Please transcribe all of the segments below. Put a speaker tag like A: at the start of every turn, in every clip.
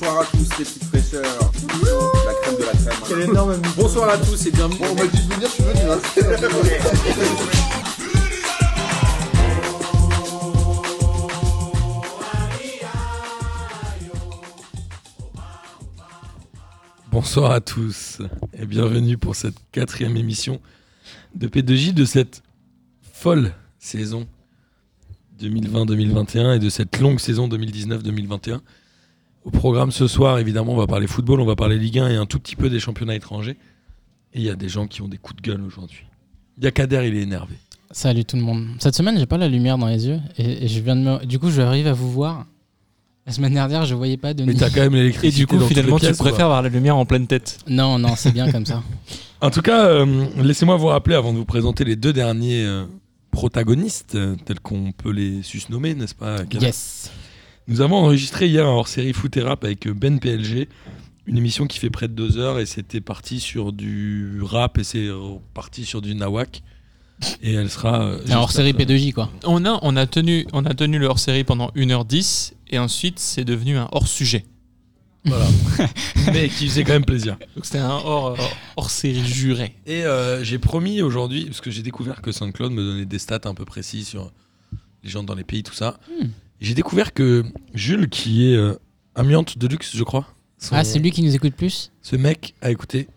A: Bonsoir à tous les petites fraîcheurs. La crème de la crème. hein.
B: Quelle énorme
A: Bonsoir à tous et bienvenue.
C: Bon, on m'a dit de venir, je suis venu. Hein.
D: Bonsoir à tous et bienvenue pour cette quatrième émission de P2J de cette folle saison 2020-2021 et de cette longue saison 2019-2021. Au programme ce soir, évidemment, on va parler football, on va parler Ligue 1 et un tout petit peu des championnats étrangers. Et il y a des gens qui ont des coups de gueule aujourd'hui. Il y a Kader, il est énervé.
E: Salut tout le monde. Cette semaine, j'ai pas la lumière dans les yeux et, et je viens de me... du coup, je arrive à vous voir. La semaine dernière, je voyais pas de
D: Mais t'as quand même
F: Et
D: l'électricité.
F: du coup,
D: dans toutes les
F: finalement,
D: pièces,
F: tu
D: quoi.
F: préfères avoir la lumière en pleine tête.
E: Non, non, c'est bien comme ça.
D: En tout cas, euh, laissez-moi vous rappeler avant de vous présenter les deux derniers euh, protagonistes, euh, tels qu'on peut les susnommer, n'est-ce pas Kader
E: Yes.
D: Nous avons enregistré hier un hors-série Foot et Rap avec Ben PLG, une émission qui fait près de deux heures et c'était parti sur du rap et c'est parti sur du nawak. Et elle sera. euh, juste
E: Alors série
D: après.
E: P2J quoi.
F: On a, on a, tenu, on a tenu le hors-série pendant 1h10 et ensuite c'est devenu un hors-sujet.
D: Voilà. Mais qui faisait quand même plaisir.
F: Donc c'était un hors, euh, hors-série juré.
D: Et euh, j'ai promis aujourd'hui, parce que j'ai découvert que Saint-Claude me donnait des stats un peu précis sur les gens dans les pays, tout ça.
E: Hmm.
D: J'ai découvert que Jules, qui est euh, amiante de luxe, je crois. son-
E: Ah, c'est lui qui nous écoute plus
D: Ce mec a écouté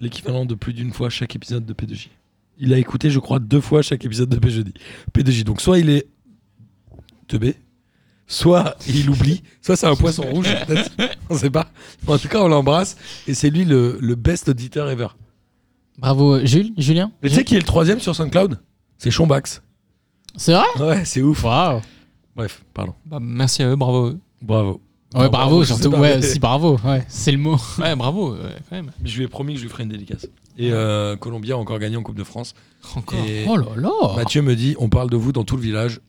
D: l'équivalent de plus d'une fois chaque épisode de P2J. Il a écouté, je crois, deux fois chaque épisode de P2J. P2J. Donc, soit il est teubé, soit il oublie, soit c'est un poisson rouge, peut-être. On sait pas. En tout cas, on l'embrasse. Et c'est lui le, le best auditeur ever.
E: Bravo euh, Jules, Julien.
D: Et tu sais qui est le troisième sur SoundCloud C'est Chombax.
E: C'est vrai
D: Ouais, c'est ouf.
E: Waouh.
D: Bref, pardon.
F: Bah, merci à eux, bravo. à eux.
D: Ah, Bravo.
E: Ouais, bravo,
D: je sais
E: surtout
D: pas,
E: ouais,
D: mais-
E: si bravo, ouais, c'est le mot.
F: Ouais, bravo, ouais, quand même.
D: Je lui ai promis que je lui ferais une dédicace. Et euh, Colombia a encore gagné en Coupe de France.
F: Encore.
D: Et-
E: Oh là là.
D: Mathieu me dit on parle de vous dans tout le village.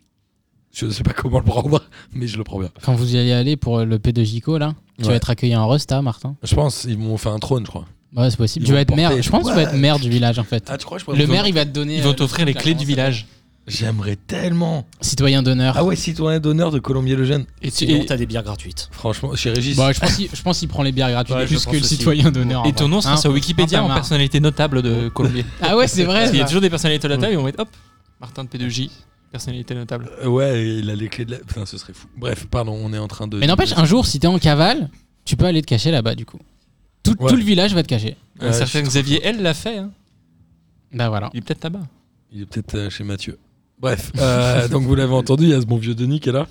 D: Je ne sais pas comment le prendre, mais je le prends bien.
E: Quand vous y allez aller pour euh, le P2J là, tu
D: Ouais.
E: vas être accueilli en resta Martin.
D: Je pense ils m'ont fait un trône, je crois.
E: Ouais, c'est possible.
D: Ils
E: tu
D: vont
E: vas être maire.
D: porter-
E: Je pense que tu vas être maire du village en fait.
D: Ah, tu crois je
E: Le maire, il va te donner
F: Ils
E: euh,
F: vont
E: le
F: t'offrir les
E: truc, là,
F: clés du
E: comment ça
F: village.
D: J'aimerais tellement.
E: s'appelle Citoyen d'honneur.
D: Ah ouais, citoyen d'honneur de Colombier le Jeune.
F: Et, tu-
G: Sinon,
F: et-
G: t'as des bières gratuites.
D: Franchement, chez Régis.
E: Bah, je pense qu'il- je pense qu'il prend les bières gratuites
G: Ouais, je
E: plus que
G: pense
E: le
G: aussi.
E: citoyen d'honneur.
F: et
E: en
F: ton
E: vrai.
F: nom sera
E: Hein,
F: sur Wikipédia
E: t'as
F: en
E: marre.
F: personnalité notable de Colombier.
E: Ah ouais, c'est vrai.
F: Parce qu'il y a
E: ça.
F: toujours des personnalités notables et on va mettre hop, Martin de P2J, personnalité notable.
D: Euh, ouais, il a les clés de la. Putain, ce serait fou. Bref, pardon, on est en train de.
E: Mais n'empêche, un jour, si t'es en cavale, tu peux aller te cacher là-bas, du coup. Tout,
D: Ouais.
E: tout le village va te cacher.
D: Euh,
F: Un
D: je
F: certain Xavier, elle l'a fait. hein.
E: Bah voilà.
F: Il est peut-être là-bas.
D: Il est peut-être euh, chez Mathieu. Bref, euh, donc vous l'avez entendu, il y a ce bon vieux Denis qui est là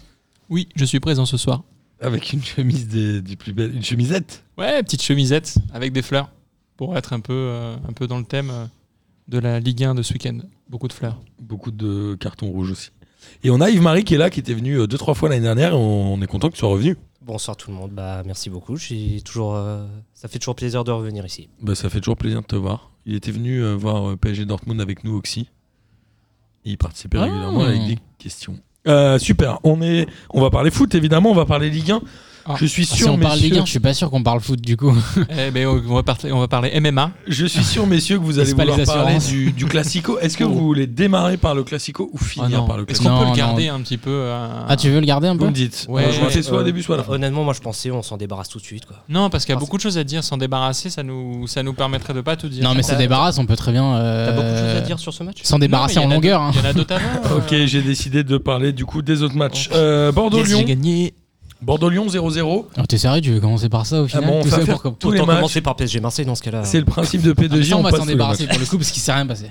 F: Oui, je suis présent ce soir.
D: avec une chemise des, du plus belle, une chemisette.
F: Ouais, petite chemisette avec des fleurs pour être un peu, euh, un peu dans le thème euh, de la Ligue 1 de ce week-end. Beaucoup de fleurs.
D: Beaucoup de cartons rouges aussi. Et on a Yves-Marie qui est là, qui était venu euh, deux trois fois l'année dernière. et on, on est content que tu sois revenu.
G: Bonsoir tout le monde. Bah merci beaucoup. J'ai toujours, euh, ça fait toujours plaisir de revenir ici.
D: Bah, ça fait toujours plaisir de te voir. Il était venu euh, voir euh, PSG Dortmund avec nous aussi. Et il participait
E: Ah.
D: régulièrement avec des questions. Euh, super, on, est... on va parler foot évidemment, on va parler Ligue 1.
F: Ah.
D: Je suis
E: Si
D: sûr,
E: on parle
D: messieurs-
E: Ligue 1, je suis pas sûr qu'on parle foot, du coup.
F: eh ben, on, va parler, on va parler MMA.
D: je suis sûr, messieurs, que vous allez
E: C'est pas
D: vouloir
E: les
D: parler
E: assurances.
D: du, du Classico. Est-ce que
F: Oh.
D: vous voulez démarrer par le Classico ou
F: Ah
D: finir
F: non.
D: par le
F: Est-ce
D: Classico
F: qu'on
E: Non,
F: peut
E: non.
F: le garder un petit peu euh,
E: Ah, tu veux le garder un
D: Vous
E: peu
D: me dites.
F: Ouais,
D: Euh, je
F: ouais,
D: fais soit au
G: Euh,
D: début, soit à la fin.
G: Honnêtement, moi je pensais on s'en débarrasse tout de suite quoi.
F: Non, parce qu'il y
E: Ah,
F: a beaucoup de choses à dire. S'en débarrasser, ça nous, ça nous permettrait de pas tout dire.
E: Non, mais se
G: T'as-
E: débarrasse, on peut très bien.
G: T'as
E: euh,
G: beaucoup de choses à dire sur ce match.
E: S'en débarrasser
F: Non, mais
E: en
F: il y a
E: longueur. hein.
F: Il y en a euh, d'autres avant.
D: Ok, j'ai décidé de parler du coup des autres matchs. Euh, Bordeaux-Lyon.
F: gagné.
D: Bordeaux-Lyon 0-0.
E: Oh, T'es sérieux, tu veux commencer par ça au final
D: Ah bon, on
E: Tout
D: va
E: ça
D: faire
E: pour com-
D: tous les
G: Autant
D: matchs.
G: commencer par PSG Marseille dans ce cas-là.
D: C'est le principe de
E: Ah, mais
D: P2J.
E: ça, on va
D: passe
E: s'en
D: tous les matchs.
E: débarrasser pour le coup, parce qu'il s'est rien passé.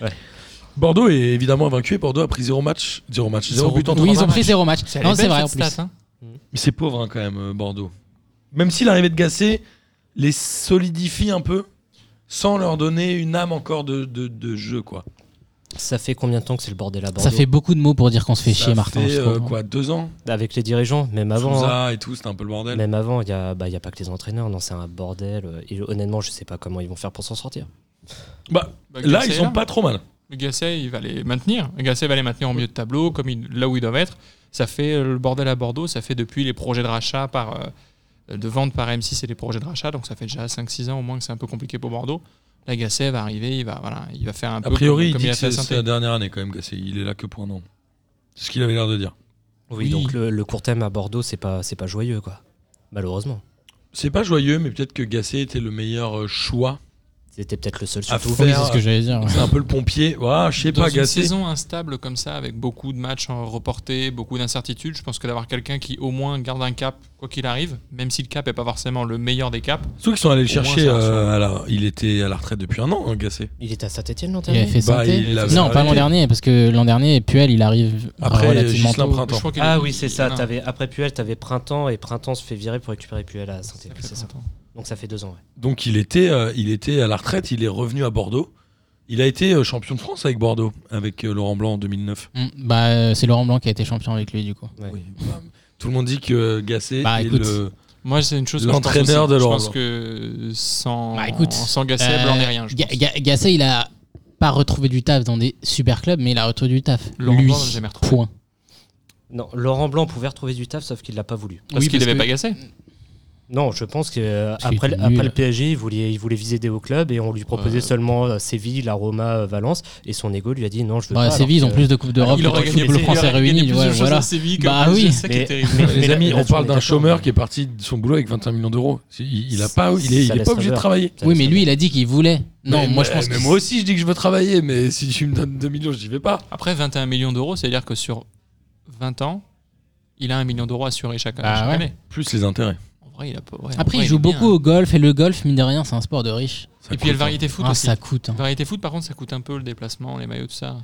D: Bordeaux est évidemment vaincu et Bordeaux a pris 0 match, 0 match, 0
F: Zéro
D: but en
F: but.
E: Oui,
D: 3
E: ils ont
F: matchs.
E: pris zéro match.
F: C'est
E: Non, c'est vrai en plus.
F: hein.
D: Mais c'est pauvre hein, quand même euh, Bordeaux. Même si l'arrivée de Gasset les solidifie un peu sans leur donner une âme encore de, de- de jeu quoi.
G: Ça fait combien de temps que c'est le bordel à Bordeaux
E: Ça fait beaucoup de mots pour dire qu'on se fait
D: hein. Ça
E: chier, Martin.
D: fait,
E: je Ah trouve.
D: euh, quoi deux ans
G: Avec les dirigeants, même avant. hein.
D: Souza et tout, c'était un peu le bordel.
G: Même avant, il y a, bah, il y a pas que les entraîneurs. Non, c'est un bordel. Et honnêtement, je sais pas comment ils vont faire pour s'en sortir.
D: Bah, là ils sont pas trop mal.
F: Gasset, il va les maintenir. Gasset va les maintenir en milieu de tableau, comme il- là où ils doivent être. Ça fait euh, le bordel à Bordeaux. Ça fait depuis les projets de rachat par euh, de vente par M6 et les projets de rachat. Donc ça fait déjà 5-6 ans au moins que c'est un peu compliqué pour Bordeaux. Là, Gasset va arriver. Il va voilà, il va faire un
D: A
F: peu
D: priori,
F: comme,
D: il
F: comme
D: dit
F: il a
D: que
F: fait à
D: c'est c'est la
F: Saint-Étienne.
D: dernière année quand même Gasset, il est là que pour un an. C'est ce qu'il avait l'air de dire.
G: Oui.
F: Oui.
G: Donc le, le court terme à Bordeaux, c'est pas, c'est pas joyeux quoi. Malheureusement.
D: C'est pas joyeux, mais peut-être que Gasset était le meilleur euh, choix.
G: C'était peut-être le seul
D: Ah,
G: surtout.
D: faut-
E: Oui,
D: faire,
E: c'est ce que j'allais dire. ouais.
D: C'est un peu le pompier. Ouah, je sais
F: Dans
D: pas,
F: une
D: Gasset.
F: saison instable comme ça, avec beaucoup de matchs en reportés, beaucoup d'incertitudes, je pense que d'avoir quelqu'un qui au moins garde un cap, quoi qu'il arrive, même si le cap n'est pas forcément le meilleur des caps,
D: Ceux qui sont allés le
F: Au moins,
D: chercher,
F: ça rassure.
D: euh, à la- il était à la retraite depuis un an, hein, Gasset.
G: Il était à Saint-Etienne hein. l'an
E: Il avait
G: dernier
E: fait
D: Bah,
E: santé.
D: il l'avait
E: non, pas l'an
D: arrêté.
E: dernier, parce que l'an dernier, Puel, il arrive
D: Après,
E: relativement
D: Gislain
E: tôt.
D: Printemps.
F: je crois qu'il
G: Ah
F: est-
G: oui, c'est
F: il
G: ça.
F: en a un.
G: T'avais, après Puel, t'avais Printemps et Printemps se fait virer pour récupérer Puel à saint
F: Ça fait
G: c'est ça.
F: longtemps.
G: Donc ça fait deux ans. ouais.
D: Donc il était, euh, il était à la retraite, il est revenu à Bordeaux. Il a été euh, champion de France avec Bordeaux, avec euh, Laurent Blanc en 2009.
E: Mm, Bah, euh, c'est Laurent Blanc qui a été champion avec lui, du coup.
G: Oui.
D: Bah, tout le monde dit que Gasset
E: Bah,
D: est
E: écoute.
D: le...
F: Moi, c'est une chose que je pense
D: L'entraîneur
F: aussi.
D: de
F: Je
D: Laurent
F: pense
D: Blanc.
F: que sans,
E: Bah, écoute,
F: sans Gasset,
E: Euh,
F: Blanc n'est rien. je
E: Ga-
F: pense.
E: Ga- Gasset, il a pas retrouvé du taf dans des super clubs, mais il a retrouvé du taf.
F: Laurent
E: lui,
F: Blanc n'a jamais retrouvé.
E: point.
G: Non, Laurent Blanc pouvait retrouver du taf, sauf qu'il l'a pas voulu.
F: Parce
E: Oui,
F: qu'il
E: parce
F: n'avait
E: que-
F: pas Gasset.
G: Non, je pense que euh,
E: Parce qu'il
G: après,
E: était
G: le- après
E: nul.
G: le PSG, il voulait, il voulait viser des hauts clubs et on lui proposait
F: Ouais.
G: seulement euh, Séville, la Roma, euh, Valence et son ego lui a dit non, je veux
E: Bah,
D: Ah,
G: pas.
E: Séville, ils
G: alors
E: ont
G: que-
E: plus de Coupe d'Europe
G: il
E: que
G: aurait
E: tous
G: gagné
E: les
G: plus- il
E: Français
F: aurait gagné
E: réunis.
F: plus de
E: ouais,
F: choses
E: voilà.
F: à Séville que
E: Bah
F: le
E: oui.
F: PSG, c'est ça qui est
G: Mais-
F: terrible.
G: mais- mais
D: Les
G: là-
D: amis,
G: là-dessus,
D: on parle
G: est
D: d'un
G: d'accord,
D: chômeur
G: mais-
D: qui est parti de son boulot avec 21 millions d'euros. Il- Il n'a pas, il est, il
G: Ça
D: est
G: laisse
D: pas obligé de
G: rêveur.
D: travailler.
G: Ça
E: Oui,
G: laisse
E: mais lui, il a dit qu'il voulait. Non,
D: Mais-
E: moi, je pense
D: mais
E: que
D: moi aussi, je dis que je veux travailler, mais si tu me donnes 2 millions, j'y vais pas.
F: Après, 21 millions d'euros, c'est-à-dire que sur 20 ans, il a 1 million d'euros assuré chaque,
E: Bah
F: chaque
E: ouais.
F: année.
D: Plus les intérêts.
F: En vrai, il a pas- ouais, en
E: Après,
F: vrai,
E: il joue
F: est bien,
E: beaucoup
F: hein.
E: au golf, et le golf, mine de rien, c'est un sport de riche.
D: Ça
F: Et puis, il y a le
D: coûte, hein.
F: variété foot
E: Ah,
F: aussi.
E: ça coûte. hein.
F: Variété foot, par contre, ça coûte un peu le déplacement, les maillots, tout ça.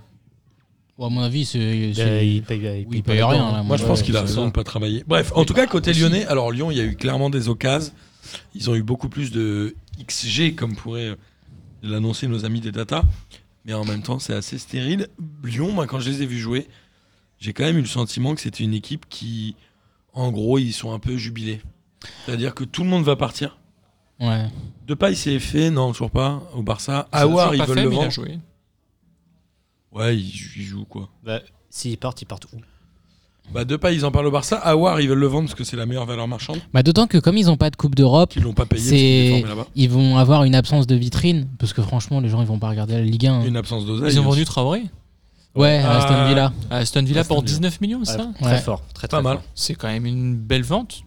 E: Bon, à mon avis, c'est.
G: Euh,
E: c'est-
G: il paye, il
E: Oui, il
G: pas
E: paye
G: là-dedans,
E: rien,
G: hein.
E: là,
D: Moi, je
E: Ouais,
D: pense qu'il a
G: c'est
D: raison
G: ça.
D: de pas travailler. Bref, en tout cas, côté lyonnais, alors Lyon, il y a eu clairement des occasions. Ils ont eu beaucoup plus de XG, comme pourraient euh, l'annoncer nos amis des data. Mais en même temps, c'est assez stérile. Lyon, moi, quand je les ai vus jouer, j'ai quand même eu le sentiment que c'était une équipe qui, en gros, ils sont un peu jubilés. C'est-à-dire que tout le monde va partir.
E: Ouais.
D: Depay, c'est fait, non, toujours pas. Au Barça,
F: Ça l'a toujours
D: Awar, Ah, ils
F: pas
D: veulent
F: fait,
D: le
F: mais il a
D: vendre.
F: joué.
D: Ouais, ils jou- ils jouent quoi.
G: Bah, S'ils partent, ils partent où
D: Bah, Depay, ils en parlent au Barça. Awar, ils veulent le vendre parce que c'est la meilleure valeur marchande.
E: Bah, D'autant que comme ils n'ont pas de Coupe d'Europe,
D: Qu'ils l'ont pas payé parce
E: C'est-
D: qu'ils étaient formés là-bas.
E: ils vont avoir une absence de vitrine. Parce que franchement, les gens, ils vont pas regarder la Ligue 1. hein.
D: Une absence d'oseille.
F: Ils ont
D: bien
F: vendu
D: sûr.
F: Traoré
E: Ouais, à Aston
D: Ah.
E: Villa.
F: à Aston Villa
D: Aston
F: pour
D: Villa.
F: 19 millions, c'est ça
G: Ouais, Très
E: Ouais.
G: fort, très,
D: Pas
G: très
D: mal.
G: fort.
F: C'est quand même une belle vente.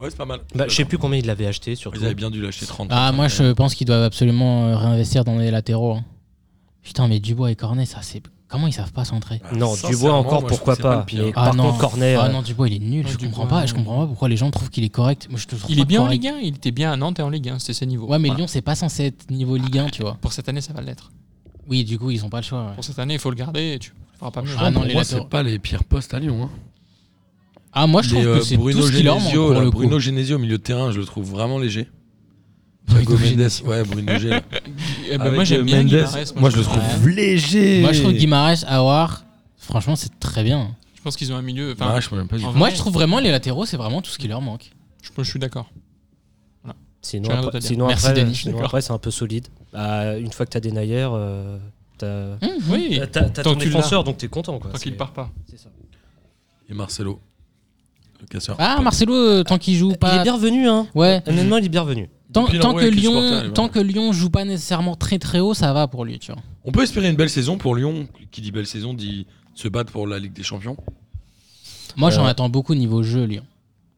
D: Ouais, c'est pas mal.
G: Bah, je sais plus combien il l'avait acheté surtout.
D: Ils avaient bien dû l'acheter 30.
E: Ah, moi, je pense qu'ils doivent absolument euh, réinvestir dans les latéraux. hein. Putain, mais Dubois et Cornet, ça, c'est. Comment ils savent pas centrer
D: Ah,
G: Non,
D: sincèrement,
G: Dubois
D: moi,
G: encore,
D: je trouve
G: pourquoi
D: que c'est pas
G: pas.
D: le pire.
G: Mais
E: Ah
G: par
E: non.
G: contre, Cornet,
E: Ah
G: euh,
E: non, Dubois, il est nul.
F: Ouais,
E: je
F: Dubois,
E: comprends pas. Je
F: non.
E: comprends pas pourquoi les gens trouvent qu'il est correct. Moi, je te trouve
F: Il est
E: pas
F: bien en
E: correct.
F: Ligue 1, il était bien à Nantes et en Ligue 1, c'était ses niveaux.
E: Ouais, mais
F: Voilà.
E: Lyon, c'est pas censé être niveau Ligue 1, tu vois.
F: Pour cette année, ça va l'être.
E: Oui, du coup, ils ont pas le choix. ouais.
F: Pour cette année, il faut le garder et tu ne feras pas mieux.
E: Ah non,
D: Pour
E: les
D: moi,
E: latéraux.
D: c'est pas les pires postes à Lyon. hein.
E: Ah, moi, je
D: Les,
E: trouve
D: euh,
E: que c'est
D: Bruno
E: tout ce qu'il leur manque
D: Genesio,
E: pour
D: là,
E: le coup.
D: Bruno Genesio au milieu de terrain, je le trouve vraiment léger.
E: Bruno
D: Thiago
E: Genesio.
D: Mendes, ouais, Bruno G, là.
F: Eh ben,
D: Avec,
F: moi, j'aime
D: euh,
F: bien
D: Mendes,
F: Guimarães,
D: Moi, je le trouve léger.
E: Moi, je trouve Guimarães, Aouar, franchement, c'est très bien. hein.
F: Je pense qu'ils ont un milieu. enfin,
D: Guimaraes, je sais même pas du
F: en
D: tout.
F: vrai,
E: Moi, je trouve vraiment les latéraux, c'est vraiment tout ce qui leur manque.
F: Je, je suis d'accord.
G: sinon,
F: J'ai rien
G: après-
F: d'autre à dire.
G: sinon,
E: Merci,
G: après,
E: Denis,
G: sinon,
F: d'accord.
G: après, c'est un peu solide. Bah, une fois que t'as des nailleurs, euh, t'as
F: Mmh, Oui,
G: t'as- t'as
F: tant
G: ton
F: qu'il l'a.
G: défenseur, donc t'es content. Quoi.
F: tant qu'il
G: C'est-
F: part pas.
G: c'est ça.
D: Et Marcelo, le casseur.
E: Ah, Marcelo, euh, tant qu'il joue
G: Il est
E: pas.
G: bien revenu, hein.
E: Ouais,
G: Honnêtement, il est bien revenu.
E: tant,
D: Depuis
E: tant
D: l'envoi
E: que
D: avec le
E: Lyon,
D: supporter, elle est
E: tant
D: bonne.
E: que Lyon joue pas nécessairement très très haut, ça va pour lui, tu vois.
D: On peut espérer une belle saison pour Lyon. Qui dit belle saison dit se battre pour la Ligue des Champions.
E: Moi, j'en
G: Euh.
E: attends beaucoup niveau jeu, Lyon.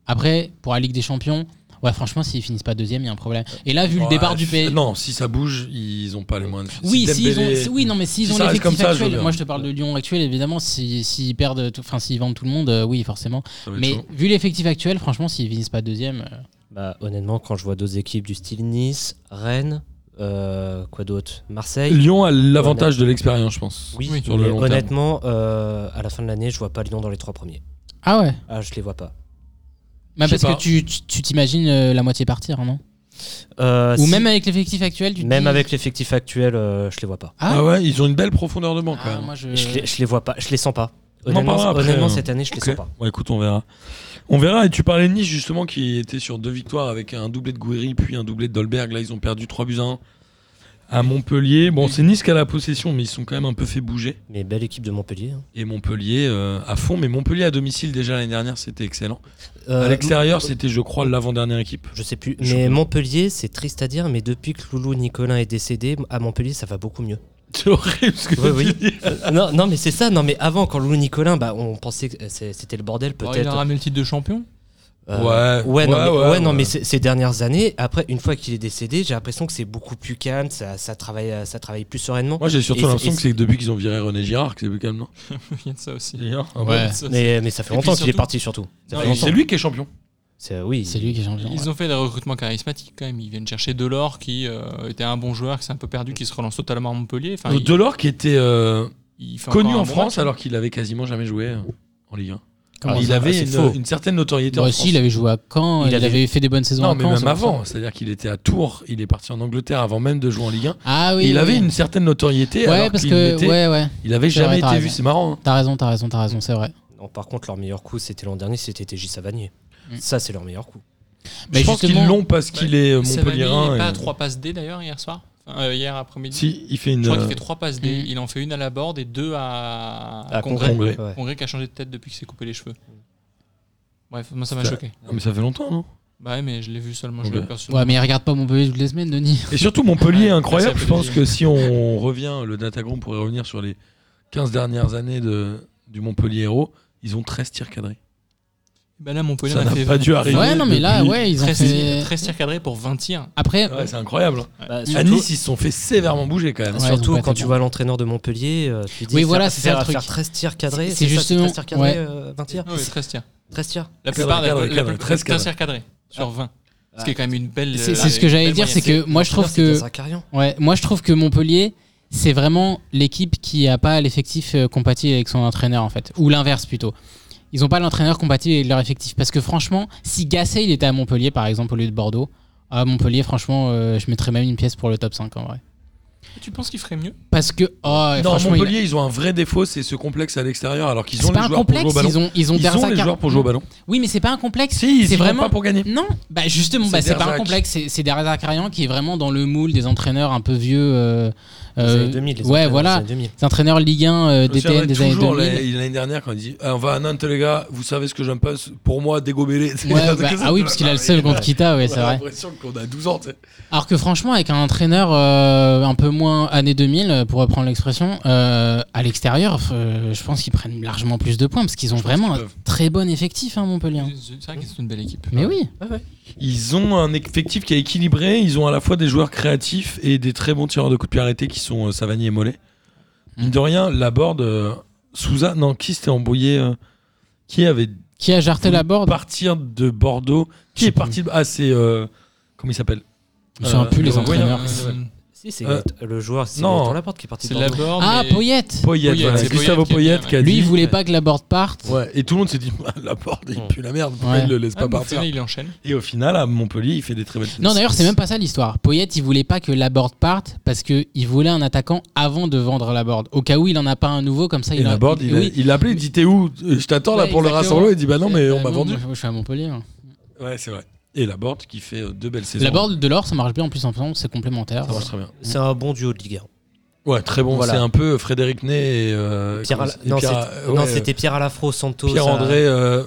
E: Après, pour la Ligue des Champions, ouais, franchement, s'ils finissent pas deuxième, il y a un problème. Et là, vu le
D: Ouais,
E: départ du
D: f-
E: PSG.
D: Non, si ça bouge, ils ont pas les moyens de
E: Oui, s'ils ont,
D: Dembélé-
E: si- oui, non, mais s'ils
D: Si
E: ont
D: ça reste
E: l'effectif
D: comme ça, je veux
E: actuel,
D: bien.
E: moi je te parle de Lyon actuel, évidemment, si- s'ils perdent, tout- enfin s'ils vendent tout le monde, euh, oui, forcément.
D: ça va être
E: Mais
D: chaud.
E: vu l'effectif actuel, franchement, s'ils finissent pas deuxième, euh,
G: Bah, honnêtement, quand je vois d'autres équipes du style Nice, Rennes, euh, quoi d'autre Marseille.
D: Lyon a l'avantage de l'expérience, je pense.
G: Oui,
F: Oui,
D: sur le
G: mais
D: long terme.
G: honnêtement, euh, à la fin de l'année, je vois pas Lyon dans les trois premiers.
E: ah ouais.
G: Ah, je les vois pas.
E: Bah,
D: Je sais
E: parce
D: pas.
E: que tu tu- tu t'imagines euh, la moitié partir, non
G: Euh,
E: Ou
G: si-
E: même avec l'effectif actuel, tu te
G: même
E: dis-
G: avec l'effectif actuel, euh, je les vois pas.
E: Ah,
D: Ah ouais, ils ont une belle profondeur de banc quand
E: Ah,
D: même.
E: moi, je-
G: Je, les, je les vois pas. Je les sens pas.
D: On en parlera
G: Honnêtement,
D: après,
G: honnêtement,
D: euh.
G: cette année, je les sens pas.
D: Bon, écoute, on verra. On verra. Et tu parlais de Nice justement qui était sur deux victoires avec un doublé de Gouiri puis un doublé de Dolberg. Là, ils ont perdu 3 buts à 1 à Montpellier. Bon, c'est Nice qui a la possession, mais ils se sont quand même un peu fait bouger.
G: Mais belle équipe de Montpellier. hein.
D: Et Montpellier euh, à fond. Mais Montpellier à domicile déjà l'année dernière, c'était excellent.
G: Euh,
D: à l'extérieur, c'était, je crois, l'avant-dernière équipe.
G: Je sais plus.
D: Je-
G: Mais Montpellier, c'est triste à dire, mais depuis que Loulou Nicolin est décédé, à Montpellier, ça va beaucoup mieux.
D: C'est horrible ce que
G: Oui,
D: tu dis.
G: Euh, non, non, mais c'est ça. Non, mais avant, quand Loulou Nicolin, bah, on pensait que c'est- c'était le bordel,
F: Bon, Oh, il
G: peut-être.
F: a ramené le titre de champion.
G: Euh,
D: Ouais,
G: ouais, non,
D: ouais,
G: mais,
D: ouais,
G: ouais, non,
D: ouais.
G: mais ces, ces dernières années, après, une fois qu'il est décédé, j'ai l'impression que c'est beaucoup plus calme, ça, ça, travaille, euh, ça travaille plus sereinement.
D: Moi, j'ai surtout
G: Et-
D: l'impression
G: et-
D: que c'est que depuis qu'ils ont viré René Girard que c'est plus calme, non
F: Il y a de ça aussi.
D: Ah
E: Ouais.
F: Ça,
G: Mais, mais ça fait
F: Et puis
G: longtemps qu'il est
F: surtout-
G: parti, surtout.
F: Non,
D: bah,
F: ils-
D: C'est lui qui est champion.
G: C'est, euh, oui,
E: C'est lui qui est champion. ouais.
F: Ils ont fait des recrutements charismatiques quand même. Ils viennent chercher Delors qui euh, était un bon joueur, qui s'est un peu perdu, qui se relance totalement à Montpellier. Enfin, il-
D: Delors qui était euh,
F: il fait
D: connu
F: encore un
D: en
F: bon
D: France
F: match.
D: alors qu'il avait quasiment jamais joué euh, en Ligue 1.
E: Comment
D: hein. il
E: ça Ah,
D: avait
G: c'est faux.
D: une, une certaine notoriété
E: Bah
D: en
E: si,
D: France.
E: il avait joué à Caen,
D: Il
E: il,
D: avait-
E: avait... fait des bonnes saisons
D: Non,
E: à
D: mais
E: Caen. c'est
D: même
E: pour
D: avant,
E: ça.
D: c'est-à-dire qu'il était à Tours, il est parti en Angleterre avant même de jouer en Ligue 1.
E: Ah oui.
D: Et il
E: oui,
D: avait
E: oui.
D: une certaine notoriété.
E: Ouais,
D: alors
E: parce
D: qu'il
E: que.
D: n'était-
E: Ouais, ouais.
D: Il avait
E: C'est
D: jamais
E: vrai, t'as
D: été vu,
E: raison.
D: c'est marrant. hein.
E: T'as raison, t'as raison, t'as raison, c'est vrai.
G: Non, par contre, leur meilleur coup, c'était l'an dernier, c'était TJ Savanier.
E: Mm.
G: Ça, c'est leur meilleur coup.
E: Mais
D: je pense qu'ils
E: justement-
D: l'ont parce qu'il est euh,
F: Savani, il
D: montpelliérain.
F: est pas à
D: et-
F: 3 passes D d'ailleurs hier soir. Enfin, euh, hier après-midi.
D: Si, il fait
F: Je
D: une.
F: crois qu'il
D: euh,
F: fait 3 passes D.
E: Mm.
F: Il en fait une à la board et deux à,
G: À
F: Congrès. Congrès.
D: Congrès.
G: Ouais.
F: qui a changé de tête depuis qu'il s'est coupé les cheveux. Bref, moi ça m'a
D: Ça-
F: choqué.
D: Ah, mais ça fait longtemps, non
F: Bah ouais, mais je l'ai vu seulement, je
D: Congrès.
F: l'ai perçu.
E: Ouais, mais il regarde pas Montpellier toutes les semaines, Denis.
D: Et surtout, Montpellier est incroyable.
F: Merci,
D: Je pense
F: Montpellier.
D: que si on revient, le Datagon pourrait revenir sur les 15 dernières années de, du Montpellier Héros. Ils ont 13 tirs cadrés.
F: Bah là, Montpellier
D: Ça
F: en a
D: n'a
F: fait
D: pas dû arriver.
E: Ouais, non, mais là,
D: depuis-
E: ouais, ils ont
F: 13,
E: fait.
F: 13 tirs cadrés pour 20 tirs.
E: Après,
D: Ouais, c'est incroyable. hein.
G: Bah,
D: À
G: surtout-
D: Nice, ils se sont fait sévèrement bouger quand même.
E: Ouais, ils ont
G: Surtout
E: pas été
G: quand tu
E: bons.
G: vois l'entraîneur de Montpellier, euh, tu dis
E: Oui,
G: faire-
E: voilà, c'est ça
G: faire-
E: le truc.
G: faire 13 tirs cadrés,
E: C'est- c'est
G: ça,
E: justement-
G: 13 tirs cadrés,
E: ouais.
G: euh, 20 tirs.
F: Ah ouais, 13 tirs.
G: 13 tiers.
F: La
D: Cadré,
F: plupart des
D: cadré, cadré,
F: la- la-
D: treize
F: 15
D: cadrés.
F: tirs cadrés sur 20. Ce qui est quand même une belle.
G: C'est-
E: c'est ce que j'allais dire, c'est
F: que
E: que moi je trouve
G: L'entraîneur,
E: que.
G: c'était Zakarian.
E: Ouais, moi je trouve que Montpellier, c'est vraiment l'équipe qui a pas l'effectif euh, compatible avec son entraîneur en fait, ou l'inverse plutôt. Ils ont pas l'entraîneur compatible avec leur effectif parce que franchement, si Gasset il était à Montpellier par exemple au lieu de Bordeaux, à Montpellier franchement, euh, je mettrais même une pièce pour le top 5 en vrai.
F: Tu penses qu'il ferait mieux
E: Parce que oh,
D: Non,
E: franchement,
D: Montpellier, ils ont un vrai défaut, c'est ce complexe à l'extérieur, alors
E: il-
D: qu'ils ont
E: c'est
D: les
E: pas un
D: joueurs pour jouer au
E: complexe,
D: ballon.
E: ils ont ils ont
D: Ils ont les
E: Derzaka.
D: joueurs pour jouer au ballon.
E: Oui, mais c'est pas un complexe.
D: Si, ils
E: c'est
D: y vont
E: vraiment
D: pas pour gagner.
E: Non, bah justement,
D: C'est
E: bah, c'est pas un
D: Derzak.
E: complexe, c'est c'est Derzakarian qui est vraiment dans le moule des entraîneurs un peu vieux. euh,
G: Les
E: euh,
G: années 2000, les
E: ouais,
G: entraîneurs
E: voilà.
G: des années 2000.
E: Des entraîneurs Ligue 1
D: Je
E: euh,
D: me
E: DTN des
D: souviendrai
E: années
D: toujours
E: 2000.
D: les- l'année dernière quand il dit Ah, on va à Nantes les gars vous savez ce que j'en pense pour moi dégobélé
E: Ouais, bah, ah oui, parce qu'il a le seul contre Kita, ouais, c'est
D: On a
E: vrai.
D: l'impression qu'on a 12 ans tu sais.
E: Alors que franchement, avec un entraîneur euh, un peu moins année 2000, euh, pour reprendre l'expression, euh, à l'extérieur, euh, je pense qu'ils prennent largement plus de points parce qu'ils ont vraiment un
D: qu'ils peuvent.
E: très bon effectif, hein, Montpellier. hein.
F: C'est vrai que c'est une belle équipe.
E: Mais oui,
D: Ils ont un effectif qui est équilibré ils ont à la fois des joueurs créatifs et des très bons tireurs de coups de pied arrêtés qui sont euh, Savani et Mollet mine de rien la board euh, Souza non qui s'était embrouillé euh, qui avait
E: qui a jarté la
D: voulu
E: board
D: partir de Bordeaux qui est
E: Je sais plus.
D: parti de- ah c'est euh, comment il s'appelle
E: Je me souviens
D: Euh,
E: plus les
D: le Uruguayen,
E: entraîneurs.
D: euh,
G: Si, c'est
D: Euh,
G: le joueur, c'est
D: non.
G: dans la porte qui est parti.
F: C'est
G: de
F: la
G: Bordeaux.
F: board.
E: Ah,
F: mais-
E: Poyette
D: Poyet,
F: Poyet,
D: voilà,
F: c'est
D: Gustavo
F: Poyet
D: Poyet
F: qui a
D: qui a
E: Lui,
D: dit-
E: il voulait pas que la board parte.
D: Ouais, et tout le monde s'est dit Ah, la porte il
G: Ouais.
D: pue la merde pourquoi
E: Ouais.
D: il le laisse
F: Ah,
D: pas
F: mais
D: partir
F: Fenel, il enchaîne.
D: et au final à Montpellier il fait des très belles
E: Non, d'ailleurs, c'est même pas ça l'histoire. Poyet, il voulait pas que la board parte parce que il voulait un attaquant avant de vendre la board. Au cas où il en a pas un nouveau, comme ça,
D: et
E: il
D: la
E: en-
D: board, il, a-
E: oui.
D: il a appelé, il dit T'es où Euh, Je t'attends là
E: Ouais,
D: pour le
E: exactement.
D: rassemblement. Il dit Bah non, mais
E: Euh,
D: on m'a
E: non,
D: vendu.
E: moi, je suis à Montpellier. hein.
D: Ouais, c'est vrai. Et la board qui fait euh, deux belles saisons.
E: La board de l'or, ça marche bien en plus ensemble, c'est complémentaire.
D: Ça marche très bien.
G: C'est un bon duo de Ligue 1.
D: Ouais, très bon.
G: Voilà.
D: C'est un peu Frédéric Ney et. euh,
G: Pierre
D: comment-
G: Al-
D: et
G: non,
D: Pierre-
G: c'était-
D: ouais,
G: non,
D: euh,
G: c'était Pierre Alafro Santos. à-
D: Pierre-André euh,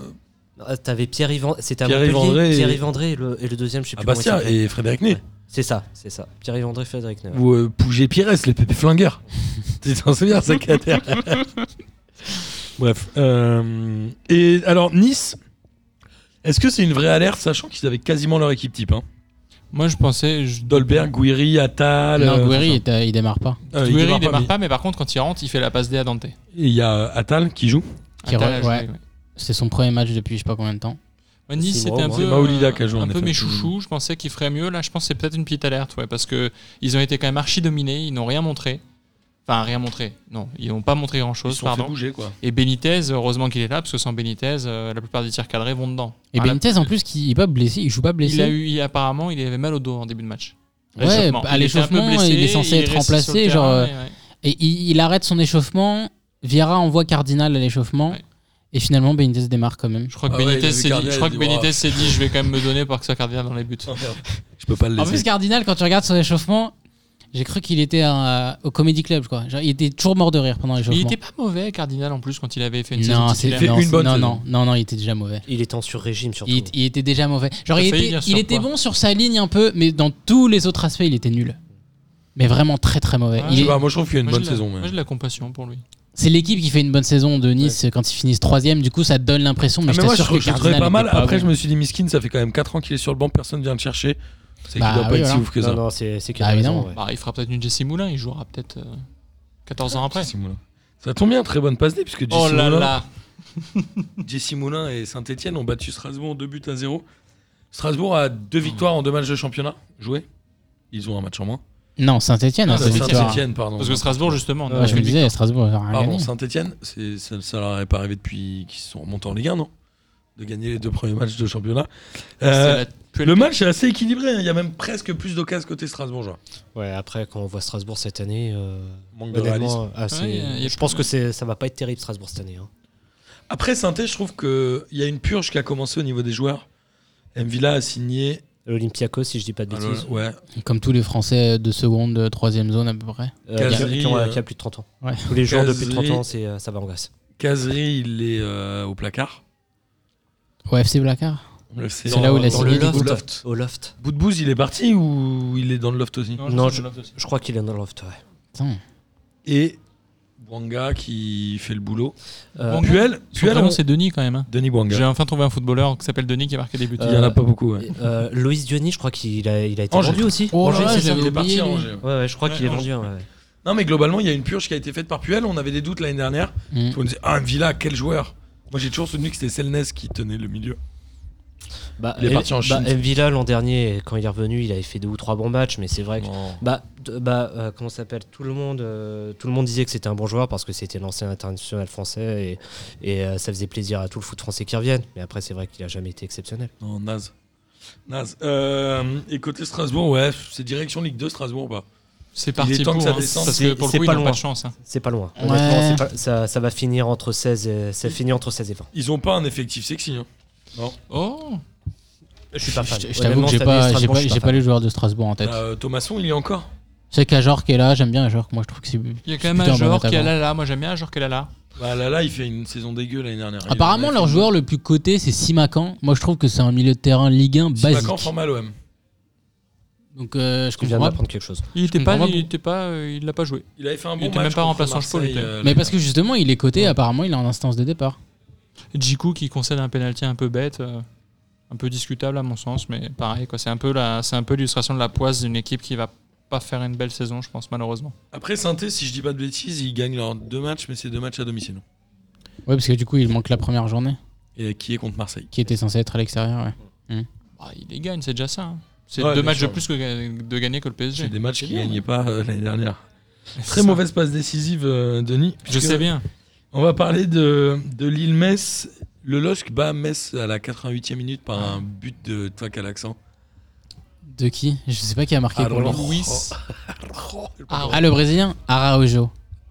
G: Ah, T'avais Pierre-Yves An- c'était à
D: Pierre-Yves
G: Montpellier,
D: André et-
G: Pierre-Yves André et le, et le deuxième, je sais
D: à
G: plus comment il
D: Bastia
G: s'appelle.
D: et Frédéric Ney.
G: Ouais. C'est ça, c'est ça. Pierre-Yves André, Frédéric Neuer.
D: Ou euh, Pouget Pires, les pépés flingueurs. tu t'en souviens, ça Kater Bref. euh, et alors, Nice, est-ce que c'est une vraie alerte, sachant qu'ils avaient quasiment leur équipe type hein
F: Moi, je pensais. je-
D: Dolberg, Guiri, Attal.
E: non,
D: euh,
E: Guerri, il, t'a- il démarre pas.
D: euh,
F: Douéry,
D: démarre
F: il démarre
D: mais-
F: pas, mais par contre, quand il rentre, il fait la passe D à Dante.
D: Et il y a euh, Attal qui joue.
E: Qui
F: Attal a
E: re-
F: joué,
E: ouais. C'était son premier match depuis je sais pas combien de temps.
F: Ouais, Nice,
G: C'est
F: c'était
G: moi,
F: un
G: moi.
F: peu,
D: C'est Maolida qui a joué,
F: un
D: en
F: peu
D: effet.
F: mes chouchous. Je pensais qu'il ferait mieux. Là, je pense que c'est peut-être une petite alerte, ouais, parce que ils ont été quand même archi dominés. Ils n'ont rien montré. Enfin, rien montré. Non, ils n'ont pas montré grand-chose. Pardon.
D: bouger, quoi.
F: Et Benitez, heureusement qu'il est là, parce que sans Benitez, euh, la plupart des tirs cadrés vont dedans.
E: Et
F: Enfin, Ah, la-
E: Benitez, en plus, qui il est pas blessé, il joue pas blessé.
F: il a eu, il- apparemment, il avait mal au dos en début de match.
E: Ouais, bah,
F: Réchauffement.
E: à
F: Il était un peu
E: l'échauffement, il est censé être
F: resté sur le
E: remplacé,
F: terrain,
E: genre, euh,
F: ouais, ouais.
E: Et il, il arrête son échauffement. Viera envoie Cardinal à l'échauffement.
F: Ouais.
E: Et finalement, Benitez démarre quand même.
F: Je crois que
D: Ah ouais, il a
F: Benitez
D: vu
F: s'est dit,
D: Gardiel,
F: je crois
D: il
F: que
D: a dit,
F: Benitez
D: Ouah.
F: s'est dit, je vais quand même me donner pour que ça Cardinal dans les buts.
D: Je peux pas le
E: En
D: laisser.
E: plus, Cardinal, quand tu regardes son échauffement, j'ai cru qu'il était à- au Comedy Club. Quoi. Genre, il était toujours mort de rire pendant
F: Mais il
E: l'échauffement.
F: était pas mauvais, Cardinal, en plus, quand il avait fait une saison
E: Non, c'est-
F: titulaire.
D: fait
E: non,
D: une
E: c'est-
D: bonne
E: non,
D: saison.
E: non, non, non, il était déjà mauvais.
G: Il était en sur-régime surtout.
E: Il, il était déjà mauvais. Genre,
F: T'as
E: il
F: failli
E: était,
F: dire
E: il
F: sur
E: était
F: quoi
E: bon sur sa ligne un peu, mais dans tous les autres aspects, il était nul. Mais vraiment très très mauvais.
F: Ah,
E: Il
D: Je
E: est-
D: sais pas, moi, je trouve qu'il y a une
F: Moi,
D: bonne
F: j'ai de la-
D: saison. mais-
F: Moi, j'ai de la compassion pour lui.
E: C'est l'équipe qui fait une bonne saison de Nice quand ils finissent troisième. Du coup, ça te donne l'impression, mais
D: Ah,
E: je
D: mais moi, je,
E: t'assure
D: trou-
E: que
D: je le
E: Cardinal
D: trouvais pas mal.
E: était
D: Après,
E: bon.
D: je me suis dit, Miskin, ça fait quand même 4 ans qu'il est sur le banc, personne vient le chercher. C'est qu'il
E: Bah
D: doit pas
E: oui,
D: être si
E: voilà.
D: ouf que ça.
G: Non, non, c'est c'est qu'il
E: Bah,
G: a raison,
E: évidemment.
G: ouais.
F: Bah, il fera peut-être une Jessie Moulin, il jouera peut-être euh, 14 ans après.
D: Jesse Moulin. Ça tombe bien, très bonne passe D, puisque Jesse,
F: Oh là
D: Moulin,
F: là
D: Jesse Moulin et Saint-Etienne ont battu Strasbourg 2 buts à 0. Strasbourg a deux victoires en deux matchs de championnat joués. Ils ont un match en moins.
E: Non, Saint-Etienne,
F: Ah,
E: cette
F: Saint-Etienne.
E: victoire.
D: Saint-Etienne, pardon. Ah,
F: Parce que Strasbourg, justement, on a
E: Ouais, je
F: fait
E: me
F: une
E: disais, Strasbourg, ça rien
D: Pardon,
E: gagné.
D: Saint-Etienne, c'est- ça, ça leur est pas arrivé depuis qu'ils sont remontés en Ligue 1, non De gagner les deux premiers matchs de championnat. Euh,
F: C'est la puelle-
D: le match est assez équilibré, hein. il y a même presque plus d'occasions côté Strasbourgeois.
G: Ouais, après, quand on voit Strasbourg cette année, euh,
D: Manque de réalisme.
G: honnêtement, ah, c'est-
F: Ouais, y a- y a-
G: je pense que c'est- ça va pas être terrible Strasbourg cette année. hein.
D: Après saint je trouve qu'il y a une purge qui a commencé au niveau des joueurs. Mvila a signé.
G: L'Olympiakos, si je dis pas de
D: Alors,
G: bêtises,
D: ouais.
E: Comme tous les Français de seconde, de troisième zone à peu près.
G: euh,
D: Kazri,
G: qui, ont-
D: euh,
G: qui a plus de 30 ans.
E: Ouais.
G: Tous les joueurs de plus de
D: Kazri.
G: 30 ans, c'est, euh, ça va en Grèce.
D: Kazri, il est euh, au placard.
E: Au FC Blacard
D: C'est
E: là où il a
D: dans
E: signé,
D: le
E: du
D: loft.
E: coup.
G: Au loft.
D: Bout de bouse, il est parti ou il est dans le loft aussi
G: Non,
F: je...
G: je- Je crois qu'il est dans le loft, ouais.
E: Putain.
D: Et Wanga qui fait le boulot.
G: Euh,
F: Bon,
D: Puel,
F: Son
D: Puel
F: prénom,
D: on-
F: c'est Denis quand même. hein.
D: Denis Wanga.
F: J'ai enfin trouvé un footballeur qui s'appelle Denis qui a marqué des buts.
D: Il y en a
G: Euh,
D: pas beaucoup. ouais.
G: et, euh, Loïs Diony, je crois qu'il a, il a été
D: Angers.
G: vendu aussi.
E: Oh là
D: Angers,
E: là,
D: c'est ça,
E: j'avais
D: il est parti
E: oublié,
D: à
E: lui.
D: Angers.
G: Ouais, ouais, je crois
F: Ouais,
G: qu'il est
F: Angers.
G: vendu. ouais, ouais.
D: Non, mais globalement, il y a une purge qui a été faite par Puel. On avait des doutes l'année dernière.
E: Mm.
D: On disait, ah, Villa, quel joueur Moi, j'ai toujours soutenu que c'était Selnes qui tenait le milieu.
G: Bah,
D: Il est
G: M-
D: parti en Chine.
G: Bah, Mvila, l'an dernier, quand il est revenu, il avait fait deux ou trois bons matchs, mais c'est vrai que. Bah, d- bah euh, comment ça s'appelle tout le monde euh, tout le monde disait que c'était un bon joueur parce que c'était l'ancien international français et, et, euh, ça faisait plaisir à tout le foot français qui revienne mais après c'est vrai qu'il a jamais été exceptionnel
D: Non, naze. Naze. Euh, et côté Strasbourg, ouais, c'est direction Ligue 2 Strasbourg, bah.
F: C'est
D: Il
F: parti
D: est temps
F: pour.
D: que ça
F: hein,
D: descende.
F: parce
G: C'est-
F: que pour
G: c'est
F: le coup, ils
G: pas
F: n'ont
G: loin.
F: pas de chance. hein.
G: c'est pas loin
E: Ouais.
G: Honnêtement, c'est pas- ça, ça va finir entre 16 et, ça finit entre 16 et 20
D: Ils ont pas un effectif sexy. hein.
F: Oh
G: je suis pas fan
E: Je je t'avoue que j'ai
G: Honnêtement, cette
E: pas,
G: année,
E: j'ai
G: Strasbourg,
E: pas,
G: je suis
E: j'ai
G: pas
E: pas les joueurs de Strasbourg en tête.
D: T'as, euh, Thomasson, il y est encore.
E: C'est qu'Ajor qui est là, j'aime bien Ajor. Moi, je trouve que c'est.
F: Il y a quand même
E: Putain,
F: un
E: bon
F: joueur
E: attaquant.
F: qui a là là. Moi, j'aime bien un joueur qui a là là.
D: Bah, là, là, il fait une saison dégueu l'année dernière. Il en
E: Ah, Apparemment,
D: a
E: leur
D: fait
E: joueur le plus coté, c'est Simakan. Moi, je trouve que c'est un milieu de terrain Ligue 1
D: une- Simakan,
E: basique.
D: forme à l'OM.
E: Donc, euh, je
G: tu viens
E: comprends pas.
G: d'apprendre quelque chose
F: Il était
E: Je
F: pas,
E: comprends pas
F: il était pas, euh, il l'a pas joué.
D: Il avait fait un
F: Il
D: bon
F: était
D: match.
F: même pas
D: contre
F: remplaçant, je crois,
D: Marseille,
F: il était-
D: euh,
E: Mais
D: l'année
E: parce que justement, il est coté.
D: Ouais.
E: Apparemment, il est en instance de départ.
F: Jiku qui concède un penalty un peu bête, euh, un peu discutable à mon sens, mais pareil quoi. C'est un peu la, c'est un peu l'illustration de la poisse d'une équipe qui va pas faire une belle saison, je pense malheureusement.
D: Après saint si je dis pas de bêtises, ils gagnent leurs deux matchs, mais c'est deux matchs à domicile.
E: Ouais, parce que du coup, il manque la première journée
D: Et qui est contre Marseille
E: qui était censée être à l'extérieur. ouais.
F: Bah, il les gagne, c'est déjà ça. hein. C'est
D: Ouais,
F: deux
D: bien
F: matchs
D: sûr.
F: de plus que ga- de gagner que le
D: C'est
F: PSG.
D: des matchs qu'ils
F: bien.
D: gagnaient pas euh, l'année dernière. Très
F: Ça.
D: mauvaise passe décisive, euh, Denis.
F: Je
D: puisque
F: sais bien.
D: On va parler de, de Lille-Metz. Le LOSC bat Metz à la 88e minute par un but de Twak à l'accent.
E: De qui Je sais pas qui a marqué
D: Ah,
E: pour lui.
D: Laurent.
F: Ah,
E: Ah, le Brésilien Araujo.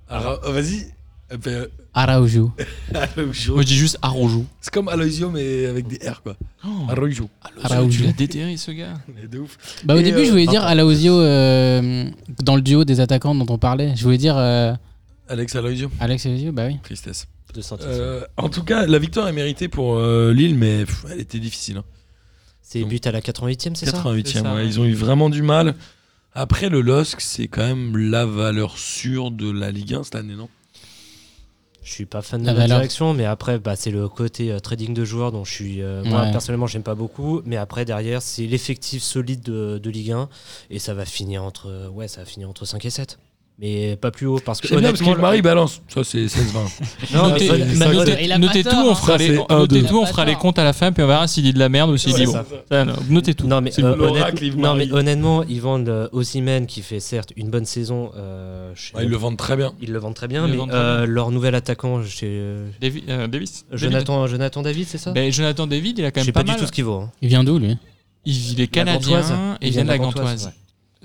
D: Alors, oh, vas-y. Eh ben,
E: Araujo.
D: Araujo.
F: Moi je dis juste Araujo.
D: C'est comme Aloisio, mais avec des R, quoi.
F: Oh,
D: Araujo.
F: tu
E: Araujo.
F: l'as déterré ce gars.
D: Mais de ouf.
E: Bah, au
D: Et,
E: début,
D: euh,
E: je voulais
D: par
E: dire Alauzio euh, dans le duo des attaquants dont on parlait. Je voulais dire euh,
D: Alex Aloisio.
E: Alex Alauzio, bah oui.
D: Tristesse.
G: de Saint-Étienne.
D: Euh, en tout cas, la victoire est méritée pour euh, Lille, mais pff, elle était difficile. hein.
G: c'est
D: donc-
G: but à la 88e c'est ça
D: 88e,
F: c'est ça,
D: ouais,
F: ouais.
D: Ils ont eu vraiment du mal. Après, le LOSC, c'est quand même la valeur sûre de la Ligue 1 cette année, non
G: je suis pas fan de
E: La
G: la
E: valeur.
G: direction mais après bah, c'est le côté euh, trading de joueurs dont je suis euh, moi
E: Ouais.
G: personnellement j'aime pas beaucoup mais après derrière c'est l'effectif solide de, de Ligue 1 et ça va finir entre euh, ouais ça va finir entre 5 et 7 mais pas plus haut parce que
D: C'est bien parce que
G: honnêtement,
D: Marie balance. Ça, c'est 16-20.
G: Non,
F: Notez,
G: mais- mais-
F: notez-
E: Il a pas
F: notez
E: tort,
F: tout,
E: hein.
F: on fera
D: Ça,
F: les,
D: c'est un,
F: notez
D: deux.
F: tout, on
E: Il a
F: fera
E: pas
F: les
E: tort.
F: comptes à la fin, puis on verra s'il dit de la merde ou s'il
G: Ouais,
F: dit
G: c'est
F: bon.
G: ça.
F: Ça, non, Notez tout.
G: Non mais,
D: C'est
G: euh,
D: l'oracle,
G: honnête-
D: Yves
G: non,
D: Marie.
G: mais honnêtement, ils vendent euh, Osimhen qui fait certes une bonne saison. euh, je sais
D: Ah, ils le vendent très bien.
G: ils le vendent très bien,
F: Ils le
G: mais
F: vendent très
G: euh, leur nouvel attaquant, je sais, euh,
F: Davi- euh, Davis.
G: Jonathan, Jonathan David, c'est ça
F: David. Ben, Jonathan David, il a quand
G: Je
F: même
G: sais
F: pas,
G: pas, du
F: mal.
G: tout ce qu'il vaut. hein.
E: Il vient d'où, lui
F: Il, il est
G: La Gantoise,
F: canadien et il vient de la
G: Gantoise,
F: Gantoise.
G: ouais.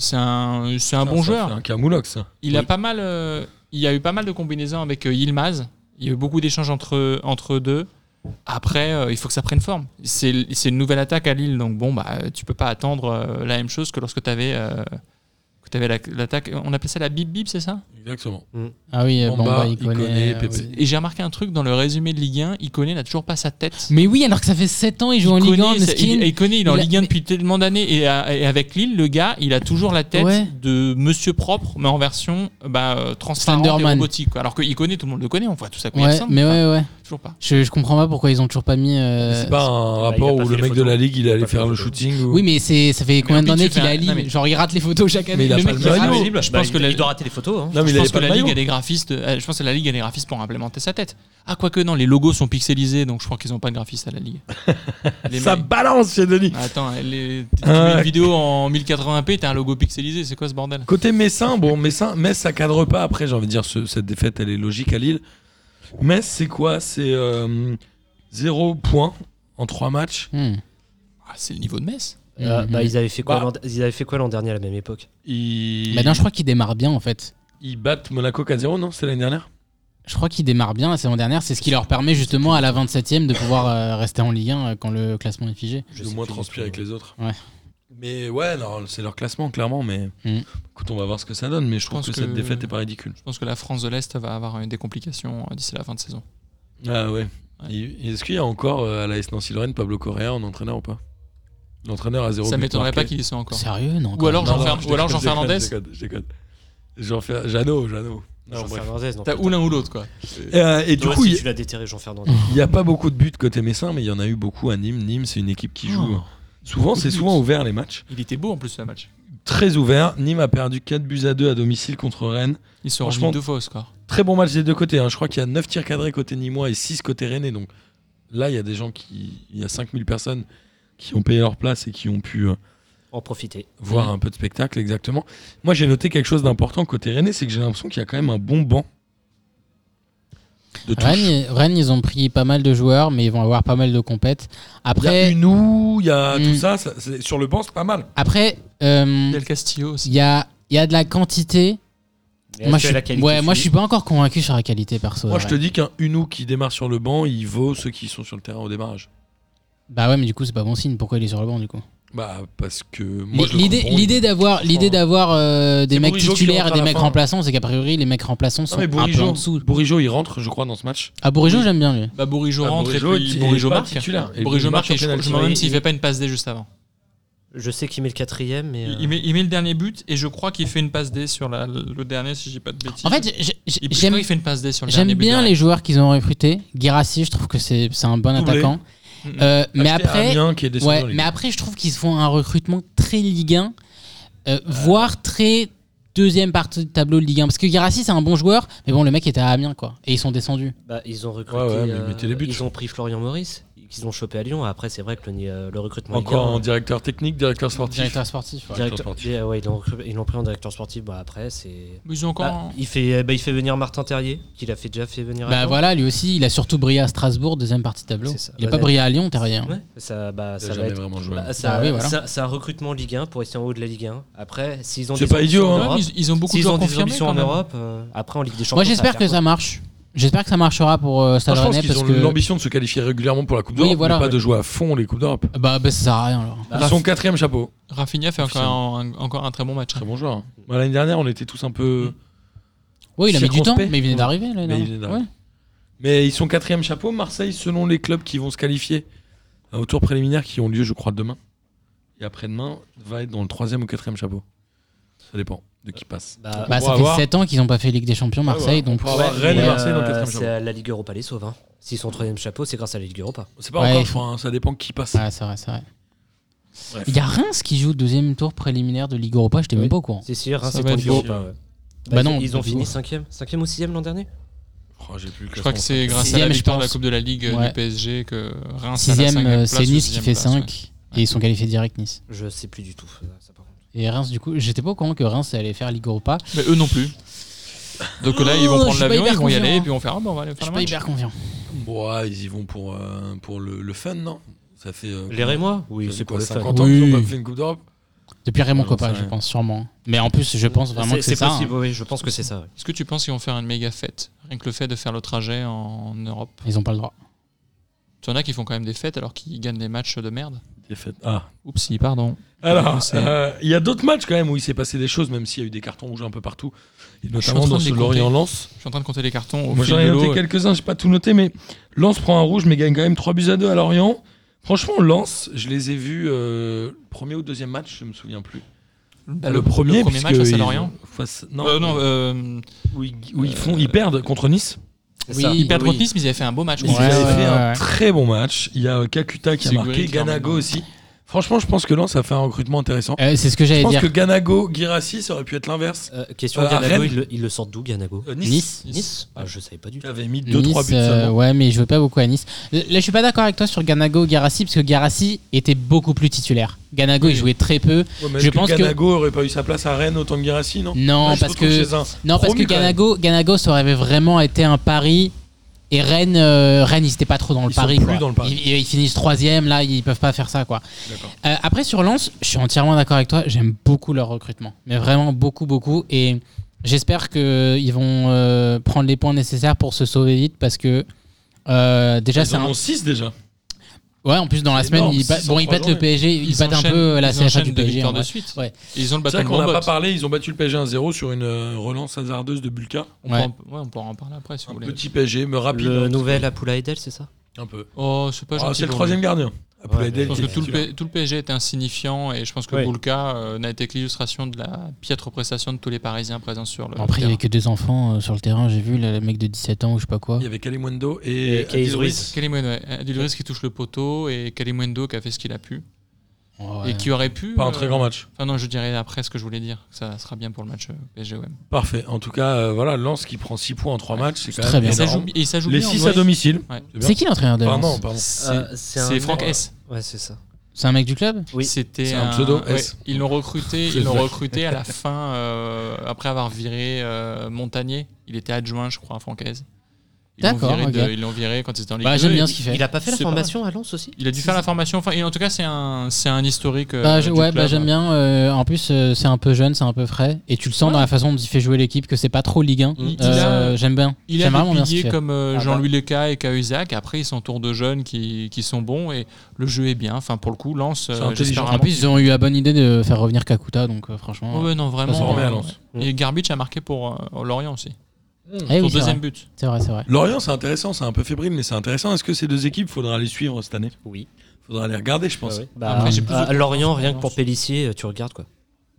F: C'est un, c'est un hein.
D: Ça,
F: bon
D: ça fait
F: joueur.
D: Un camoulox. hein. ça.
F: Il a pas mal, euh, il y a eu pas mal de combinaisons avec euh, Yilmaz. Il y a eu beaucoup d'échanges entre entre eux deux. Après, euh, il faut que ça prenne forme. C'est c'est une nouvelle attaque à Lille, donc bon, bah, tu peux pas attendre euh, la même chose que lorsque tu avais Tu avais l'attaque, on appelait ça la bip bip, c'est ça
D: Exactement.
E: Ah oui,
D: Bamba,
E: Bamba, il
D: Iconé,
E: connaît. euh,
D: Pepe.
F: Et j'ai remarqué un truc dans le résumé de Ligue 1, Iconé n'a toujours pas sa tête.
E: Mais oui, alors que ça fait 7 ans, il joue en Ligue 1,
F: Iconé, ça-
E: Meskin.
F: il, Iconé, il est en
E: il a-
F: Ligue 1
E: mais-
F: depuis tellement d'années et, à- et avec Lille, le gars, il a toujours la tête
E: Ouais.
F: de monsieur propre, mais en version bah, euh, transparente et
E: Slenderman.
F: robotique. quoi. Alors que Iconé, tout le monde le connaît, on voit tout ça combien
E: Ouais, mais ouais, ouais.
F: Toujours pas.
E: Je, je comprends pas pourquoi ils ont toujours pas mis. euh,
D: C'est pas un
G: il a
D: rapport
G: pas
D: où
G: fait
D: le
G: les
D: mec de
G: photos.
D: la ligue, il
G: a
D: allait
G: pas fait
D: faire
G: les
D: le
G: photos.
D: shooting. ou-
E: Oui, mais c'est ça fait combien
F: en plus,
E: d'années
F: tu fais
E: qu'il est
F: un-
E: à Lille
F: non, mais-
E: Genre, il rate les photos chaque année.
D: il a
E: le
D: pas
E: mec,
D: le
E: il rate.
D: maillot.
F: visible, je pense que la-
G: Bah, il doit rater les photos. hein.
D: Non, mais
F: je
D: il
F: pense
D: avait
F: que
D: pas
F: la
D: de
F: Ligue a
D: maillot.
F: des graphistes. euh, Je pense que la Ligue a des graphistes pour implémenter sa tête. Ah quoique non, les logos sont pixelisés, donc je crois qu'ils n'ont pas de graphiste à la Ligue. Les
D: Ça
F: mecs-
D: balance chez Denis.
F: Attends, les... tu
D: Ah.
F: mets une vidéo en 1080p, t'as un logo pixelisé, c'est quoi ce bordel
D: Côté Messin, bon, Messin, Metz, ça cadre pas. Après, j'ai envie de dire, ce- cette défaite, elle est logique à Lille. Metz, c'est quoi C'est euh, 0 point en 3 matchs.
E: Hmm.
F: Ah, C'est le niveau de Metz.
G: Ah,
E: Mhm.
G: bah, ils avaient fait quoi
D: Bah.
G: l'an- Ils avaient fait quoi l'an dernier à la même époque
D: Ils,
E: Bah non, je crois qu'il démarre bien en fait.
D: ils battent Monaco 4-0, non C'est l'année dernière
E: Je crois qu'il démarre bien la saison dernière. C'est ce qui leur permet justement à la 27ème de pouvoir euh, rester en Ligue 1 euh, quand le classement est figé.
D: Je
G: sais
D: au moins
G: plus du
D: transpire
G: tout.
D: avec les autres.
E: Ouais.
D: Mais ouais, non, c'est leur classement, clairement. Mais
E: Mm.
D: écoute, on va voir ce que ça donne. Mais je, trouve
F: pense
D: que, cette
F: que-
D: défaite est pas ridicule.
F: Je pense que la France de l'Est va avoir euh, des complications euh, d'ici la fin de saison.
D: Ah ouais. Et- Est-ce qu'il y a encore euh, à la S Nancy Lorraine Pablo Correa en entraîneur ou pas L'entraîneur à 0
F: Ça m'étonnerait pas qu'il y soit encore.
E: Sérieux Non.
F: Ou alors
E: quand même.
F: Jean- Fer- ou alors Jean Fernandez
D: Jean Fer- Jeanot, Jeanot. Non,
G: Jean
D: bref.
G: Fernandez, non,
F: T'as
G: peut-être.
F: ou l'un ou l'autre quoi.
D: Et, euh, et du
G: Toi,
D: coup,
G: si
D: il
G: tu l'as déterré, Jean Fernandez.
E: Mhm.
D: il y a pas beaucoup de buts côté Messin, mais il y en a eu beaucoup à Nîmes. Nîmes, c'est une équipe qui joue. Souvent, c'est souvent ouvert les matchs.
F: Il était beau en plus ce match.
D: Très ouvert. Nîmes a perdu 4 buts à 2 à domicile contre Rennes.
F: Ils sont
D: Franchement-
F: remis deux fois au score.
D: Très bon match des deux côtés. hein. Je crois qu'il y a 9 tirs cadrés côté Nîmois et 6 côté Rennais. Donc là, il y a des gens qui. Il y a 5000 personnes qui ont payé leur place et qui ont pu euh,
G: En profiter.
D: voir un peu de spectacle, exactement. Moi, j'ai noté quelque chose d'important côté Rennais c'est que j'ai l'impression qu'il y a quand même un bon banc de touche.
E: Rennes, Rennes, ils ont pris pas mal de joueurs, mais ils vont avoir pas mal de compètes.
D: Il y a
E: Après,
D: Unou, il y a
E: Mm.
D: tout ça, ça- c'est- Sur le banc, c'est pas mal.
E: après, euh,
F: Del Castillo aussi.
E: il y a, il y a de la quantité.
G: Mais
E: Moi,
G: est-ce
E: je
G: que la
E: suis,
G: qualité
E: ouais, moi, je
G: suffit
E: suis pas encore convaincu sur la qualité perso.
D: Moi, je
E: ouais.
D: te dis qu'un Unou qui démarre sur le banc, il vaut ceux qui sont sur le terrain au démarrage.
E: Bah ouais, mais du coup, c'est pas bon signe. Pourquoi il est sur le banc du coup
D: Bah, parce que. moi, je le
E: L'idée,
D: comprends.
E: l'idée d'avoir, l'idée d'avoir euh, des
D: C'est
E: mecs
D: Bourigeaud qui
E: titulaires et
D: rentre à
E: des
D: la
E: mecs
D: fin.
E: remplaçants, c'est qu'a priori, les mecs remplaçants
D: Non,
E: sont
D: mais
E: un peu en
D: Bourigeau,
E: dessous.
D: Bourigeau, il rentre, je crois, dans ce match.
E: Ah, Bourigeau, j'aime bien lui.
F: Bah Bourigeau
D: Ah,
F: rentre et
D: Bourigeau,
F: puis
D: il est
F: Bourigeau
D: pas
F: marque.
D: titulaire. Et
F: Bourigeau
D: il
F: marque
D: marque
F: et
D: en
F: je
D: pénalty.
F: je me demande même
G: Il-
F: s'il fait pas une passe D juste avant.
G: Je sais qu'il met le quatrième, mais.
F: Il,
G: euh,
F: il met, il met le dernier but et je crois qu'il fait une passe D sur la- le dernier si j'ai pas de bêtises.
E: En fait, j'ai- j'ai-
F: Il- je crois
E: j'aime
F: qu'il fait une passe D sur le
E: j'aime
F: dernier but
E: bien
F: de
E: les joueurs qu'ils ont recrutés. Guirassi, je trouve que c'est c'est un bon
D: Doublé. Mm,
E: attaquant.
F: Mhm.
E: Euh, mais
D: Acheter
E: après,
D: Amiens qui est descendu
E: ouais,
D: en Ligue
E: mais après, je trouve qu'ils font un recrutement très Ligue 1, euh, voire très deuxième partie de tableau de Ligue 1. Parce que Guirassi, c'est un bon joueur, mais bon, le mec était à Amiens, quoi. Et ils sont descendus.
G: bah, ils ont recruté.
D: Ouais, ouais, mais
G: euh,
D: mettez les buts.
G: ils ont pris Florian Maurice, qu'ils ont chopé à Lyon. Après, c'est vrai que le, euh, le recrutement. Ligue
D: Encore
G: 1,
D: en directeur technique, directeur sportif.
E: Directeur sportif. ouais.
G: directeur-
D: sportif.
G: Di- ouais, ils l'ont recruté- ils l'ont pris en directeur sportif. Bah, après, c'est.
F: Ils ont encore.
G: Bah, il, fait, euh, bah, il fait venir Martin Terrier, qu'il a fait déjà fait venir. à
E: Bah
G: Lyon.
E: voilà, lui aussi, il a surtout brillé à Strasbourg, deuxième partie de tableau.
G: C'est ça.
E: Il a
G: Bah,
E: pas
G: là-
E: brillé à Lyon, Terrier. hein.
G: Ouais, ça, bah,
D: Il a
G: ça va
D: jamais
G: être.
D: vraiment joué.
G: bah, ça-
E: Bah oui, voilà.
G: ça- C'est un recrutement Ligue 1 pour rester en haut de la Ligue 1. Après, s'ils ont
D: C'est
G: des
D: pas
G: ambitions
D: idiot,
G: en
D: hein.
F: Ouais,
G: Europe-
F: mais ils, ils ont beaucoup
G: S'ils
F: de
G: ont
F: joueurs
G: des
F: confirmés
G: ambitions en
F: quand même.
G: Europe, euh, après en Ligue des Champions.
E: Moi,
G: va
E: j'espère
G: faire
E: que
G: quoi
E: ça marche. J'espère que ça marchera pour euh, Stade
D: Moi, je pense
E: Rennais
D: qu'ils
E: parce
D: ont
E: que
D: l'ambition de se qualifier régulièrement pour la Coupe
E: Oui,
D: d'Europe,
E: voilà,
D: mais pas
E: ouais.
D: de jouer à fond les Coupes d'Europe.
E: bah, bah, ça sert à rien alors.
D: Ils sont quatrième chapeau.
F: Rafinha fait encore un, un- encore un très bon match. hein.
D: Très bon joueur. hein. Bah, L'année dernière, on était tous un peu.
E: Oui, il a mis du temps,
D: Circonspect.
E: mais il venait d'arriver. là,
D: Mais
E: non
D: il venait d'arriver.
E: Ouais.
D: Mais ils sont quatrième chapeau. Marseille, selon les clubs qui vont se qualifier euh, au tour préliminaire qui ont lieu, je crois, demain et après-demain, va être dans le troisième ou quatrième chapeau. Ça dépend de qui passe.
G: Bah,
E: Bah,
D: On
E: ça
D: pourra
E: fait
D: voir.
E: 7 ans qu'ils n'ont pas fait Ligue des Champions Marseille,
D: ouais, on
E: donc
D: pourra voir
G: Ouais,
D: Rennes et
G: mais,
D: Marseille dans le
G: euh,
D: quatrième
G: C'est
D: chapeau.
G: à la Ligue Europa les sauve. Hein. S'ils sont troisième chapeau, c'est grâce à la Ligue Europa.
D: C'est pas
E: Ouais.
D: encore fin, hein, ça dépend qui passe.
E: Ah, c'est vrai, c'est vrai.
D: Bref.
E: Il y a Reims qui joue deuxième tour préliminaire de Ligue Europa, j'étais
G: Oui.
E: même pas au courant.
G: C'est sûr,
F: Ça
G: c'est
F: va
G: en
F: être
G: Ligue
F: chaud.
G: Europa. ouais.
E: Bah
G: ils,
E: non,
G: ils ont
E: de
G: fini
E: ouf.
G: cinquième, cinquième ou sixième l'an dernier.
D: Oh, j'ai plus le
F: Je crois que
D: classement.
F: c'est grâce à
E: Sixième,
F: la
E: je
F: victoire de la
E: pense.
F: Coupe de la Ligue euh,
E: Ouais.
F: du PSG que Reims a la
E: Sixième,
F: cinquième
E: euh,
F: place
E: c'est
F: ou
E: Nice qui
F: sixième
E: fait
F: place, ouais.
E: 5 et ils sont qualifiés direct Nice.
G: Je sais plus du tout. Ça, par contre.
E: Et Reims, du coup, j'étais pas au courant que Reims allait faire Ligue Europa.
F: Mais eux non plus. Donc là, ils
E: Oh,
F: vont
E: je
F: prendre
E: suis pas
F: l'avion,
E: hyper
F: ils vont y
E: confiant,
F: aller
E: hein.
F: et puis on faire ah, bon, on va aller
E: Je
F: faire
E: suis
F: le
E: pas
F: match.
E: hyper confiant.
D: Bon, ah, ils y vont pour, euh, pour le, le fun, non Ça fait. euh,
G: Les Rémois
D: ça
G: Oui,
D: fait
G: c'est
D: quoi,
G: pour le fun.
D: 50 ans qu'ils
E: Oui.
D: n'ont pas fait une Coupe d'Europe
E: Depuis Raymond
D: Ah, Ouais, j'en
E: Coppa,
D: sais
E: je
D: rien.
E: pense sûrement. Mais en plus, je pense vraiment que c'est ça.
G: possible,
E: hein.
G: oui, je pense que c'est ça. ouais.
F: Est-ce que tu penses qu'ils vont faire une méga fête Rien que le fait de faire le trajet en Europe.
E: hein. Ils ont pas le droit.
F: Tu en as qui font quand même des fêtes alors qu'ils gagnent des matchs de merde.
D: Il est fait. Ah.
F: Oupsie, pardon.
D: Alors,
F: C'est-
D: euh, il y a d'autres matchs quand même où il s'est passé des choses, même s'il y a eu des cartons rouges un peu partout, et
F: suis en
D: notamment
F: train
D: dans
F: de
D: ce
F: les
D: Lorient-Lens. euh,
F: Je suis en train de compter les cartons au
D: Moi
F: fil euh,
D: j'en
F: de
D: ai noté
F: l'eau.
D: quelques-uns, j'ai pas tout noté, mais Lens prend un rouge mais gagne quand même 3 buts à 2 à Lorient. Franchement, Lens, je les ai vus euh, premier ou deuxième match, je me souviens plus.
F: Bah, premier match
D: Ah,
F: face
D: puisque
F: à
D: ils-
F: Lorient.
D: face- non, Euh,
F: Euh, non, euh,
D: où ils, où ils font, ils perdent contre Nice.
E: Oui,
F: ils perdent
E: oui.
F: contre Nice, mais ils avaient fait un beau match.
D: Ils
E: Ouais,
F: contre Nice.
D: avaient
E: ouais,
D: fait
E: ouais,
D: un
E: ouais.
D: très bon match. Il y a euh, Kakuta qui a
F: Siguri
D: marqué,
F: qui a
D: Ganago
F: marqué.
D: aussi. Franchement, je pense que Lens a fait un recrutement intéressant.
E: Euh, c'est ce que
D: Je
E: j'allais
D: pense
E: dire.
D: que Ganago, Girassi, ça aurait pu être l'inverse.
G: Euh, question
D: Euh, à
G: Ganago,
D: Rennes.
G: ils le, ils le sortent d'où Ganago
D: Euh,
E: Nice.
F: Nice.
G: Ah, Je savais pas du
D: qui
G: tout.
D: avait mis 2-3
E: Nice,
D: buts
E: euh,
D: seulement.
E: ouais, mais je veux pas beaucoup à Nice. L- Là, je suis pas d'accord avec toi sur Ganago Garassi parce que Garassi était beaucoup plus titulaire. Ganago, il jouait très
D: Ouais,
E: peu.
D: mais
E: Je
D: est-ce que
E: pense que-
D: Ganago aurait pas eu sa place à Rennes autant que Guirassy, non
E: Non,
D: Là, je
E: parce
D: retrouve
E: que
D: chez un
E: non parce que
D: promu, quand même.
E: Ganago, Ganago, ça aurait vraiment été un pari. Et Rennes, euh, Rennes, ils étaient pas trop dans le
D: Ils sont
E: pari.
D: plus
E: quoi.
D: dans le pari.
E: Ils, ils- ils finissent troisième, là, ils peuvent pas faire ça, quoi.
D: D'accord.
E: Euh, après sur Lens, je suis entièrement d'accord avec toi. J'aime beaucoup leur recrutement, mais vraiment beaucoup, beaucoup. Et j'espère que ils vont euh, prendre les points nécessaires pour se sauver vite, parce que euh, déjà
D: Ils
E: c'est
D: en
E: un,
D: ont 6 déjà.
E: Ouais, en plus, dans la
D: C'est
E: semaine,
D: énorme,
E: ils,
D: six
E: battent-
D: en
E: bon, ils
D: trois
E: battent le
D: journées.
E: PSG, ils, battent un
F: enchaînent-
E: peu euh, la
F: ils
E: CFA du
F: enchaînent deux
E: PSG.
F: victoires
E: en
F: de
E: vrai.
F: suite.
E: Ouais.
F: Et ils ont le
D: C'est
F: bâton
D: vrai qu'on
F: de
D: n'a pas
F: Bob.
D: parlé, ils ont battu le PSG 1-0 sur une euh, relance hasardeuse de Bulka.
F: On,
E: Ouais.
F: peut en- ouais, on peut en reparler après si vous
D: Un
F: voulez.
D: petit PSG, mais rapide.
G: Le
D: hein,
G: nouvel Apoula Edel, c'est ça
D: Un peu.
F: Oh, c'est pas
D: Ah,
F: gentil.
D: c'est le
F: pour
D: troisième
F: lui.
D: gardien. Apoulaïdel
F: Je pense
D: qui
F: que
D: est
F: tout le,
D: titulaire.
F: P- tout le PSG était insignifiant et je pense que
G: Ouais.
F: Boulka euh, n'a été que l'illustration de la piètre prestation de tous les Parisiens présents sur le.
E: Bon, après, il y
F: terrain.
E: avait que deux enfants euh, sur le terrain. J'ai vu le le mec de 17 ans ou je sais pas quoi.
D: Il y avait Kalimwendo et
G: Et Keys
D: Adil Ruiz.
G: Ruiz.
F: Kalimundo, ouais. Adil Ruiz euh, qui touche le poteau et Kalimundo qui a fait ce qu'il a pu
E: Ouais.
F: et qui aurait pu.
D: Pas un
F: euh,
D: très grand match.
F: Enfin non, je dirais après ce que je voulais dire. Ça sera bien pour le match euh, PSG-OM.
D: Parfait. En tout cas, euh, voilà, Lens qui prend 6 points en 3 matchs. C'est quand même
E: très bien.
F: Et ça
D: énorme.
F: joue, et ça joue
D: Les
F: bien. on
D: 6
F: doit-
D: à domicile.
F: Ouais.
D: bien.
E: C'est qui l'entraîneur de
D: Pardon,
E: Lens
F: bah-
D: pardon.
G: Euh, un
F: C'est
G: mec-
F: Franck S.
G: Ouais, c'est ça.
E: C'est un mec du club
G: Oui.
F: C'était
D: C'est un pseudo,
F: ouais,
D: S.
F: ils l'ont recruté,
D: C'est
F: ils l'ont
D: vrai.
F: recruté à la fin euh, après avoir viré euh, Montagnier. Il était adjoint, je crois, à Francaise. Ils l'ont
E: D'accord,
F: viré de-
E: ok.
F: Ils l'ont viré quand ils étaient en Ligue
E: Bah,
F: 2,
E: j'aime bien
F: et-
E: ce qu'il fait.
G: Il a pas fait la
F: C'est pas
G: formation à Lens aussi
F: Il a dû faire la formation. Enfin, et en tout cas, c'est un, c'est un historique. euh,
E: Bah, je-
F: du
E: ouais,
F: club.
E: bah, j'aime bien. euh, en plus, euh, c'est un peu jeune, c'est un peu frais. Et tu le sens dans la façon dont il fait jouer l'équipe que c'est pas trop Ligue 1.
F: Il- il
E: Euh, J'aime bien.
F: Il a
E: J'aime vraiment
F: des
E: bien ce qu'il
F: piliers
E: fait.
F: comme euh,
E: Ah bah.
F: Jean-Louis Leca et Cahuzac. Après, ils s'entourent de jeunes qui, qui sont bons et le jeu est bien. Enfin, pour le coup, euh, Lance.
D: intelligent.
E: En plus, ils ont eu la bonne idée de faire revenir Kakuta, donc euh, franchement.
F: non,
D: Ça se
F: vraiment.
D: remet à
F: euh,
D: Lens.
F: Et Garbage a marqué pour euh, Lorient aussi.
E: Eh
F: Son
E: oui, c'est vrai,
F: deuxième but.
E: c'est vrai, c'est vrai.
D: Lorient, c'est intéressant, c'est un peu fébrile, mais c'est intéressant. Est-ce que ces deux équipes, faudra les suivre cette année
G: Oui.
D: Faudra les regarder, je pense.
E: Ah
G: Bah,
F: Après, j'ai plus
G: à
F: aucune
G: Lorient,
F: confiance en
G: rien que pour
F: Lens.
G: Pellissier, tu regardes quoi.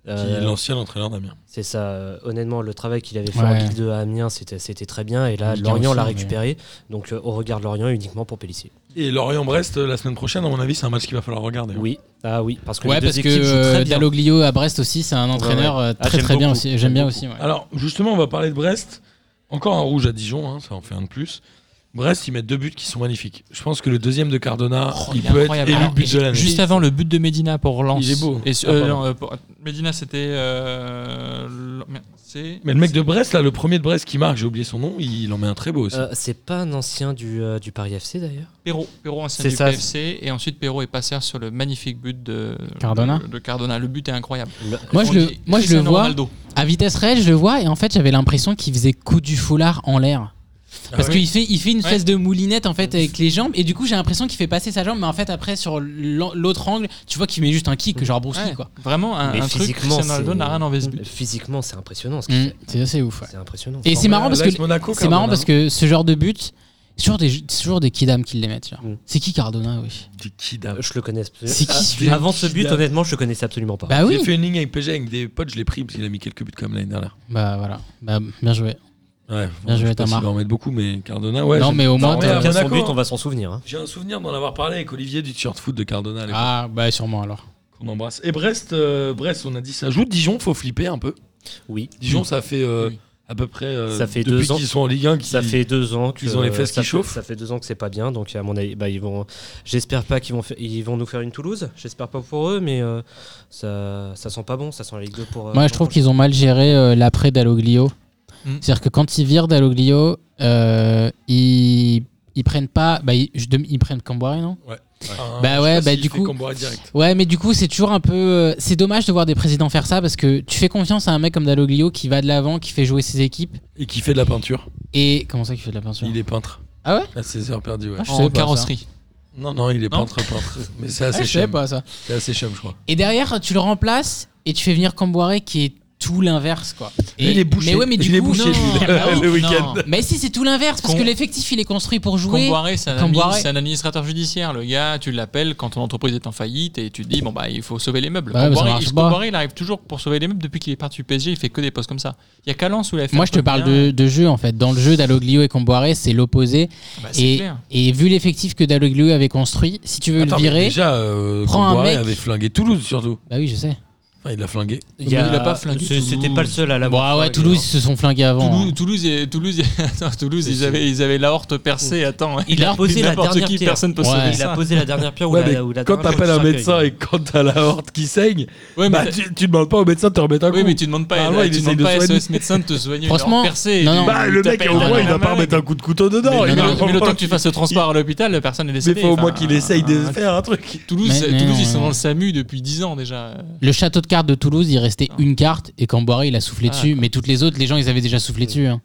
D: Qui
G: Euh,
D: est l'ancien entraîneur d'Amiens.
G: c'est ça, euh, honnêtement, le travail qu'il avait fait
E: Ouais.
G: en Ligue 2 à Amiens, c'était c'était très bien. Et là,
E: Ligue un
G: Lorient
E: aussi,
G: l'a
E: mais-
G: récupéré. Donc, euh, on regarde Lorient uniquement pour Pellissier.
D: Et Lorient-Brest, euh, la semaine prochaine, à mon avis, c'est un match qu'il va falloir regarder. hein.
G: Oui, ah oui, parce que
E: Ouais,
G: les deux
E: parce que
G: équipes jouent très
E: euh,
G: bien.
E: Dalloglio à Brest aussi, c'est un entraîneur
G: ouais.
E: euh,
G: Ah,
E: très
G: j'aime
E: très bien
G: beaucoup.
E: aussi. J'aime bien
G: J'aime
E: aussi. ouais.
D: Alors, justement, on va parler de Brest. Encore un rouge à Dijon, hein, ça en fait un de plus. Brest, ils mettent deux buts qui sont magnifiques. Je pense que le deuxième de Cardona,
F: Oh,
D: il,
F: il est
D: peut être
F: incroyable.
D: élu
F: Alors,
D: but de l'année.
F: Juste avant le but de Medina pour Lens.
D: Il est beau.
F: Et, ce-
D: Ah,
F: euh,
D: pardon.
F: non, euh, pour- Medina, c'était. euh, le- merde, c'est-
D: Mais le mec de Brest, là, le premier de Brest qui marque, j'ai oublié son nom, il en met un très beau aussi.
G: Euh, c'est pas un ancien du, euh, du Paris FC d'ailleurs
F: Perrault, Perrault ancien
G: C'est
F: du
G: ça.
F: PFC, et ensuite Perrault est passé sur le magnifique but de
E: Cardona.
F: de- de Cardona. Le but est incroyable.
G: Le-
E: Moi, je
F: On
E: le-
F: dit
E: moi, je le
F: Cristiano
E: vois.
F: Ronaldo.
E: À vitesse réelle, je le vois et en fait, j'avais l'impression qu'il faisait coup du foulard en l'air. Parce
D: Ah oui.
E: qu'il fait, il fait une
F: Ouais.
E: espèce de moulinette en fait avec les jambes et du coup j'ai l'impression qu'il fait passer sa jambe mais en fait après sur l'an- l'autre angle tu vois qu'il met juste un kick genre Bruce Lee,
F: Ouais,
E: quoi.
F: Vraiment un,
G: Mais
F: un truc.
G: physiquement,
F: Cristiano Ronaldo
G: c'est-
F: n'a rien enlevé ce but.
G: Physiquement, c'est impressionnant ce qu'il
E: Mm,
G: fait.
E: c'est assez ouf. ouais.
G: C'est impressionnant.
E: Et c'est marrant parce
D: L'AS
E: que
D: Euh, Monaco,
E: c'est marrant
D: Cardona.
E: parce que ce genre de but, c'est toujours des c'est toujours des kidam qui les mettent. genre.
D: Mmh.
G: Mm.
E: C'est qui Cardona oui.
D: hein. Du Kidam.
G: Je le connais. Ah,
E: C'est qui celui-là
G: Avant ce but,
D: Zidane.
G: honnêtement, je le connaissais absolument pas.
E: Bah
D: J'ai
E: oui.
D: fait une ligne avec PG avec des potes, je l'ai pris parce qu'il a mis quelques buts comme l'année dernière.
E: Bah voilà. Bah bien joué.
D: Ouais,
E: Bien
D: je
E: joué,
D: sais pas
E: Tamar.
D: s'il va en mettre beaucoup, mais Cardona, ouais.
E: non
D: j'ai-
E: mais au moins
D: Non,
G: En tout
D: mais
E: t'as-
D: à
G: cas, son
D: Monaco,
G: but, on va s'en souvenir. hein.
D: J'ai un souvenir d'en avoir parlé avec Olivier du t-shirt foot de Cardona à l'époque,
E: Ah bah sûrement alors.
D: qu'on embrasse. Et Brest, euh, Brest, on a dit ça joue. Dijon, faut flipper un peu.
G: Oui.
D: Dijon, ça fait euh,
F: Oui.
D: à peu près. euh,
G: Ça fait
D: depuis
G: deux ans.
D: qu'ils sont en Ligue 1, qu'ils-
G: Ça fait deux ans que
D: qu'ils ont les fesses
G: ça
D: qui
G: fait-
D: chauffent.
G: Ça fait deux ans que c'est pas bien, donc à mon avis, bah, ils vont. J'espère pas qu'ils vont, faire- ils vont nous faire une Toulouse. J'espère pas pour eux, mais euh, ça, ça sent pas bon. Ça sent la Ligue 2 pour. euh,
E: Moi,
G: l'an
E: je trouve
G: prochain.
E: qu'ils ont mal géré euh, l'après Dalloglio.
F: Mm.
E: C'est-à-dire que quand ils virent Dalloglio, euh, ils, ils prennent pas. Bah, ils, je dem- ils prennent Camboire, non
D: Ah,
E: Bah
D: je sais
E: ouais,
D: pas
E: bah
D: s'il
E: du
D: fait
E: coup-
D: Camboire direct.
E: Ouais, mais du coup, c'est toujours un peu. euh, c'est dommage de voir des présidents faire ça parce que tu fais confiance à un mec comme Dalloglio qui va de l'avant, qui fait jouer ses équipes.
D: Et qui fait de la peinture.
E: Et comment ça qu'il fait de la peinture
D: Il est peintre.
E: Ah ouais
D: À ses heures perdues, ouais.
E: Ah, je
F: En
E: savais pas ça.
F: carrosserie.
D: Mm. Non, non, il est
F: Non.
D: peintre, peintre. Mais c'est
E: Ah,
D: assez
E: je savais
D: chum.
E: pas ça.
D: C'est assez chum, je crois.
E: Et derrière, tu le remplaces et tu fais venir Camboiré qui est tout l'inverse, quoi.
D: Lui,
E: Et-
D: il est bouché.
E: Mais ouais, mais du
D: Il est
E: coup,
D: bouché,
E: non.
D: lui,
E: Bah oui.
D: le
F: non.
D: week-end.
E: Mais si, c'est tout l'inverse parce
F: Con-
E: que l'effectif il est construit pour jouer.
F: Comboiré, c'est un, ami-
E: Comboiré.
F: c'est un administrateur judiciaire. Le gars, tu l'appelles quand ton entreprise est en faillite et tu te dis, bon, bah, il faut sauver les meubles.
E: Bah ouais, mais ça
F: Comboiré,
E: marche
F: il-
E: pas.
F: Comboiré, il arrive toujours pour sauver les meubles depuis qu'il est parti du PSG. Il fait que des postes comme ça. Il y a qu'à Lens où il a fait
E: Moi,
F: un
E: je te
F: peu
E: parle
F: bien.
E: de, de jeu en fait. Dans le jeu, Daloglio et Comboiré, c'est l'opposé.
F: Bah, c'est
E: Et,
F: clair.
E: et vu l'effectif que Daloglio avait construit, si tu veux
D: Attends,
E: le
D: mais
E: virer.
D: Déjà, euh,
E: prends un
D: Comboiré
E: mec-
D: avait flingué Toulouse, surtout.
E: Bah oui, je sais.
D: Enfin, il l'a flingué.
F: Il a pas flingué
G: c'est- C'était
F: Toulouse.
G: pas le seul à
E: Bon,
G: l'avoir.
E: ah ouais,
G: flingué,
E: Toulouse, ils se
G: hein.
E: sont flingués avant.
F: Toulouse,
E: hein.
F: Toulouse, et- Toulouse, et- attends, Toulouse,
G: C'est-
F: ils avaient, ils avaient la horte percée. Attends,
G: Il a posé la
F: n'importe
G: dernière
F: qui,
G: pierre.
F: personne peut
E: Ouais.
F: sauver
G: Il
F: ça.
G: a posé la dernière pierre ou
D: Ouais,
G: la-
D: mais
G: ou la
D: quand
G: dernière
D: t'appelles un
G: pierre du
D: médecin
G: cercueil.
D: et quand t'as la horte qui saigne,
F: Ouais, mais
D: bah,
F: t'as-
D: tu, tu demandes pas au médecin de te remettre un coup.
F: Oui, mais tu demandes pas,
D: Normalement, il
F: tu
D: essaye
F: demandes
D: de
F: pas à
D: soigner.
F: SOS médecin de te soigner
E: Franchement,
F: une percée.
E: non, non.
D: Bah, le mec, au moins, il va pas mettre un coup de couteau dedans.
F: Mais, le- mais
D: il va pas
F: le temps
D: prendre-
F: que tu fasses le transport à l'hôpital, la personne est
D: Mais
F: décédée.
D: faut au moins
F: Enfin,
D: qu'il essaye de
F: un-
D: faire un truc.
F: Toulouse,
E: Mais- mais
F: Toulouse
E: on-
F: ils sont dans le SAMU depuis 10 ans déjà.
E: hein. Le château de cartes de Toulouse, il restait
F: Putain.
E: une carte et Camboiré, il a soufflé
F: Ah, Euh,
E: dessus. Mais toutes les autres, les gens, ils avaient déjà soufflé dessus. hein.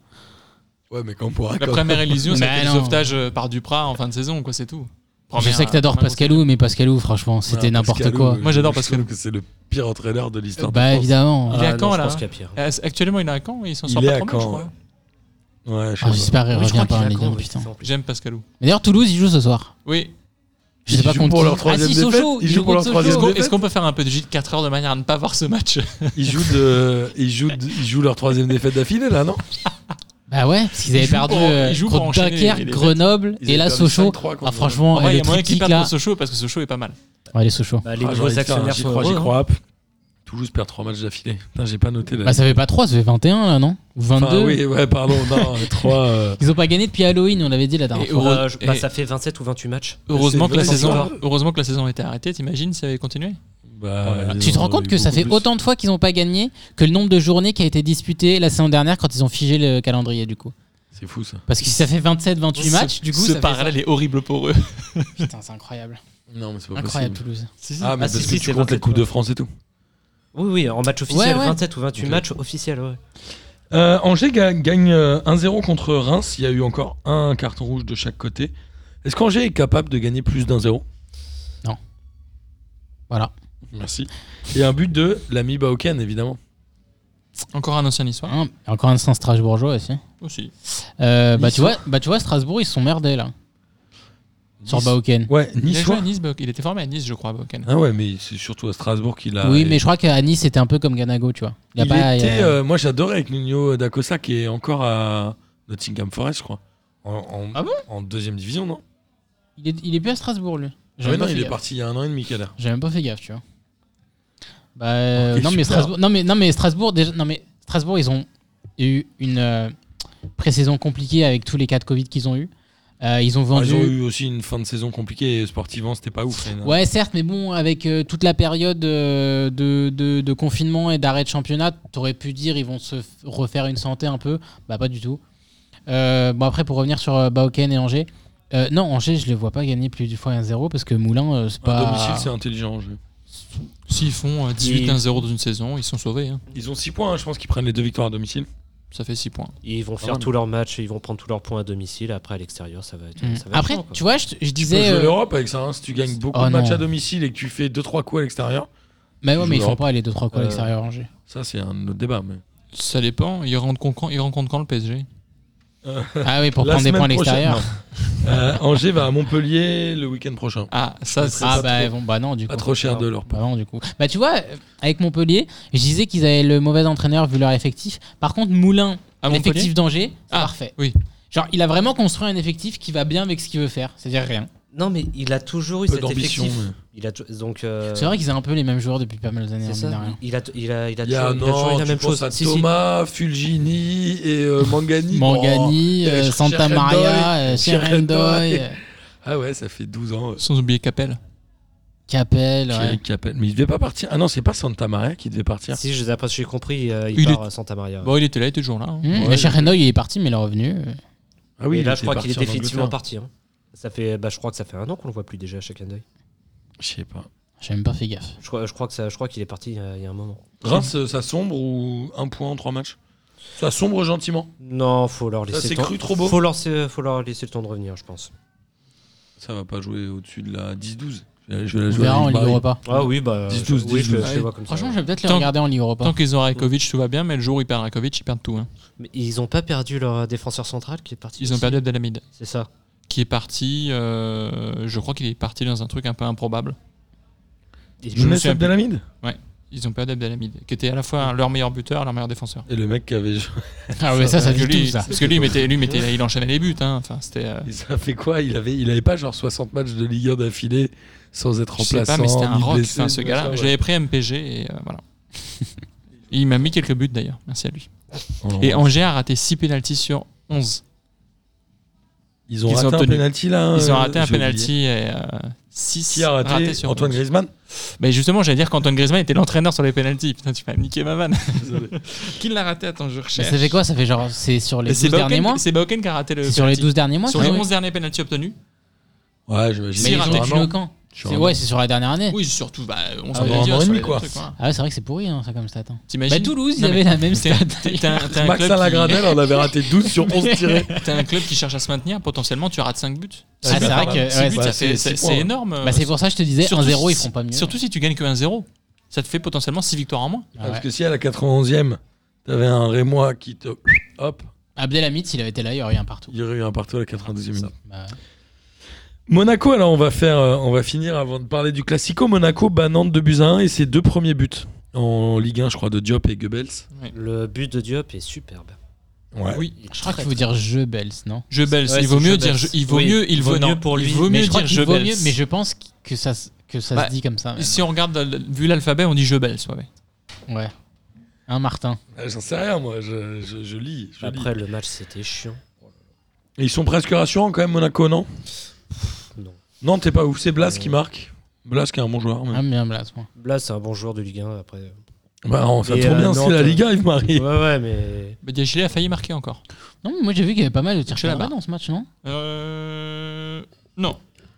D: Ouais, mais quand on pourra.
F: La première illusion,
E: Bah
F: c'était le
E: non.
F: sauvetage euh, par Duprat en fin de saison, quoi, c'est tout.
E: Je
F: Première-
E: sais que t'adores
F: première-
E: Pascalou, mais Pascalou, franchement, c'était n'importe quoi.
F: Moi, j'adore Pascal.
D: que c'est le pire entraîneur de l'histoire.
E: Bah
D: de France.
E: évidemment.
F: Il est
G: Ah
F: à
G: non,
F: Caen,
G: je
F: là,
G: pense
F: hein
G: qu'il y a pire.
F: Euh, Actuellement, il est à Caen et il s'en
D: Il
F: sort
D: est
F: pas
D: à
F: trop mal,
D: Caen,
F: je crois.
D: ouais. Ouais, je
E: Ah,
D: sais pas.
E: J'espère qu'il
G: Oui, je
E: revient
G: crois
E: pas
G: qu'il
E: en
G: est à
E: Ligue
G: Caen,
E: 1,
G: oui,
E: putain.
G: c'est ça.
F: J'aime Pascalou.
E: Mais D'ailleurs, Toulouse, ils jouent ce soir.
F: Oui.
E: Je
D: Ils
E: sais pas
D: jouent
E: contre
D: pour
E: qui.
D: leur troisième
E: Ah si, Sochaux,
D: défaite, ils jouent pour leur
E: contre
D: troisième
F: Est-ce
E: Sochaux.
F: qu'on
D: défaite.
F: est-ce qu'on peut faire un peu de jus de 4 heures de manière à ne pas voir ce match
D: Ils jouent, de... ils, jouent de- ils jouent leur troisième défaite d'affilée, là, non
E: Bah ouais, parce qu'ils
F: Ils
E: avaient
F: jouent
E: perdu
F: pour-
E: euh,
F: ils jouent pour
E: contre
F: enchaîner
E: Dunkerque,
F: les défaites.
E: Grenoble
D: Ils
E: et
D: avaient
E: là
D: perdu
E: Sochaux.
D: 5-3 contre-
E: Ah franchement,
F: En vrai,
E: et
F: Il y
E: le
F: a moyen qu'ils
E: triptyque
F: perdent
E: là.
F: contre Sochaux parce que Sochaux est pas mal.
E: Ouais, les Sochaux.
G: Bah, Les
D: Ah, j'ai envie
G: nouveaux
D: de faire,
G: actionnaires
D: J'y
G: sont
D: crois, j'y
G: heureux, hein.
D: crois. Toulouse perd 3 matchs d'affilée. Putain, j'ai pas noté. la-
E: Bah ça fait pas 3, ça fait 21 là, non Ou
D: Enfin,
E: 22
D: oui, ouais, pardon, non, euh, 3.
E: Ils ont pas gagné depuis Halloween, on l'avait dit la dernière
F: Et
E: fois.
F: heureux-
G: Euh, je- bah,
F: et-
G: Ça fait 27 ou 28 matchs.
F: Heureusement que, la
D: une bonne
F: saison,
D: histoire.
F: heureusement que la saison a été arrêtée, t'imagines si ça avait continué
D: bah,
E: Euh, Tu te rends compte que ça fait autant de fois qu'ils ont pas gagné que le nombre de journées qui a été disputé la saison dernière quand ils ont figé le calendrier du coup.
D: C'est fou ça.
E: Parce que si ça fait 27 28
F: Ce-
E: matchs du coup
F: Ce
E: ça fait ça.
F: parallèle est horrible pour eux.
E: Putain, c'est incroyable.
D: Non, mais c'est pas
E: Incroyable
D: possible.
E: Toulouse.
D: Ah, mais
G: Ah,
D: parce
G: si,
D: que
G: si,
D: tu
G: c'est
D: comptes les
G: 27,
D: Coupes
G: ouais.
D: de France et tout.
G: Oui, oui, en match officiel,
E: Ouais, ouais.
G: 27 ou 28
D: Ok.
G: matchs officiels, ouais.
D: Euh, Angers ga- gagne euh, 1-0 contre Reims. Il y a eu encore un carton rouge de chaque côté. Est-ce qu'Angers est capable de gagner plus d'un zéro
E: Voilà.
D: Merci. Et un but de l'ami Baoken, évidemment.
F: Encore un ancien histoire
E: Hein, encore un saint Strasbourgeois aussi.
F: aussi.
E: Euh, bah,
D: Nice.
E: tu vois, bah tu vois, Strasbourg, ils se sont merdés là. Sur
D: Nice.
E: Bauken.
D: Ouais,
F: Il, a joué à
D: Niçois.
F: Nice, Boc- il était formé à Nice, je crois, hein. Boken.
D: Ah ouais, mais c'est surtout à Strasbourg qu'il a.
E: oui, mais je crois qu'à Nice, c'était un peu comme Ganago, tu vois.
D: Euh,
E: Il, y a
D: Il
E: pas,
D: était,
E: il y a-
D: euh, moi j'adorais avec Nuno Dacosta qui est encore à Nottingham Forest, je crois. En, en-
F: Ah bon
D: en deuxième division, non
E: il, est, il est plus à Strasbourg, lui.
D: Ah
E: J'ai
D: ouais,
E: même,
D: non,
E: pas
D: il
E: fait
D: est
E: gaffe.
D: parti il y a un an et demi, Kader.
E: J'ai même pas fait gaffe, tu vois. Bah, euh,
D: Ok,
E: non,
D: super.
E: mais Strasbourg, non, mais, non, mais Strasbourg, déjà, non, mais Strasbourg, ils ont eu une euh, pré-saison compliquée avec tous les cas de Covid qu'ils ont eu. Euh, ils ont
D: Ah,
E: vendu.
D: Ils ont eu aussi une fin de saison compliquée et sportivement, c'était pas ouf. hein.
E: Ouais, certes, mais bon, avec euh, toute la période euh, de, de- de confinement et d'arrêt de championnat, t'aurais pu dire ils vont se f- refaire une santé un peu. Bah, pas du tout. Euh, bon, après, pour revenir sur euh, Bauken et Angers. euh, non, Angers, je les vois pas gagner plus du fois 1-0 parce que Moulin, euh, c'est
D: À
E: pas.
D: domicile, c'est intelligent. en jeu.
F: S'ils font euh, 18-1-0 dans une saison, ils sont sauvés. hein.
D: Ils ont 6 points, hein, je pense qu'ils prennent les deux victoires à domicile.
F: Ça fait 6 points.
G: Ils vont faire
D: mal.
G: tous leurs matchs, ils vont prendre tous leurs points à domicile. Après, à l'extérieur, ça va être.
E: Mm.
G: ça va être
E: Après,
G: chiant, quoi.
E: tu vois, je, je
D: Tu peux
E: disais.
D: jouer
E: euh,
D: l'Europe avec ça, hein, si tu gagnes beaucoup
E: Oh
D: de matchs
E: non.
D: à domicile et que tu fais 2-3 coups à l'extérieur.
E: mais ouais,
D: tu
E: mais ils
D: joues
E: font
D: l'Europe.
E: pas les 2-3 coups à
G: Euh,
E: l'extérieur, Angers.
D: Ça, c'est un autre débat. Mais...
F: Ça dépend. Ils rencontrent quand, ils rencontrent quand le PSG
E: Ah oui, pour
D: La
E: prendre des
D: semaine
E: points à
D: prochaine,
E: l'extérieur.
D: non. Euh, Angers va à Montpellier le week-end prochain.
F: Ah, ça, c'est.
D: pas
E: Ah bah,
D: trop-
E: bon, bah non, du coup.
D: Pas trop cher de leur
E: Bah non, du coup. Bah tu vois, euh, avec Montpellier, je disais qu'ils avaient le mauvais entraîneur vu leur effectif. Par contre, Moulin,
F: À Montpellier
E: l'effectif d'Angers, c'est
F: Ah,
E: parfait.
F: oui.
E: Genre, il a vraiment construit un effectif qui va bien avec ce qu'il veut faire, c'est-à-dire rien.
G: Non, mais il a toujours eu
D: Peu
G: cet
D: d'ambition.
G: effectif.
D: mais-
G: Il a tou- donc. euh,
E: C'est vrai qu'ils ont un peu les mêmes joueurs depuis pas mal d'années. hein,
G: c'est
E: mine de
G: ça.
E: rien.
G: Il a, t- il a, il a
D: Il y a,
G: toujours, il a toujours eu
D: non,
G: la
D: tu
G: même
D: penses
G: chose.
D: à
G: Si, si.
D: Thomas, Fulgini et euh, Mangani.
E: Mangani,
D: Oh,
E: euh,
D: et
E: Santa
D: Sherendoy,
E: Maria, euh, Sherendoy,
D: Sherendoy.
E: euh,
D: Ah ouais, ça fait 12 ans. euh,
F: Sans oublier Capel.
E: Capel. ouais.
D: Pierrick Capel. Mais il devait pas partir. Ah non, c'est pas Santa Maria qui devait partir.
G: Si, je les ai- après, j'ai compris, euh, il,
F: Il
G: part à Santa Maria.
F: Bon, il était là, il était toujours là. hein.
E: Hum,
D: Ouais,
E: mais
D: je-
E: Sherendoy, il est parti, mais il est revenu. euh.
D: Ah
G: oui,
D: oui,
G: et
D: il
G: là,
D: était
G: je crois qu'il est
D: parti en
G: définitivement
D: Angleterre.
G: parti. hein. Ça fait, bah, je crois que ça fait un an qu'on le voit plus déjà chaque année.
D: Je sais pas.
E: J'ai même pas fait gaffe.
G: Je crois, je crois que ça- je crois qu'il est parti il y, a, il y a un moment.
D: Reims, euh, ça sombre ou un point en trois matchs Ça sombre gentiment.
G: Non, faut leur laisser.
D: c'est
G: le temps-
D: cru trop beau.
G: Faut leur, faut leur laisser le temps de revenir, je pense.
D: Ça va pas jouer au-dessus de la 10-12. Je vais la- je vais la
E: On
D: jouer à
E: verra en Ligue
D: Paris.
E: Europa.
G: Ah oui, bah.
D: 10-12,
G: oui, je,
D: 10-12.
G: je les vois comme ça.
E: Franchement, je vais peut-être les
F: Tant-
E: regarder en Ligue Europa.
F: Tant qu'ils ont Rakovic, tout va bien, mais le jour où ils perdent Rakovic, ils perdent tout. hein.
G: Mais ils ont pas perdu leur défenseur central qui est parti.
F: Ils ont
G: aussi.
F: perdu Abdelhamid,
G: C'est ça.
F: qui est parti. euh, je crois qu'il est parti dans un truc un peu improbable.
G: Ils-
F: Je me
D: Younes
F: souviens plus.
D: Abdelhamid
F: Ils ont perdu Abdelhamid, qui était à la fois leur meilleur buteur, leur meilleur défenseur.
D: Et le mec qui avait joué.
E: Ah ouais, ça, ça
F: Parce que
E: dit
F: lui,
E: tout, ça.
F: Parce que lui, il, mettait, lui mettait, il enchaînait les buts. hein. Enfin, c'était. euh,
D: Et ça fait quoi il avait, il avait pas genre 60 matchs de Ligue 1 d'affilée sans être
F: je sais
D: remplaçant.
F: pas, mais c'était un
D: ni
F: rock,
D: blessé,
F: enfin, ce
D: ni
F: gars-là.
D: machin,
F: Je
D: ouais.
F: l'avais pris MPG et euh, voilà. il m'a mis quelques buts d'ailleurs. Merci à lui.
D: Oh,
F: Et Angers a raté 6 pénalties sur 11.
D: Ils ont
F: Ils ont
D: raté un
F: obtenu.
D: penalty
E: Ah
D: là.
F: Ils ont
D: euh,
F: raté un
D: j'ai oublié.
F: penalty et 6
D: Qui a raté,
F: sur
D: Antoine
F: 11.
D: Griezmann
F: Mais justement, j'allais dire qu'Antoine Griezmann était l'entraîneur sur les pénalties. Putain, tu m'as niqué ma vanne. Qui l'a raté Attends, je
E: Mais
F: recherche.
E: Bah, ça fait quoi Ça fait genre. C'est sur les
F: Mais
E: 12
F: C'est
E: derniers
F: Baoken-
E: mois
F: c'est Baoken qui a raté le.
E: C'est sur les
F: penalty.
E: 12 derniers mois
F: Sur
E: qu'ils
F: les
E: ont-
F: 11 derniers pénaltys obtenus
D: Ouais, j'imagine.
E: Mais
F: Si,
E: ils ont
F: raté.
E: tué le camp.
D: Sur
E: C'est-
D: un an.
E: Ouais, c'est sur la dernière année.
F: Oui, surtout. Bah, 11
D: Ah, bah,
F: pénaltys
D: un an
F: sur
D: et demi,
F: les
D: quoi.
F: trucs, hein.
E: Ah ouais, c'est vrai que c'est pourri, hein, ça comme stat. hein. Bah,
F: T'imagines
E: Toulouse, ils
F: Non, mais
E: avaient la même
F: t'es-
E: stat.
F: t'es- t'es un- t'es un club
D: Max
F: qui-
D: Alagradel en avait raté 12 sur 11 tirés.
F: T'as un club qui cherche à se maintenir, potentiellement tu rates 5 buts.
E: Ah, c'est vrai que.
F: Six
E: ouais,
F: buts,
D: bah,
F: ça
D: c'est
F: fait-
D: six
F: c'est
D: points,
F: c'est
D: ouais.
F: énorme.
E: Bah, c'est pour ça que je te disais,
F: Euh, Surtout
E: 1-0, ils
F: si-
E: feront pas mieux.
F: Surtout si tu gagnes que 1-0, ça te fait potentiellement 6 victoires en moins.
E: Ah ouais.
D: Parce que si à la 91e, t'avais un Rémois qui te. Hop,
E: Abdelhamid, s'il avait été là, il y aurait eu un partout.
D: il y aurait eu un partout à la 92e minute.
E: Bah,
D: Monaco, alors on va faire, euh, on va finir avant de parler du Classico. Monaco bat Nantes 2 buts à 1 et ses deux premiers buts en Ligue 1, je crois, de Diop et Goebbels.
G: Le but de Diop est superbe.
D: Ouais.
F: Oui.
E: je crois qu'il faut dire je Bels, non
F: Je belle,
G: Ouais,
F: il vaut
G: c'est
F: mieux
G: Jebels.
F: dire je- il vaut
G: Oui,
F: mieux, il
G: vaut
F: vaut
G: mieux
F: non,
G: pour lui.
F: Il vaut
E: mais
F: mieux
E: je crois
F: dire
E: qu'il
F: je
E: vaut
F: belle.
E: mieux, mais je pense que ça, se- que ça
F: Bah,
E: se dit comme ça. même.
F: Si on regarde euh, vu l'alphabet, on dit je belle, ouais.
E: Ouais. Hein, Martin
D: Ah, J'en sais rien, moi, je, je- je lis. je lis.
G: Après, le match, c'était chiant.
D: Et ils sont presque rassurants quand même, Monaco, non
G: Non.
D: Non, t'es pas ouf, c'est Blas qui marque. Blas qui est un bon joueur. mais-
E: Ah, bien, Blas, moi.
G: Blas, c'est un bon joueur de Ligue 1. Après.
D: Bah, on, ça
G: Et,
D: tombe
G: euh,
D: bien, c'est
G: Nantes,
D: la
G: euh,
D: Liga, Yves-Marie.
G: Ouais, ouais, mais.
F: Bah, Diachilé a failli marquer encore.
E: Non, mais moi j'ai vu qu'il y avait pas mal de tirs
F: Je suis
E: cadrés
F: là-bas.
E: dans ce match, non
F: Euh non.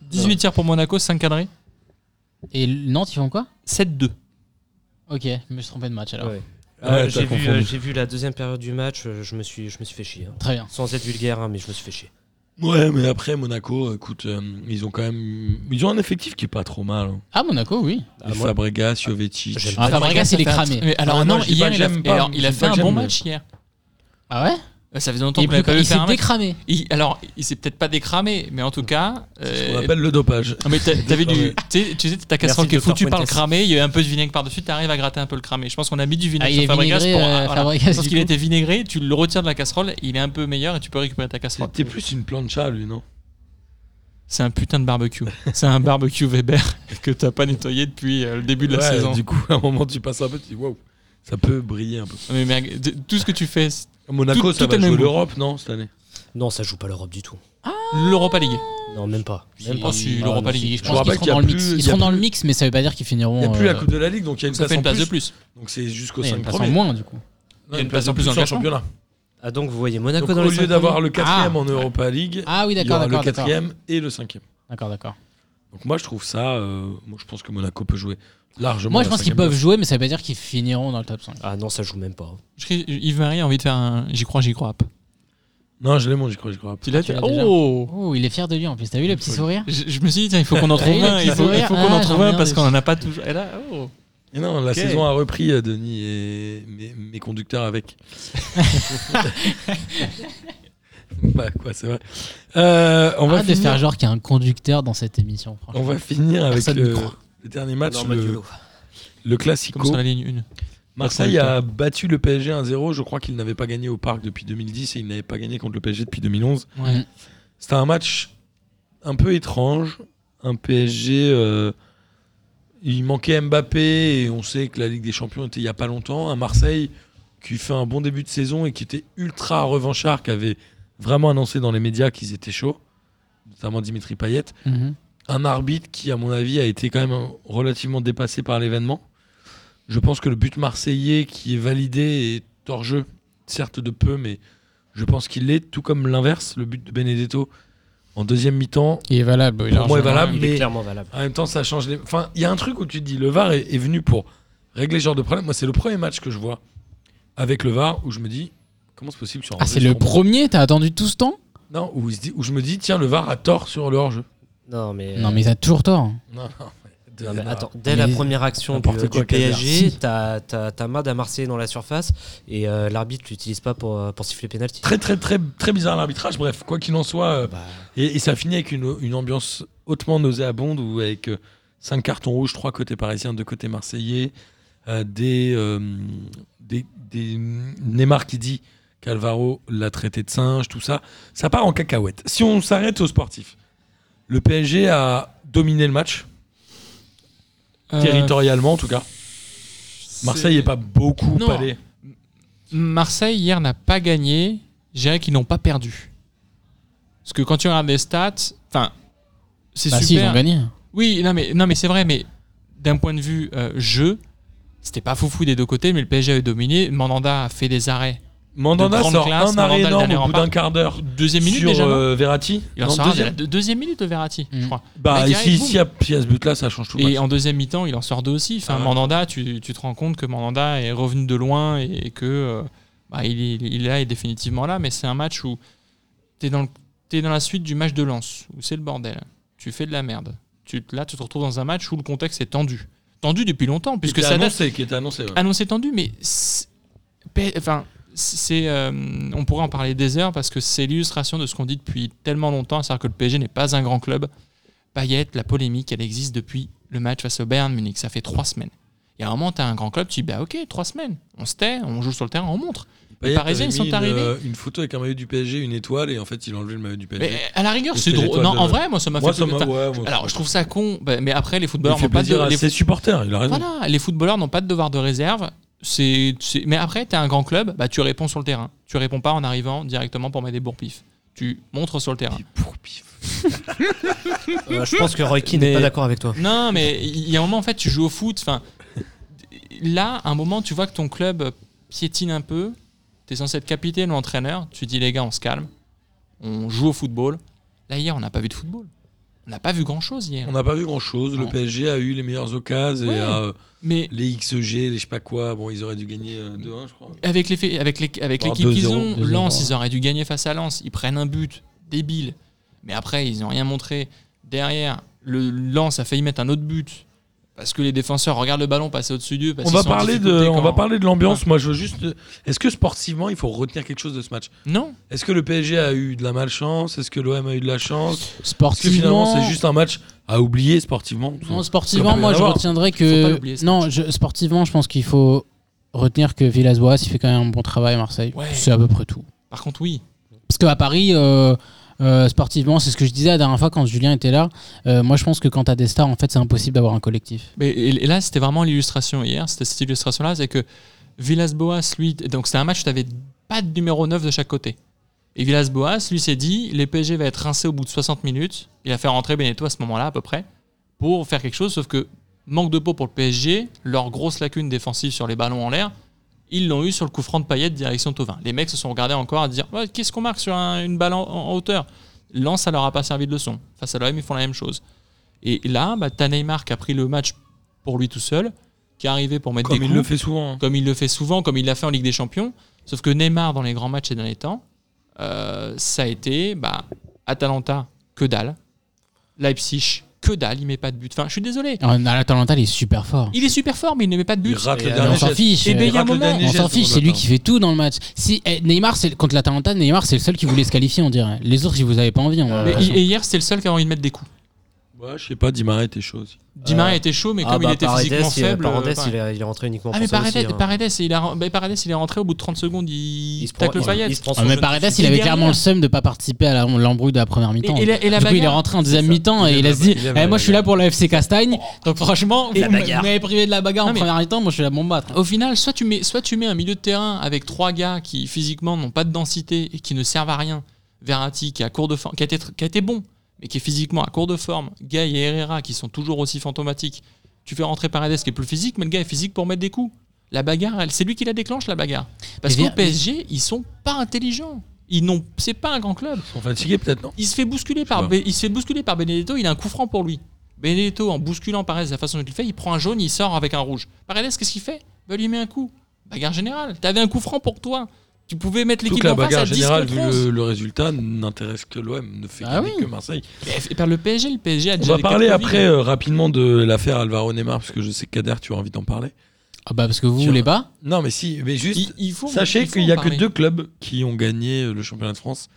F: 18 tirs pour Monaco, 5 cadrés,
E: Et Nantes, ils font quoi
F: 7-2.
E: Ok, je me suis trompé de match alors.
G: ouais.
D: Ouais,
G: Euh,
D: t'as
G: j'ai vu,
D: confondu.
G: euh, j'ai vu la deuxième période du match, euh, je me suis, je me suis fait chier. hein.
E: Très bien.
G: Sans être vulgaire, hein, mais je me suis fait chier.
D: Ouais, mais après, Monaco, écoute, euh, ils ont quand même. Ils ont un effectif qui est pas trop mal. hein.
E: Ah, Monaco, oui.
G: Ah,
D: Les
G: moi-
D: Fabregas, Jovetic.
G: J'aime
E: Ah, Fabregas, il est
F: ça fait un-
E: cramé.
F: Mais alors
D: Ah, non,
F: non,
D: je dis pas
F: hier
D: que
F: il a
D: j'aime
F: fait-
D: pas,
F: alors,
D: je
F: il a
D: dis
F: fait
D: pas
F: un
D: que
F: bon
D: j'aime,
F: match hier.
E: Ah ouais
F: Euh, Ça faisait longtemps
E: Il, est
F: qu'on n'avait
E: plus-
F: pas vu
E: il s'est
F: faire un match.
E: décramé.
F: Il- alors, il s'est peut-être pas décramé, mais en tout cas.
D: Ce
F: euh,
D: qu'on appelle le dopage.
F: non, mais t'a- t'avais
D: Décramé.
F: du. Tu sais, tu sais, ta casserole
G: Merci,
F: qui est
G: Dr.
F: foutue par le
G: Fuentes.
F: cramé, il y a eu un peu de vinaigre par-dessus, t'arrives à gratter un peu le cramé. Je pense qu'on a mis du vinaigre
E: Ah, il
F: sur
E: est
F: Fabregas
E: vinaigré,
F: pour.
E: euh,
F: voilà.
E: Fabregas,
F: Parce
E: du
F: qu'il
E: coup.
F: était vinaigré, tu le retires de la casserole, il est un peu meilleur et tu peux récupérer ta casserole.
D: C'était plus une plancha, lui, non
F: C'est un putain de barbecue. C'est un barbecue Weber que t'as pas nettoyé depuis euh, le début de la
D: Ouais,
F: saison.
D: Du coup, à un moment, tu passes un peu, tu dis waouh, ça peut briller un peu.
F: Mais, merde, t- tout ce que tu fais, c'est Tout-
D: Monaco, ça
F: tout est
D: va jouer
F: même goût.
D: l'Europe, non, cette année
G: Non, ça joue pas l'Europe du tout.
F: l'Europa League.
G: Non, même pas. Même
E: Si,
G: pas.
F: si,
E: ah,
F: l'Europa
E: non,
F: League.
E: si,
F: Je
E: Je
D: vous
E: pense qu'ils
D: rappelle
E: seront
D: qu'il y a
E: dans le mix.
D: plus-
E: Ils
D: il y a
E: seront dans le
D: plus-
E: mix, mais ça veut pas dire qu'ils finiront.
D: Il n'y a plus la
E: euh,
D: Coupe de la Ligue, donc il y a une
F: Ça
D: place
F: fait
D: en
F: une place
D: plus.
F: de plus.
D: Donc c'est jusqu'au
E: ouais,
D: 5
E: ils passent en
D: premiers.
E: moins du coup.
D: Il y a une place en plus en
F: classement.
D: championnat.
G: Ah, donc vous voyez Monaco
D: Donc
G: dans
D: au
G: les
D: lieu
G: cinq
D: d'avoir
G: premiers
D: le 4
E: Ah.
D: en Europa League,
E: Ah oui,
D: il y
E: d'accord,
D: aura le
E: d'accord, d'accord.
D: 4 et le 5
E: D'accord, d'accord.
D: Donc moi, je trouve ça. euh, moi, je pense que Monaco peut jouer largement.
E: Moi,
D: la
E: je pense qu'ils
D: cinquième
E: peuvent
D: place.
E: jouer, mais ça veut pas dire qu'ils finiront dans le top 5.
G: Ah non, ça joue même pas.
F: Je- Yves-Marie a envie de faire un J'y crois, j'y crois. app.
D: Non, je l'ai, mon, j'y crois, j'y crois.
F: Tu l'as tu-
E: Tu l'as déjà.
F: Oh
E: Oh, il est fier de lui en plus. T'as vu le petit sourire
F: je, je me suis dit, tiens, il faut qu'on en trouve
E: Oui, le
F: un,
E: petit
F: il faut, il
E: sourire.
F: faut qu'on en
E: Ah,
F: trouve
E: j'en ai
F: un
E: un
F: parce qu'on
E: dessus.
F: en a pas toujours. Et là, oh.
D: Et non, la
F: Ok.
D: saison a repris, euh, Denis et mes, mes conducteurs avec. bah quoi, c'est vrai. Euh, on, va
E: Arrête de
D: finir,
E: faire genre qu'il y a un conducteur dans cette émission,
D: on
E: franchement.
D: va finir avec
E: Personne n'y
D: le,
E: croit.
D: le dernier match,
G: Non,
D: le,
G: Madiolo.
D: le
F: Comme
D: Classico.
F: sur la ligne
D: Marseille a battu le PSG 1-0. Je crois qu'il n'avait pas gagné au Parc depuis 2010 et il n'avait pas gagné contre le PSG depuis 2011.
F: 1. Ouais.
D: C'était un match un peu étrange. Un PSG. euh, il manquait Mbappé et on sait que la Ligue des Champions était il n'y a pas longtemps. Un Marseille qui fait un bon début de saison et qui était ultra revanchard, qui avait vraiment annoncé dans les médias qu'ils étaient chauds, notamment Dimitri Payet.
E: Mhm.
D: Un arbitre qui, à mon avis, a été quand même relativement dépassé par l'événement. Je pense que le but marseillais qui est validé est hors jeu, certes de peu, mais je pense qu'il l'est, tout comme l'inverse, le but de Benedetto en deuxième mi-temps.
E: Il est valable.
D: Pour moi, est valable,
G: Il est
D: mais
G: clairement valable.
D: en même temps, ça change les. Enfin, il y a un truc où tu te dis, le VAR est, est venu pour régler ce genre de problème. Moi, c'est le premier match que je vois avec le VAR où je me dis, comment c'est possible sur un
E: Ah,
D: jeu,
E: c'est
D: je
E: le
D: comprends
E: premier T'as attendu tout ce temps
D: pas. Non, où, il se dit- où je me dis, tiens, le VAR a tort sur le hors-jeu.
G: Non, mais.
E: Non, mais il a toujours tort. hein.
D: Non, non,
G: Non, mais
D: Donnarumma.
G: attends, dès
E: Mais
G: la première action du,
D: n'importe quoi
G: du
D: qu'elle a.
G: PSG,
E: Si.
G: t'as t'as- t'as Mad à Marseille dans la surface et euh, l'arbitre l'utilise pas pour, euh, pour siffler pénalty.
D: Très, très, très, très bizarre l'arbitrage. Bref, quoi qu'il en soit, euh, et, et ça finit avec une, une ambiance hautement nauséabonde où avec 5 cartons rouges, 3 côté parisien, 2 côté marseillais, euh, des, euh, des, des- Neymar qui dit qu'Alvaro l'a traité de singe, tout ça. Ça part en cacahuète. Si on s'arrête au sportif, le PSG a dominé le match,
F: Euh,
D: territorialement en tout cas. Marseille n'est pas beaucoup
F: Non.
D: palé.
F: Marseille hier n'a pas gagné, je dirais qu'ils n'ont pas perdu. Parce que quand tu regardes les stats, enfin, c'est
E: Bah si, ils
F: super.
E: ont gagné.
F: oui, non mais non mais c'est vrai, mais d'un point de vue euh, jeu, c'était pas foufou des deux côtés, mais le PSG avait dominé. Mandanda a fait des arrêts.
D: Mandanda
F: De grande
D: sort
F: classe,
D: un
F: Mandanda,
D: arrêt
F: le
D: énorme
F: dernier
D: au bout
F: rempart.
D: d'un quart d'heure
F: Deuxième minute
D: sur
F: déjà. non
D: euh, Verratti.
F: Il en
D: Non,
F: sort un
D: deuxième.
F: deuxième. deuxième minute de Verratti,
E: Mm.
F: je crois.
D: Bah,
F: Mec, il
D: et
F: arrive,
D: si, si, y a, si y a ce but-là, ça change tout le
F: Et
D: match.
F: en deuxième mi-temps, il en sort deux aussi. Enfin,
D: Ah ouais.
F: Mandanda, tu, tu te rends compte que Mandanda est revenu de loin et que euh, bah, il, est- il est là et définitivement là. Mais c'est un match où tu es, dans la suite du match de Lens, où c'est le bordel. Tu fais de la merde. Tu, te- là, tu te retrouves dans un match où le contexte est tendu. Tendu depuis longtemps,
D: Qui
F: puisque
D: était
F: ça date.
D: annoncé, qui était annoncé. ouais.
F: Annoncé tendu, mais. c'est- P- Enfin, c'est, euh, on pourrait en parler des heures parce que c'est l'illustration de ce qu'on dit depuis tellement longtemps, c'est-à-dire que le PSG n'est pas un grand club. Payet, la polémique, elle existe depuis le match face au Bayern Munich. Ça fait trois semaines. Et à un moment, tu as un grand club, tu dis, bah ok, trois semaines. On se tait, on joue sur le terrain, on montre.
D: Payet
F: Parisiens,
D: avait
F: ils sont
D: mis une,
F: arrivés.
D: euh, Une photo avec un maillot du PSG, une étoile, et en fait, il a enlevé le maillot du PSG.
F: Mais à la rigueur,
D: Et
F: c'est
D: c'est
F: drôle.
D: l'étoile
F: Non,
D: de-
F: en vrai, moi, ça m'a
D: moi,
F: fait
D: ça
F: plus-
D: m'a.
F: enfin,
D: Ouais, moi,
F: Alors, je trouve ça con, bah, mais après, les
D: il
F: footballeurs
D: fait
F: n'ont pas de.
D: plaisir à
F: les-
D: ses supporters, il a raison.
F: Voilà, les footballeurs n'ont pas de devoir de réserve. C'est, c'est- Mais après, tu es un grand club, bah, tu réponds sur le terrain. Tu réponds pas en arrivant directement pour mettre des bourpifs. Tu montres sur le terrain.
G: Euh, je pense que Roy Keane
F: Mais-
G: n'est pas d'accord avec toi.
F: Non, mais il y a un moment, en fait, tu joues au foot. Enfin, là, à un moment, tu vois que ton club piétine un peu. Tu es censé être capitaine ou entraîneur. Tu dis, les gars, on se calme. On joue au football. Là, hier, on n'a pas vu de football. On n'a pas vu grand-chose hier.
D: On n'a pas vu grand chose. Le
F: Non.
D: PSG a eu les meilleures occasions
F: Ouais.
D: et a, euh,
F: Mais
D: les XG, les je sais pas quoi. Bon, ils auraient dû gagner euh, 2-1, je crois.
F: avec les avec les- avec
D: Bon,
F: l'équipe qu'ils
D: 2-0,
F: ont,
E: 2-0,
F: Lens,
E: ouais.
F: ils auraient dû gagner face à Lens. Ils prennent un but débile, mais après ils n'ont rien montré. Derrière, le Lens a failli mettre un autre but parce que les défenseurs regardent le ballon passer au-dessus d'eux. parce
D: On
F: qu'ils
D: va,
F: sont en
D: parler de,
F: difficulté
D: on
F: quand-
D: va parler de l'ambiance. Moi, je veux juste. Est-ce que sportivement, il faut retenir quelque chose de ce match
F: Non,
D: Est-ce que le PSG a eu de la malchance Est-ce que l'OM a eu de la chance Est-ce que
E: Sportivement,
D: finalement, c'est juste un match à oublier sportivement tout
E: Non,
D: ça
E: sportivement,
D: peut
E: moi,
D: y
E: je
D: avoir.
E: retiendrai
F: Faut pas
E: que.
F: l'oublier, ce
E: Non, je- sportivement, je pense qu'il faut retenir que Villas-Boas, il fait quand même un bon travail à Marseille.
F: Ouais.
E: C'est à peu près tout.
F: par contre oui.
E: Parce qu'à Paris, euh, euh, sportivement, c'est ce que je disais la dernière fois quand Julien était là. euh, moi, je pense que quand t'as des stars, en fait, c'est impossible d'avoir un collectif.
F: Mais et, et là, c'était vraiment l'illustration hier. C'était cette illustration-là, c'est que Villas-Boas, lui, donc c'était un match où tu n'avais pas de numéro 9 de chaque côté. Et Villas-Boas, lui, s'est dit, les PSG va être rincés au bout de 60 minutes. Il a fait rentrer Benetto à ce moment-là, à peu près, pour faire quelque chose. Sauf que manque de peau pour le PSG, leur grosse lacune défensive sur les ballons en l'air, ils l'ont eu sur le coup franc de Payet direction Tovin. Les mecs se sont regardés encore à dire, Ouais, qu'est-ce qu'on marque sur un- une balle en, en hauteur Lance, ça leur a pas servi de leçon. Face à l'OM, ils font la même chose. Et là, bah, t'as Neymar qui a pris le match pour lui tout seul, qui est arrivé pour mettre
D: Comme
F: des
D: il
F: coups
D: le fait souvent. hein.
F: comme il le fait souvent, comme il l'a fait en Ligue des Champions. Sauf que Neymar, dans les grands matchs ces derniers temps, euh, ça a été bah, Atalanta, que dalle. Leipzig, que dalle, il met pas de but. Enfin, je suis désolé.
E: Alors, Atalanta, il est super fort.
F: Il est super fort, mais il ne met pas de
D: Il
F: but.
D: rate le
G: Et
E: Mais
D: dernier
E: on s'en
D: geste. Eh
E: fiche.
F: Et
E: euh,
F: ben, il y a un
D: Rate le
F: moment,
D: dernier
E: on s'en
D: geste,
E: fiche,
D: on
E: c'est lui
D: l'attend.
E: qui fait tout dans le match. Si eh, Neymar, c'est- contre l'Atalanta, Neymar, c'est le seul qui voulait se qualifier, on dirait. Les autres, ils vous avaient pas envie. on a
F: Mais hi-
E: l'impression.
F: et hier, c'était le seul qui a envie de mettre des coups.
D: Ouais, je sais pas, Dimara était chaud aussi.
F: Dimara
G: Euh,
F: était chaud, mais comme
G: Ah
F: il
G: bah,
F: était
G: Paredes,
F: physiquement
G: il,
F: faible.
G: Paredes,
F: euh, pas-
G: il, est, il est rentré
F: ah,
G: uniquement pour
F: mais
G: ça
F: Paredes,
G: aussi, hein.
F: Paredes, il a- bah, Paredes, il est rentré au bout de 30 secondes, il,
G: Il se prend-
F: tacle
G: il-
F: Payet.
G: il se prend son
E: Ah, mais
G: jeu
E: Paredes,
G: dessus.
E: il avait
F: derrière.
E: carrément le seum de pas participer à la- l'embrouille de la première mi-temps.
F: Et- et la- et la
E: du coup, il est
F: bagarre.
E: rentré en deuxième
D: C'est ça.
E: mi-temps et
D: Il
E: il a
D: aime
E: se
D: la-
E: dit
D: il aime
E: Eh,
D: la
E: Moi, je suis là
D: bagarre.
E: pour la FC Castagne. Donc, franchement, vous
F: La bagarre.
E: vous m'avez privé de la bagarre
F: Non,
E: en
F: mais-
E: première mi-temps. Moi, je suis là bah, pour me battre.
F: Au final, soit tu mets, soit tu mets un milieu de terrain avec trois gars qui physiquement n'ont pas de densité et qui ne servent à rien. Verratti qui est à court de forme, qui a été, tr- qui a été bon, mais qui est physiquement à court de forme. Gay et Herrera qui sont toujours aussi fantomatiques. Tu fais rentrer Paredes qui est plus physique, mais le gars est physique pour mettre des coups. La bagarre, elle- c'est lui qui la déclenche la bagarre. Parce
E: Mais
F: qu'au
E: Ver-
F: PSG, ils sont pas intelligents. Ils n'ont, c'est pas un grand club.
D: Ils sont fatigués peut-être, non
F: Il se fait bousculer par,
D: Je sais
F: Be- il se fait bousculer par Benedetto, il a un coup franc pour lui. Benedetto, en bousculant Paredes de la façon dont il le fait, il prend un jaune, il sort avec un rouge. Paredes, qu'est-ce qu'il fait Bah, lui met un coup. Bagarre générale. T'avais un coup franc pour toi. Tu pouvais mettre
D: Surtout
F: l'équipe
D: que la
F: en face à
D: bagarre
F: 10
D: générale,
F: contre
D: vu
F: 11.
D: le, le résultat, n'intéresse que l'OM, ne fait
E: Ah
D: gagner
E: oui.
D: que Marseille.
F: Et par le PSG, le PSG a
D: On
F: déjà
D: va
F: des
D: parler
F: cas de
D: après
F: Covid.
D: euh, rapidement de l'affaire Alvaro Neymar, parce que je sais que Kader, tu as envie d'en parler.
E: Ah bah parce que vous
D: Sur-
E: voulez pas
D: Non, mais si, mais juste,
F: Il- il faut-
D: sachez
F: faut
D: qu'il
F: en
D: n'y a que
F: parler.
D: deux clubs qui ont gagné euh, le championnat de France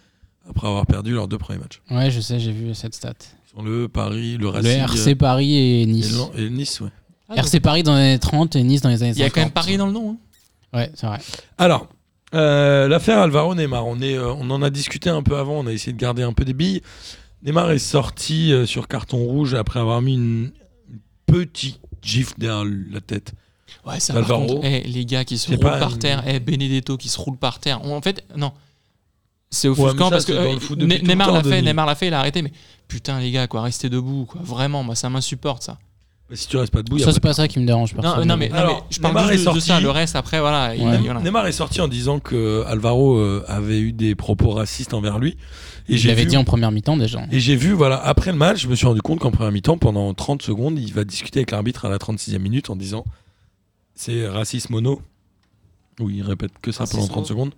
D: après avoir perdu leurs deux premiers matchs.
E: Ouais, je sais, j'ai vu cette stat.
D: Ce sont le Paris, le
E: le
D: Racing
E: RC Paris et
D: euh, et,
E: Nice.
D: le- et le Nice. ouais.
F: Ah, donc,
E: RC Paris dans les années 30 et Nice dans les années 50.
F: Il y a quand même Paris dans le nom. hein.
E: Ouais, c'est vrai.
D: Alors, euh, l'affaire Alvaro Neymar, on, est, euh, on en a discuté un peu avant, on a essayé de garder un peu des billes. Neymar est sorti euh, sur carton rouge après avoir mis une, une petite gifle derrière la tête.
F: Ouais, ça par
D: Alvaro.
F: contre, eh, les gars qui se
D: C'est
F: roulent
D: pas
F: par
D: un-
F: terre, eh, Benedetto qui se roule par terre. On- en fait, non. C'est au
D: Ouais, mais ça,
F: parce que
D: c'est dans
F: euh,
D: le foot
F: Ne-
D: depuis tout le
F: Neymar
D: temps,
F: l'a fait,
D: Denis.
F: Neymar l'a fait, il a arrêté. Mais putain, les gars, quoi, restez debout, quoi. Vraiment, moi, ça m'insupporte, ça.
D: Bah, Si tu restes pas debout, il y a
E: Ça,
D: pas
E: c'est pas ça qui me dérange.
F: Non, euh, non, mais, non,
D: Alors,
F: mais je parle
D: Neymar
F: juste
D: est
F: de- de, ça.
D: sorti.
F: Le reste, après, voilà. il-
E: Ouais.
D: Nem-
F: voilà.
D: Neymar est sorti en disant que Alvaro euh, avait eu des propos racistes envers lui. Et
E: Je
D: j'ai
E: l'avais
D: vu,
E: dit en première mi-temps déjà.
D: et j'ai vu, voilà, après le match, je me suis rendu compte qu'en première mi-temps, pendant 30 secondes, il va discuter avec l'arbitre à la 36e minute en disant c'est raciste mono. Oui, il répète que ça pendant
F: Racisme
D: 30
F: mono.
D: secondes.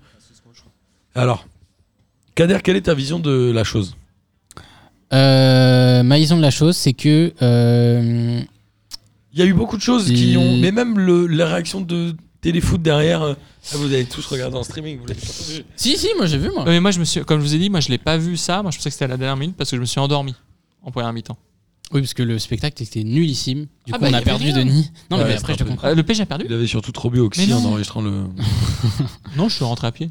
D: Alors, Kader, quelle est ta vision de la chose
E: Euh, ma vision de la chose, c'est que euh,
D: Il y a eu beaucoup de choses qui
E: Et-
D: ont. Mais même le- la réaction de Téléfoot derrière. euh, ah, vous avez tous regardé en streaming, vous l'avez pas entendu.
E: Si, si, moi j'ai vu, moi.
F: Ouais, mais Euh, moi, je me suis, comme je vous ai dit, moi, je l'ai pas vu ça. Moi, je pensais que c'était à la dernière minute parce que je me suis endormi en première mi-temps.
E: Oui, parce que le spectacle était nullissime.
F: Ah
E: Du coup,
F: bah,
E: on
F: il y
E: a
F: avait
E: perdu
F: rien.
E: Denis. Non,
D: Ouais,
E: mais
D: c'est un
E: après, je te
D: peu-
E: comprends.
F: Euh, le PSG a perdu
D: Il avait surtout trop bu au
F: Mais
D: Oxy
F: non.
D: en enregistrant le.
F: Non, je suis rentré à pied.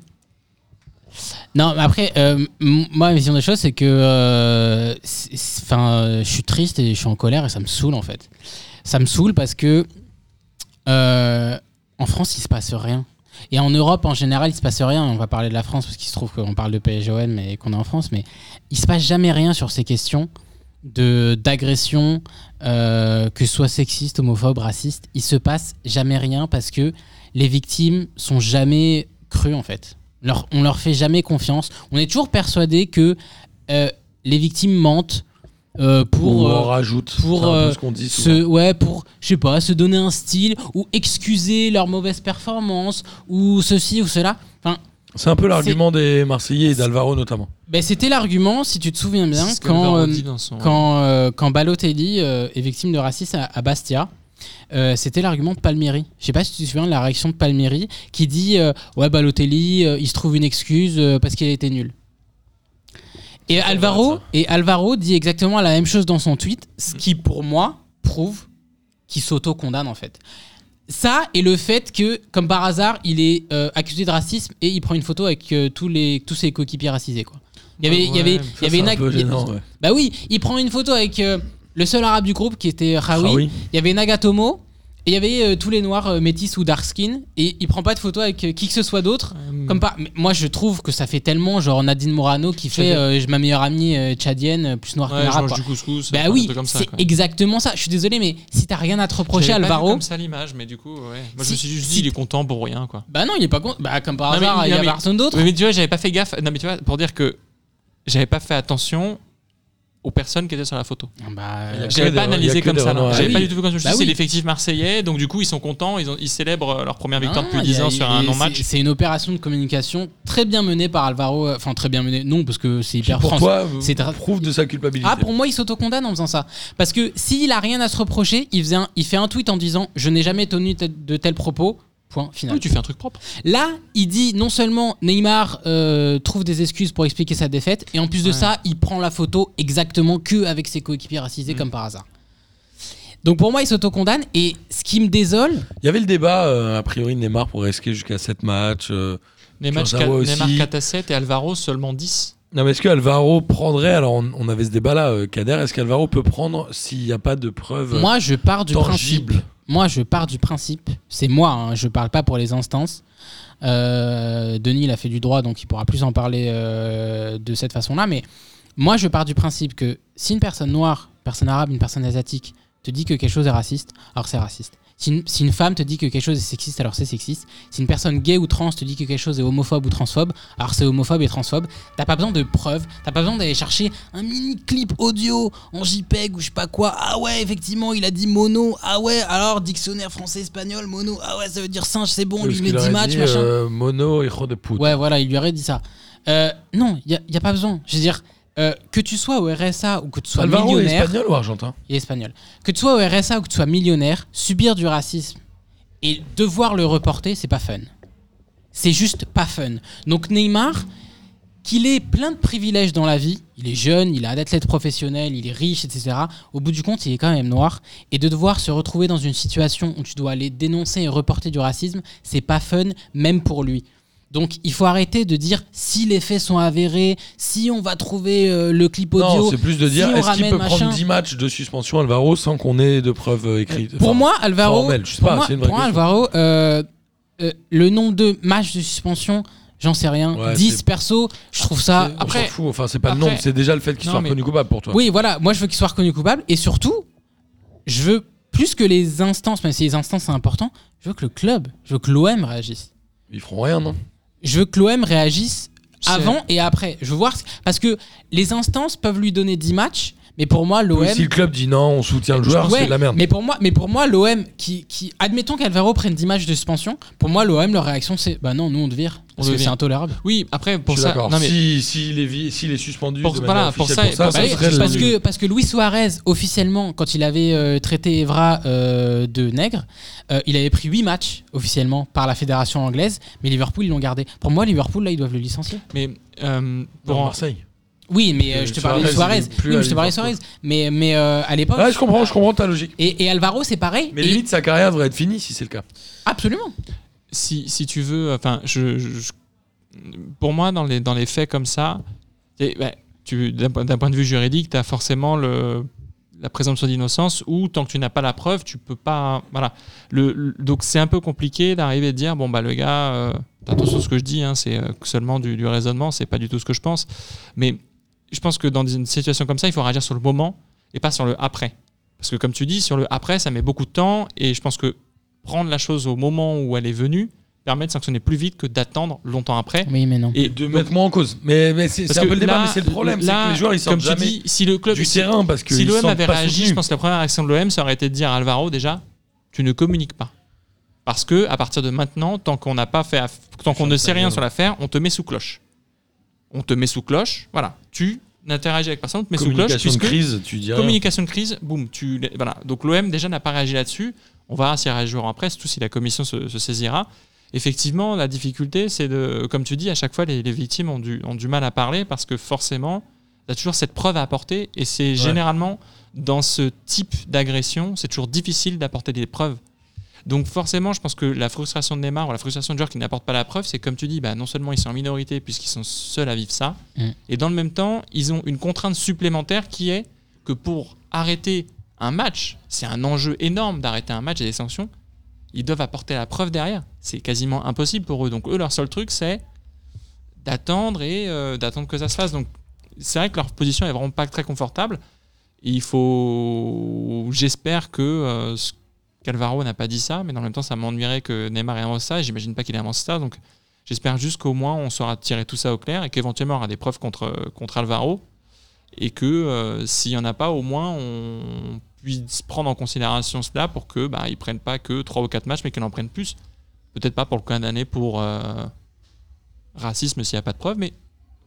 E: Non, mais après, euh, m- moi, ma vision des choses, c'est que euh, c'est- c'est- 'fin, euh, je suis triste et je suis en colère et ça me saoule, en fait. Ça me saoule parce que euh, en France, il se passe rien. Et en Europe, en général, il se passe rien. On va parler de la France parce qu'il se trouve qu'on parle de PSGOM mais qu'on est en France. Mais il se passe jamais rien sur ces questions de d'agression, euh, que ce soit sexiste, homophobe, raciste. Il se passe jamais rien parce que les victimes sont jamais crues, en fait. Leur, on leur fait jamais confiance. On est toujours persuadé que euh, les victimes mentent euh, pour.
D: Ou on
E: euh,
D: rajoute.
E: pour,
D: C'est un peu
E: euh,
D: ce qu'on dit souvent.
F: hein.
E: se, ouais, pour, je sais pas, se donner un style ou excuser leur mauvaise performance ou ceci ou cela. Enfin,
D: C'est un peu l'argument des Marseillais et d'Alvaro notamment.
E: ben, c'était l'argument, si tu te souviens bien,
F: C'est ce que
E: quand,
F: Alvaro
E: euh,
F: dit dans son-
E: quand, euh, quand Balotelli euh, est victime de racisme à, à Bastia. euh, c'était l'argument de Palmieri. Je sais pas si tu te souviens de la réaction de Palmieri qui dit euh, Ouais, Balotelli, euh, il se trouve une excuse euh, parce qu'il a été nul. Et Alvaro, et Alvaro dit exactement la même chose dans son tweet,
D: Mm.
E: ce qui pour moi prouve qu'il s'auto-condamne en fait. Ça et le fait que, comme par hasard, il est euh, accusé de racisme et il prend une photo avec euh, tous, les, tous ses coéquipiers racisés. Quoi. Il y avait, il y avait,
F: Ouais,
E: il y avait une
D: un peu
E: ac-
D: gênant, ouais.
E: bah oui, il prend une photo avec euh, le seul arabe du groupe qui était Raoui.
D: Ah oui.
E: Il y avait Nagatomo et il y avait euh, tous les noirs euh, métis ou dark skin et il prend pas de photo avec euh, qui que ce soit d'autre.
F: Euh,
E: Comme pas, mais moi je trouve que ça fait tellement genre Nadine Morano qui fait euh, je- ma meilleure amie euh, tchadienne euh, plus noire
F: ouais,
E: que
F: je
E: arabe.
F: mange
E: quoi.
F: du couscous.
E: Bah
F: enfin, un
E: oui,
F: truc comme ça,
E: c'est
F: quoi.
E: exactement ça. Je suis désolé mais si t'as rien à te reprocher
F: J'avais pas vu
E: Alvaro,
F: comme ça l'image, mais du coup, ouais. Moi, je
E: Si-
F: me suis juste
E: si
F: dit, il
E: t-
F: est content pour rien, quoi.
E: bah non il est pas con. Bah comme par
F: Non, mais-
E: hasard il y
F: non,
E: a
F: mais-
E: personne d'autre.
F: Oui, mais tu vois, j'avais pas fait gaffe. Non, mais tu vois, pour dire que j'avais pas fait attention aux personnes qui étaient sur la photo.
E: Bah,
D: Ah, Il y a
F: J'avais
D: que
F: pas
D: des- il y
F: analysé
D: a que
F: comme
D: des
F: ça. non.
D: Renois.
F: J'avais
E: Bah
F: pas
E: oui.
F: du tout fait comme ça. Je me
E: Bah
F: suis dit,
E: oui.
F: C'est l'effectif marseillais, donc du coup, ils sont contents. Ils, ont- ils célèbrent leur première victoire
E: Non,
F: depuis
E: il y
F: 10
E: a-
F: ans sur un
E: Ah, il-
F: non-match.
E: c'est- C'est une opération de communication très bien menée par Alvaro. euh, Enfin, très bien menée. Non, parce que c'est
D: Qui,
E: hyper
D: pour
E: France.
D: toi
E: c'est dra-
D: prouve de sa culpabilité.
E: Ah, pour moi, il s'autocondamne en faisant ça. Parce que s'il a rien à se reprocher, il, faisait un- il fait un tweet en disant Je n'ai jamais tenu tel- de tels propos. Point final.
F: Oui, tu fais un truc propre.
E: Là, il dit non seulement Neymar euh, trouve des excuses pour expliquer sa défaite, et en plus de
F: Ouais.
E: ça, il prend la photo exactement que avec ses coéquipiers
F: Mm.
E: racisés, comme par hasard. Donc pour moi, il s'autocondamne, et ce qui me désole,
D: Il y avait le débat, euh, a priori, Neymar pourrait risquer jusqu'à 7 matchs. euh.
F: Neymar
D: Kurzawa aussi.
F: 4 à 7 et Alvaro seulement 10.
D: Non, mais est-ce que Alvaro prendrait Alors, on, on avait ce débat-là, euh, Kader. Est-ce qu'Alvaro peut prendre s'il n'y a pas de preuves
E: moi je pars du principe.
D: tangibles
E: Moi, je pars du principe, c'est moi, hein, je parle pas pour les instances. Euh, Denis, il a fait du droit, donc il pourra plus en parler euh, de cette façon-là. Mais moi, je pars du principe que si une personne noire, une personne arabe, une personne asiatique te dit que quelque chose est raciste, alors c'est raciste. Si une, si une femme te dit que quelque chose est sexiste, alors c'est sexiste. Si une personne gay ou trans te dit que quelque chose est homophobe ou transphobe, alors c'est homophobe et transphobe. T'as pas besoin de preuves, t'as pas besoin d'aller chercher un mini clip audio en JPEG ou je sais pas quoi. Ah ouais, effectivement, il a dit mono. Ah ouais, alors dictionnaire français-espagnol, mono. Ah ouais, ça veut dire singe, c'est bon,
D: Parce
E: lui met
D: qu'il
E: 10
D: aurait
E: matchs,
D: dit,
E: machin.
D: euh, mono et de poudre.
E: Ouais, voilà, il lui aurait dit ça. Euh, non, il n'y a, pas besoin. Je veux dire, euh, que tu sois au RSA ou que tu sois
D: Alvaro est
E: millionnaire.
D: espagnol ou argentin
E: Il est espagnol. Que tu sois au RSA ou que tu sois millionnaire, subir du racisme et devoir le reporter, c'est pas fun. C'est juste pas fun. Donc Neymar, qu'il ait plein de privilèges dans la vie, il est jeune, il a un athlète professionnel, il est riche, etc. Au bout du compte, il est quand même noir. Et de devoir se retrouver dans une situation où tu dois aller dénoncer et reporter du racisme, c'est pas fun, même pour lui. Donc il faut arrêter de dire si les faits sont avérés, si on va trouver euh, le clip audio.
D: Non, c'est plus de
E: si
D: dire
E: on
D: est-ce qu'il
E: ramène
D: peut
E: machin.
D: prendre 10 matchs de suspension Alvaro sans qu'on ait de preuves euh, écrites
E: Pour
D: Enfin,
E: moi, Alvaro,
D: formelles, je sais
E: pour
D: pas,
E: moi-
D: c'est une vraie
E: pour moi,
D: question.
E: Alvaro, euh, euh, le nombre de matchs de suspension, j'en sais rien.
D: Ouais,
E: 10
D: c'est-
E: perso, je trouve ça.
F: C'est-
D: on s'en
F: après-
D: fout, enfin c'est pas le
F: après-
D: nombre, c'est déjà le fait qu'il
F: Non,
D: soit
F: mais-
D: reconnu coupable pour toi.
E: Oui, voilà, moi je veux qu'il soit reconnu coupable et surtout, je veux plus que les instances, même si les instances c'est important, je veux que le club, je veux que l'OM réagisse.
D: Ils feront rien, non
E: Je veux que l'OM réagisse
F: C'est-
E: avant et après. Je veux voir. ce- Parce que les instances peuvent lui donner 10 matchs, mais pour moi, l'OM.
D: Si le club dit non, on soutient le joueur,
E: Ouais,
D: c'est de la merde.
E: Mais pour moi, mais pour moi l'OM qui, qui admettons qu'Alvaro prenne 10 matchs de suspension, pour moi l'OM leur réaction c'est bah non, nous on te vire parce
F: On
E: que
F: te
E: c'est
F: vire.
E: intolérable.
F: Oui, après,
D: Je
F: pour
D: suis
F: ça.
D: d'accord.
F: non, mais-
D: Si, si, les vi- si les suspendus
F: Pour-
D: de
F: voilà,
D: manière
F: pour
D: officielle
F: ça- pour
D: ça
F: ça,
D: serait
E: Bah oui,
D: le-
E: parce que parce que Luis Suarez officiellement quand il avait euh, traité Evra euh, de nègre, euh, il avait pris 8 matchs officiellement par la fédération anglaise, mais Liverpool ils l'ont gardé. Pour moi Liverpool là ils doivent le licencier.
F: Mais euh, pour
D: Pour
F: en-
D: Marseille.
E: Oui, mais euh,
D: Euh,
E: je te
D: Suarez,
E: parlais de Suarez.
D: il est plus
E: Oui,
D: à
E: mais je te parlais de Suarez,
D: Liverpool.
E: mais mais euh, à l'époque
D: Ouais, je comprends, je comprends ta logique.
E: et, et Alvaro c'est pareil.
D: Mais
E: Et-
D: limite, sa carrière devrait être finie si c'est le cas.
E: absolument.
F: si, si tu veux, euh, enfin, je, je- je- pour moi, dans les, dans les faits comme ça, et, bah, tu- d'un point d'un point de vue juridique, tu as forcément le, la présomption d'innocence ou tant que tu n'as pas la preuve, tu peux pas. Voilà. Le, le- donc c'est un peu compliqué d'arriver à dire bon, bah, le gars, euh, attention à ce que je dis, hein, c'est euh, seulement du, du raisonnement, c'est pas du tout ce que je pense. Mais je pense que dans une situation comme ça, il faut réagir sur le moment et pas sur le après. Parce que comme tu dis, sur le après, ça met beaucoup de temps et je pense que prendre la chose au moment où elle est venue permet de sanctionner plus vite que d'attendre longtemps après.
E: Oui, mais non.
F: Et
D: De mettre moi en cause. Mais, mais c'est
F: parce
D: c'est un
F: que
D: peu le débat,
F: là-
D: mais c'est le problème. C'est
F: là,
D: que les joueurs, ils sortent
F: comme tu
D: jamais
F: dis, si le club,
D: du
F: si-
D: terrain parce que
F: si
D: ils
F: l'OM
D: sentent
F: avait
D: pas
F: réagi,
D: soutenus.
F: je pense que la première réaction de l'OM, ça aurait été de dire à Alvaro déjà, tu ne communiques pas. Parce que à partir de maintenant, tant qu'on n'a pas fait, aff- tant qu'on ne sait rien sur l'affaire, on te met sous cloche. On te met sous cloche. Voilà, tu n'interagis avec personne, on te met sous cloche
D: Communication de
F: puisque
D: crise, tu dis rien.
F: communication de crise. Boum, tu voilà. Donc l'OM déjà n'a pas réagi là-dessus. On verra s'il réagiront après, surtout si la commission se, se saisira. Effectivement, la difficulté, c'est de, comme tu dis, à chaque fois, les, les victimes ont du, ont du mal à parler parce que forcément, tu as toujours cette preuve à apporter et c'est généralement, dans ce type d'agression, c'est toujours difficile d'apporter des preuves. Donc forcément, je pense que la frustration de Neymar ou la frustration de joueurs qui n'apportent pas la preuve, c'est comme tu dis, bah, non seulement ils sont en minorité puisqu'ils sont seuls à vivre ça,
E: Mm.
F: et dans le même temps, ils ont une contrainte supplémentaire qui est que pour arrêter un match, c'est un enjeu énorme d'arrêter un match et des sanctions, ils doivent apporter la preuve derrière. C'est quasiment impossible pour eux. Donc eux, leur seul truc, c'est d'attendre et euh, d'attendre que ça se fasse. Donc c'est vrai que leur position est vraiment pas très confortable. Il faut, j'espère que euh, ce- qu'Alvaro n'a pas dit ça, mais dans le même temps, ça m'ennuierait que Neymar ait inventé ça. et J'imagine pas qu'il ait inventé ça. Donc j'espère juste qu'au moins on saura tirer tout ça au clair et qu'éventuellement on aura des preuves contre contre Alvaro et que euh, s'il y en a pas, au moins on puisse prendre en considération cela pour que bah ils prennent pas que 3 ou 4 matchs, mais qu'ils en prennent plus. Peut-être pas pour le condamner pour euh, racisme s'il n'y a pas de preuve, mais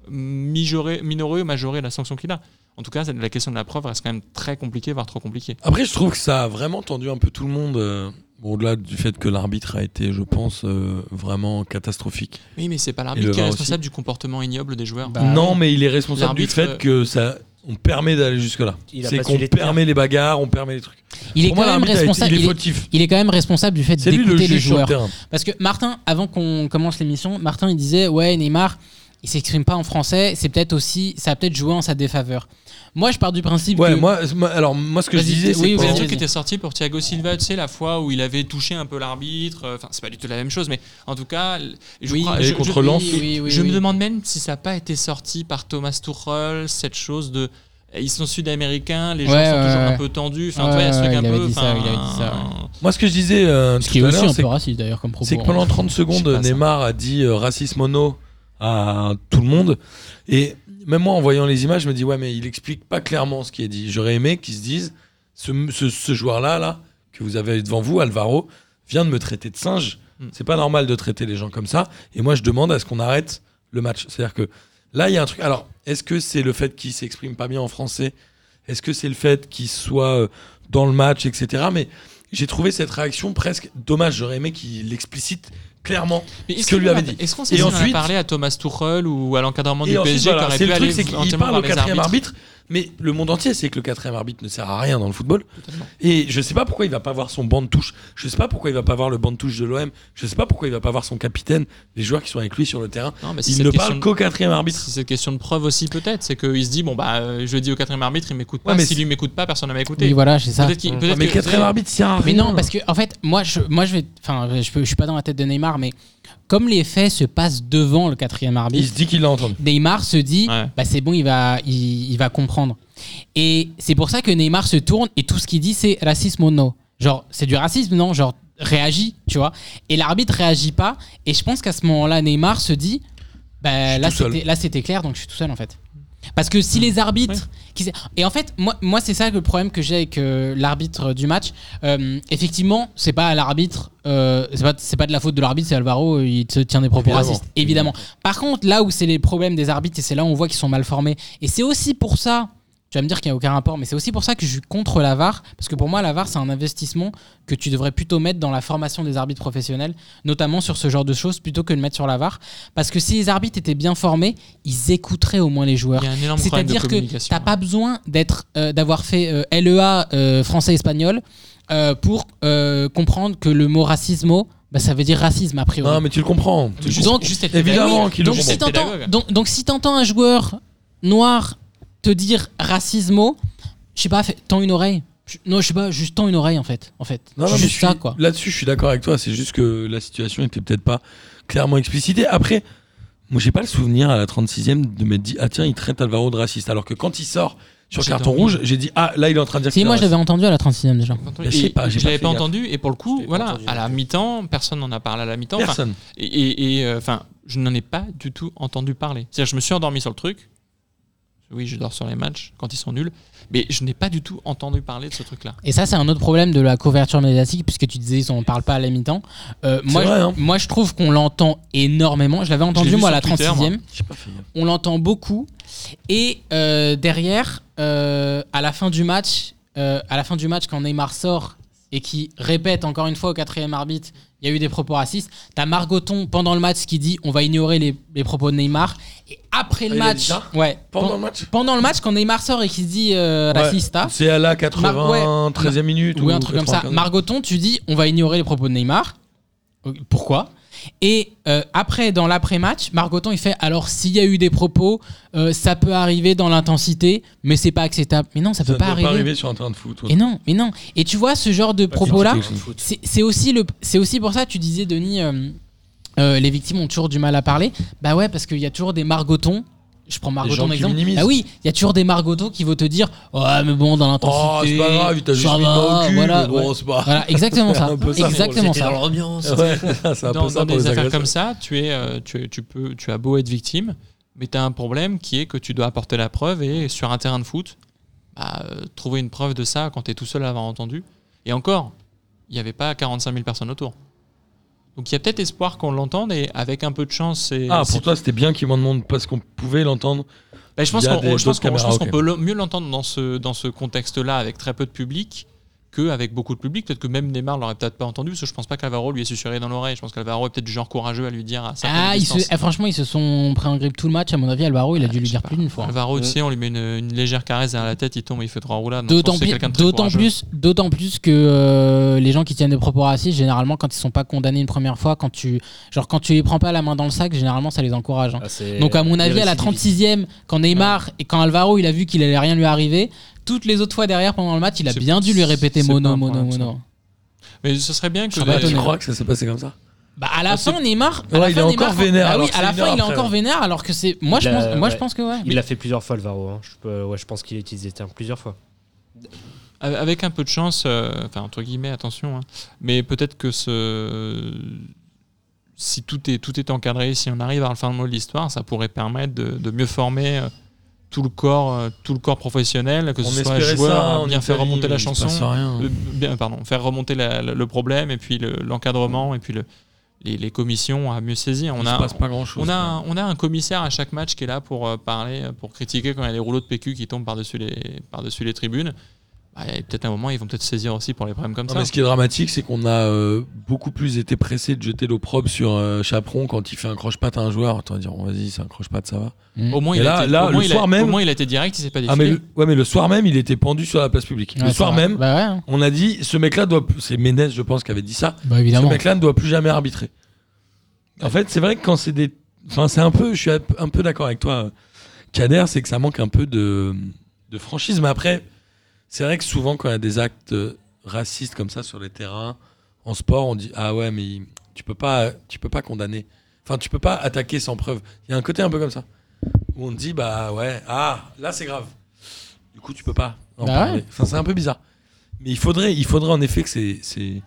F: mijorer- minorer ou majorer la sanction qu'il a. En tout cas, c'est- la question de la preuve reste quand même très compliquée, voire trop compliquée.
D: Après, je trouve que ça a vraiment tendu un peu tout le monde. euh, bon, au-delà du fait que l'arbitre a été, je pense, euh, vraiment catastrophique.
F: Oui, mais c'est pas
D: Et
F: l'arbitre
D: le
F: qui est
D: VAR
F: responsable du comportement ignoble des joueurs.
E: Bah,
D: non, mais il est responsable du
F: Ah l'arbitre, euh,
D: fait que ça, on permet d'aller jusque là.
G: Il a
D: C'est
G: pas su
D: qu'on
G: les tenir.
D: permet les bagarres, on permet les trucs.
E: Il est
D: Pour moi,
E: quand même
D: l'arbitre a été-
E: responsable.
D: Il est
E: il est-
D: fautif.
E: il est quand même responsable du fait
D: C'est lui le
E: d'écouter les
D: juge sur le
E: joueurs.
D: terrain.
E: Parce que Martin, avant qu'on commence l'émission, Martin il disait ouais Neymar, il s'exprime pas en français, c'est peut-être aussi ça a peut-être joué en sa défaveur. Moi je pars du principe
D: Ouais,
E: que
D: moi, moi- alors moi, ce que je
E: Vas-y,
D: disais,
E: oui,
D: c'est
F: C'est
E: vas-y,
F: un truc
D: que
E: vas-y.
F: qui était sorti pour Thiago Silva, tu sais, la fois où il avait touché un peu l'arbitre. euh, Enfin, c'est pas du tout la même chose, mais en tout cas, l- je
E: Oui,
F: crois-
D: Et
F: je-
D: contre
F: je-
D: Lens.
E: Oui, oui, oui,
F: je
E: oui.
F: me demande même si ça n'a pas été sorti par Thomas Tuchel, cette chose de eh, ils sont sud-américains, les gens
E: Ouais,
F: sont
E: ouais,
F: toujours
E: ouais.
F: un peu tendus. Enfin, tu
E: Ouais,
F: vois, il y a ce
E: ouais,
F: truc
E: il
F: un
E: avait
F: peu.
E: dit ça,
F: enfin,
E: il avait dit ça,
D: Moi, ce que je disais euh,
E: Ce qui est
D: tout à
E: aussi
D: l'heure,
E: un
D: c'est
E: peu raciste d'ailleurs comme propos.
D: C'est que
E: hein.
D: pendant 30 secondes,
F: Je sais pas ça.
D: Neymar a dit euh, racisme mono à tout le monde. Et même moi, en voyant les images, je me dis, ouais, mais il explique pas clairement ce qui est dit. J'aurais aimé qu'ils se disent, ce, ce- ce joueur-là, là, que vous avez devant vous, Alvaro, vient de me traiter de singe.
F: Mm.
D: C'est pas normal de traiter les gens comme ça. Et moi, je demande à ce qu'on arrête le match. C'est-à-dire que là, il y a un truc. Alors, est-ce que c'est le fait qu'il s'exprime pas bien en français Est-ce que c'est le fait qu'il soit euh, dans le match, etc. Mais j'ai trouvé cette réaction presque dommage. J'aurais aimé qu'il l'explicite clairement.
F: Mais
D: ce
F: est-ce
D: que
F: qu'on
D: lui
F: en
D: avait
F: a-
D: dit.
F: Est-ce qu'on
D: Et
F: s'est
D: ensuite-
F: ensuite... parlé à Thomas Tuchel ou à l'encadrement du
D: Et ensuite,
F: PSG
D: voilà,
F: qui
D: c'est le
F: aurait pu
D: truc,
F: aller
D: c'est qu'il
F: entièrement
D: parle au
F: par les
D: quatrième
F: arbitres
D: arbitre, mais le monde entier sait que le quatrième arbitre ne sert à rien dans le football.
F: Totalement.
D: Et je sais pas pourquoi il va pas voir son banc de touche. Je sais pas pourquoi il va pas voir le banc de touche de l'OM. Je sais pas pourquoi il va pas voir son capitaine, les joueurs qui sont avec lui sur le terrain.
F: Non, mais c'est
D: Il
F: cette
D: ne
F: question
D: parle
F: de-
D: qu'au quatrième arbitre.
F: C'est cette question de preuve aussi peut-être, c'est qu'il se dit bon bah euh, je dis au quatrième arbitre il m'écoute pas,
D: Ouais, mais
F: si
D: c'est-
F: lui m'écoute pas personne ne m'a écouté.
E: Oui, voilà, c'est ça.
F: Peut-être qu'il- peut-être
D: Ah, mais le
F: que-
D: quatrième arbitre sert à
E: Mais
D: rien.
E: non, parce que en fait, moi, je, moi, je vais, enfin, je, peux- je suis pas dans la tête de Neymar, mais comme les faits se passent devant le quatrième
D: il
E: arbitre,
D: se dit qu'il l'a entendu.
E: Neymar se dit,
F: Ouais.
E: bah c'est bon, il va, il, il va comprendre. Et c'est pour ça que Neymar se tourne et tout ce qu'il dit, c'est racisme ou non. Genre, c'est du racisme, non Genre, réagis, tu vois. Et l'arbitre réagit pas. Et je pense qu'à ce moment-là, Neymar se dit, bah
D: suis
E: là,
D: tout seul.
E: c'était, là, c'était clair, donc je suis tout seul en fait. Parce que si les arbitres. qui s- Et en fait, moi, moi c'est ça le problème que j'ai avec euh, l'arbitre du match. Euh, effectivement, c'est pas à l'arbitre. euh, c'est, pas, c'est pas de la faute de l'arbitre, c'est Alvaro, euh, il se tient des propos
D: Évidemment.
E: racistes. Évidemment. Par contre, là où c'est les problèmes des arbitres, et c'est là où on voit qu'ils sont mal formés, et c'est aussi pour ça. Tu vas me dire qu'il n'y a aucun rapport, mais c'est aussi pour ça que je suis contre la VAR, parce que pour moi, la VAR, c'est un investissement que tu devrais plutôt mettre dans la formation des arbitres professionnels, notamment sur ce genre de choses, plutôt que de le mettre sur la VAR. Parce que si les arbitres étaient bien formés, ils écouteraient au moins les joueurs.
F: Il y a un énorme problème de
E: C'est-à-dire que
F: communication.
E: t'as pas besoin d'être, euh, d'avoir fait euh, LEA euh, français-espagnol euh, pour euh, comprendre que le mot racismo, bah, ça veut dire racisme a priori.
D: Non, mais tu le comprends. Tu le
E: Juste-
D: comprends.
E: donc, juste
F: être
D: Évidemment
E: Oui,
D: qu'il le
E: donc, si
D: comprend.
F: juste-
E: t'entends-
F: pédagogue.
E: donc, donc si t'entends un joueur noir te dire racismo, je sais pas, fais- tends une oreille. Je- non, je sais pas, juste tends une oreille en fait. En fait.
D: Non, non, mais
E: juste
D: je
E: ça
D: suis-
E: quoi.
D: Là-dessus, je suis d'accord avec toi. C'est juste que la situation était peut-être pas clairement explicitée. Après, moi, j'ai pas le souvenir à la 36e de m'être dit Ah, tiens, il traite Alvaro de raciste. Alors que quand il sort sur
F: J'ai
D: carton
F: dormi.
D: rouge, j'ai dit Ah, là, il est en train de dire
E: Si
D: qu'il
E: moi
D: est
E: je l'avais entendu à la 36ème déjà.
D: Mais je sais
F: Et-
D: pas, j'ai
F: je
D: pas
F: l'avais
D: fait
F: pas
D: gaffe.
F: entendu et pour le coup
G: l'ai pas
F: voilà
G: entendu
F: à
G: non
F: la
G: plus.
F: mi-temps personne n'en a parlé à la mi-temps. Enfin,
D: Personne.
F: et- et et, euh, enfin je n'en ai pas du tout entendu parler. C'est-à-dire je me suis endormi sur le truc. Oui je dors sur les matchs quand ils sont nuls, mais je n'ai pas du tout entendu parler de ce truc là.
E: Et ça, c'est un autre problème de la couverture médiatique, puisque tu disais, on ne parle pas à la mi-temps. Euh, moi,
D: vrai,
E: je-
D: hein.
E: moi, je trouve qu'on l'entend énormément. Je l'avais entendu,
F: vu
E: moi, à la
F: sur Twitter,
E: 36e.
F: moi.
D: J'ai pas fait gaffe.
E: On l'entend beaucoup. Et euh, derrière, euh, à la fin du match, euh, à la fin du match, quand Neymar sort et qui répète encore une fois au quatrième arbitre, il y a eu des propos racistes. T'as Margoton pendant le match qui dit on va ignorer les, les propos de Neymar. Et après le
D: Ah, il a dit
E: match,
D: ça
E: ouais,
D: Pendant
E: pen-
D: le match
E: pendant le match, quand Neymar sort et qui dit euh,
D: Ouais.
E: racista,
D: C'est à la 93e
E: Mar-
D: minute.
E: ou un truc comme ça.
D: 95e.
E: Margoton, tu dis, on va ignorer les propos de Neymar. Ok, Pourquoi Et euh, après, dans l'après-match, Margoton, il fait, alors s'il y a eu des propos, euh, ça peut arriver dans l'intensité, mais c'est pas acceptable. Mais non, ça,
D: Ça
E: peut
D: ne
E: pas
D: doit
E: arriver.
D: pas arriver sur un terrain de foot. ouais.
E: Et non, mais non. Et tu vois ce genre de propos-là,
D: Foot.
E: c'est c'est aussi le, c'est aussi pour ça que tu disais, Denis, euh, euh, les victimes ont toujours du mal à parler. Bah ouais, parce qu'il y a toujours des margotons. Je prends
D: gens
E: Margoton en
D: qui
E: exemple.
D: minimisent.
E: Ah oui, il y a toujours des margotons qui vont te dire, ouais, mais bon, dans l'intensité.
D: Oh, c'est pas grave, il t'a juste
E: ça
D: mis une
E: va,
D: main au cul.
E: voilà,
D: mais bon,
E: ouais.
D: c'est pas.
E: Voilà, exactement ça.
D: Un peu ça,
E: exactement
G: C'était dans
E: ça.
G: l'ambiance.
D: Ouais, c'est un
F: dans,
D: peu ça
F: dans
D: pour
F: des
D: les
F: affaires
D: agresseurs.
F: comme ça, tu, es, euh, tu, es- tu peux, tu as beau être victime, mais tu as un problème qui est que tu dois apporter la preuve et sur un terrain de foot, bah, euh, trouver une preuve de ça quand tu es tout seul à l'avoir entendu. Et encore, il n'y avait pas 45 000 personnes autour. Donc il y a peut-être espoir qu'on l'entende et avec un peu de chance. c'est-
D: Ah,
F: c'est-
D: pour toi, c'était bien qu'il m'en demande parce qu'on pouvait l'entendre.
F: Bah, je pense
D: il y a
F: qu'on
D: des-
F: je pense
D: d'autres
F: qu'on- je
D: caméras,
F: pense qu'on
D: ok.
F: peut le- mieux l'entendre dans ce, dans ce contexte-là avec très peu de public qu'avec beaucoup de public. Peut-être que même Neymar l'aurait peut-être pas entendu parce que je pense pas qu'Alvaro lui ait susurré dans l'oreille. Je pense qu'Alvaro est peut-être du genre courageux à lui dire à certaines
E: Ah, ils se-
F: distances.
E: ah, franchement, ils se sont pris en grippe tout le match. À mon avis, Alvaro, il a dû
F: je
E: lui
F: sais
E: dire
F: pas.
E: plus d'une fois.
F: Alvaro, tu
G: Mm.
F: sais, on lui met une, une légère caresse derrière la tête, il tombe, il fait trois roulades. donc je pense
E: D'autant
F: que c'est
E: plus,
F: quelqu'un de très
E: d'autant
F: courageux.
E: plus, d'autant plus que euh, les gens qui tiennent des propos racistes, généralement, quand ils sont pas condamnés une première fois, quand tu, genre, quand tu les prends pas la main dans le sac, généralement, ça les encourage. hein.
G: Ah, c'est-
E: Donc, à mon
G: il y
E: avis,
G: avait
E: à la
G: aussi des-
E: 36e, quand Neymar et quand Alvaro, il a vu qu'il allait rien lui arriver, toutes les autres fois derrière pendant le match, il a
F: C'est-
E: bien dû lui répéter
F: c'est pas
E: mono,
F: un
E: mono,
F: problème, ça.
E: mono.
F: Mais ce serait bien que.
E: serais pas
F: les-
D: Ah, Tu
E: étonné.
D: crois que ça s'est passé comme ça
E: Bah, à la
D: On
E: fin, Neymar. à
D: Ouais,
E: la
D: il
E: fin,
D: est
E: Neymar,
D: encore
E: quand-
D: vénère,
E: Ah oui,
D: alors que
E: à la
D: c'est
E: fin,
D: une
E: il est
D: heure
E: encore
D: après.
E: vénère, alors que c'est. Moi, je
G: Il a-
E: pense, moi, je
G: ouais.
E: pense que ouais.
G: Il l'a fait plusieurs fois, le Varro. hein. Je, peux- ouais, je pense qu'il a utilisé le terme plusieurs fois.
F: Avec- Avec un peu de chance, euh, enfin entre guillemets, attention, hein, mais peut-être que ce, si tout est, tout est encadré, si on arrive à la fin de mot de l'histoire, ça pourrait permettre de, de mieux former euh, tout le corps, euh, tout le corps professionnel, que
D: On
F: ce soit
D: espérait
F: joueur,
D: ça,
F: à
D: en
F: bien faire
D: Italie, hein.
F: remonter
D: mais
F: la
D: il se passe
F: chanson,
D: rien.
F: euh, bien, pardon, faire remonter la- le le problème et puis le- l'encadrement et puis le- les, les commissions à mieux saisir. On
D: il
F: a,
D: se passe pas grand chose.
F: on a, un- on a un commissaire à chaque match qui est là pour euh, parler, euh, pour critiquer quand il y a des rouleaux de PQ qui tombent par-dessus les, par-dessus les tribunes. Bah, il y a peut-être un moment, ils vont peut-être saisir aussi pour les problèmes comme
D: Non,
F: ça.
D: mais ce qui est dramatique, c'est qu'on a euh, beaucoup plus été pressé de jeter l'opprobre sur euh, Chaperon quand il fait un croche-patte à un joueur. Attends, dire, vas-y, c'est un croche-patte, ça va.
F: Au moins,
D: Et
F: il,
D: là-
F: a été,
D: là,
F: au moins,
D: le
F: il a-
D: soir
F: au
D: même-
F: moins, il a été direct, il s'est pas
D: Ah, mais
F: défilé.
D: le, ouais, mais le soir même, il était pendu sur la place publique. le
E: Ouais,
D: soir
E: c'est vrai.
D: même,
E: Bah ouais, hein.
D: on a dit, ce mec-là doit. C'est Ménès, je pense, qui avait dit ça.
E: bah évidemment.
D: Ce mec-là ne doit plus jamais arbitrer. En fait, c'est vrai que quand c'est des. Enfin, c'est un peu. Je suis un peu- un peu d'accord avec toi, euh, Kader, c'est que ça manque un peu de, de franchise. Mais après, c'est vrai que souvent, quand il y a des actes euh, racistes comme ça sur les terrains, en sport, on dit Ah ouais, mais il- tu peux pas, tu peux pas condamner. Enfin, tu peux pas attaquer sans preuve. Il y a un côté un peu comme ça. Où on te dit Bah ouais, ah, là c'est grave. Du coup, tu peux pas en
E: Bah
D: parler.
E: ouais.
D: Enfin, c'est un peu bizarre. Mais il faudrait, il faudrait en effet que ces, ces,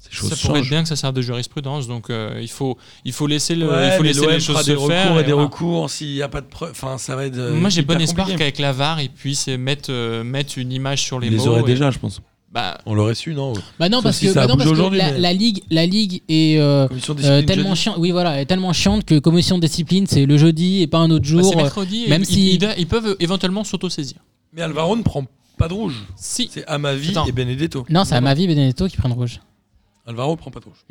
D: ces choses
F: Ça
D: changent.
F: pourrait être bien que ça serve de jurisprudence, donc euh, il, faut, il faut laisser, le,
D: Ouais,
F: il faut
D: mais
F: laisser
D: l'OM
F: les
D: fera
F: choses se
D: des recours
F: faire.
D: et des
F: voilà.
D: recours s'il n'y a pas de preuve. Enfin, ça va être. euh,
F: Moi, j'ai
D: hyper
F: bon espoir
D: compliqué.
F: qu'avec la VAR, ils puissent mettre, euh, mettre une image sur les
D: Il les
F: mots.
D: aurait
F: et-
D: déjà, je pense.
F: bah,
D: On l'aurait su, non
E: Bah non,
D: Sauf
E: parce
D: si
E: que,
D: ça
E: bah
D: a
E: non,
D: bougé
E: parce que
D: aujourd'hui,
E: la,
D: mais-
E: la ligue, la ligue est euh,
D: Commission
E: euh,
D: discipline
E: tellement
D: jeudi.
E: chiante. Oui, voilà, est tellement chiante que commission discipline, c'est le jeudi et pas un autre
F: bah, c'est
E: jour.
F: mercredi, et
E: même
F: ils,
E: si-
F: ils- ils peuvent éventuellement s'auto-saisir.
D: Mais Alvaro ne prend pas de rouge.
F: Si,
D: C'est Amavi
F: Attends.
D: et Benedetto.
E: non, c'est à ma vie Benedetto qui prennent rouge.
D: Alvaro prend pas de rouge.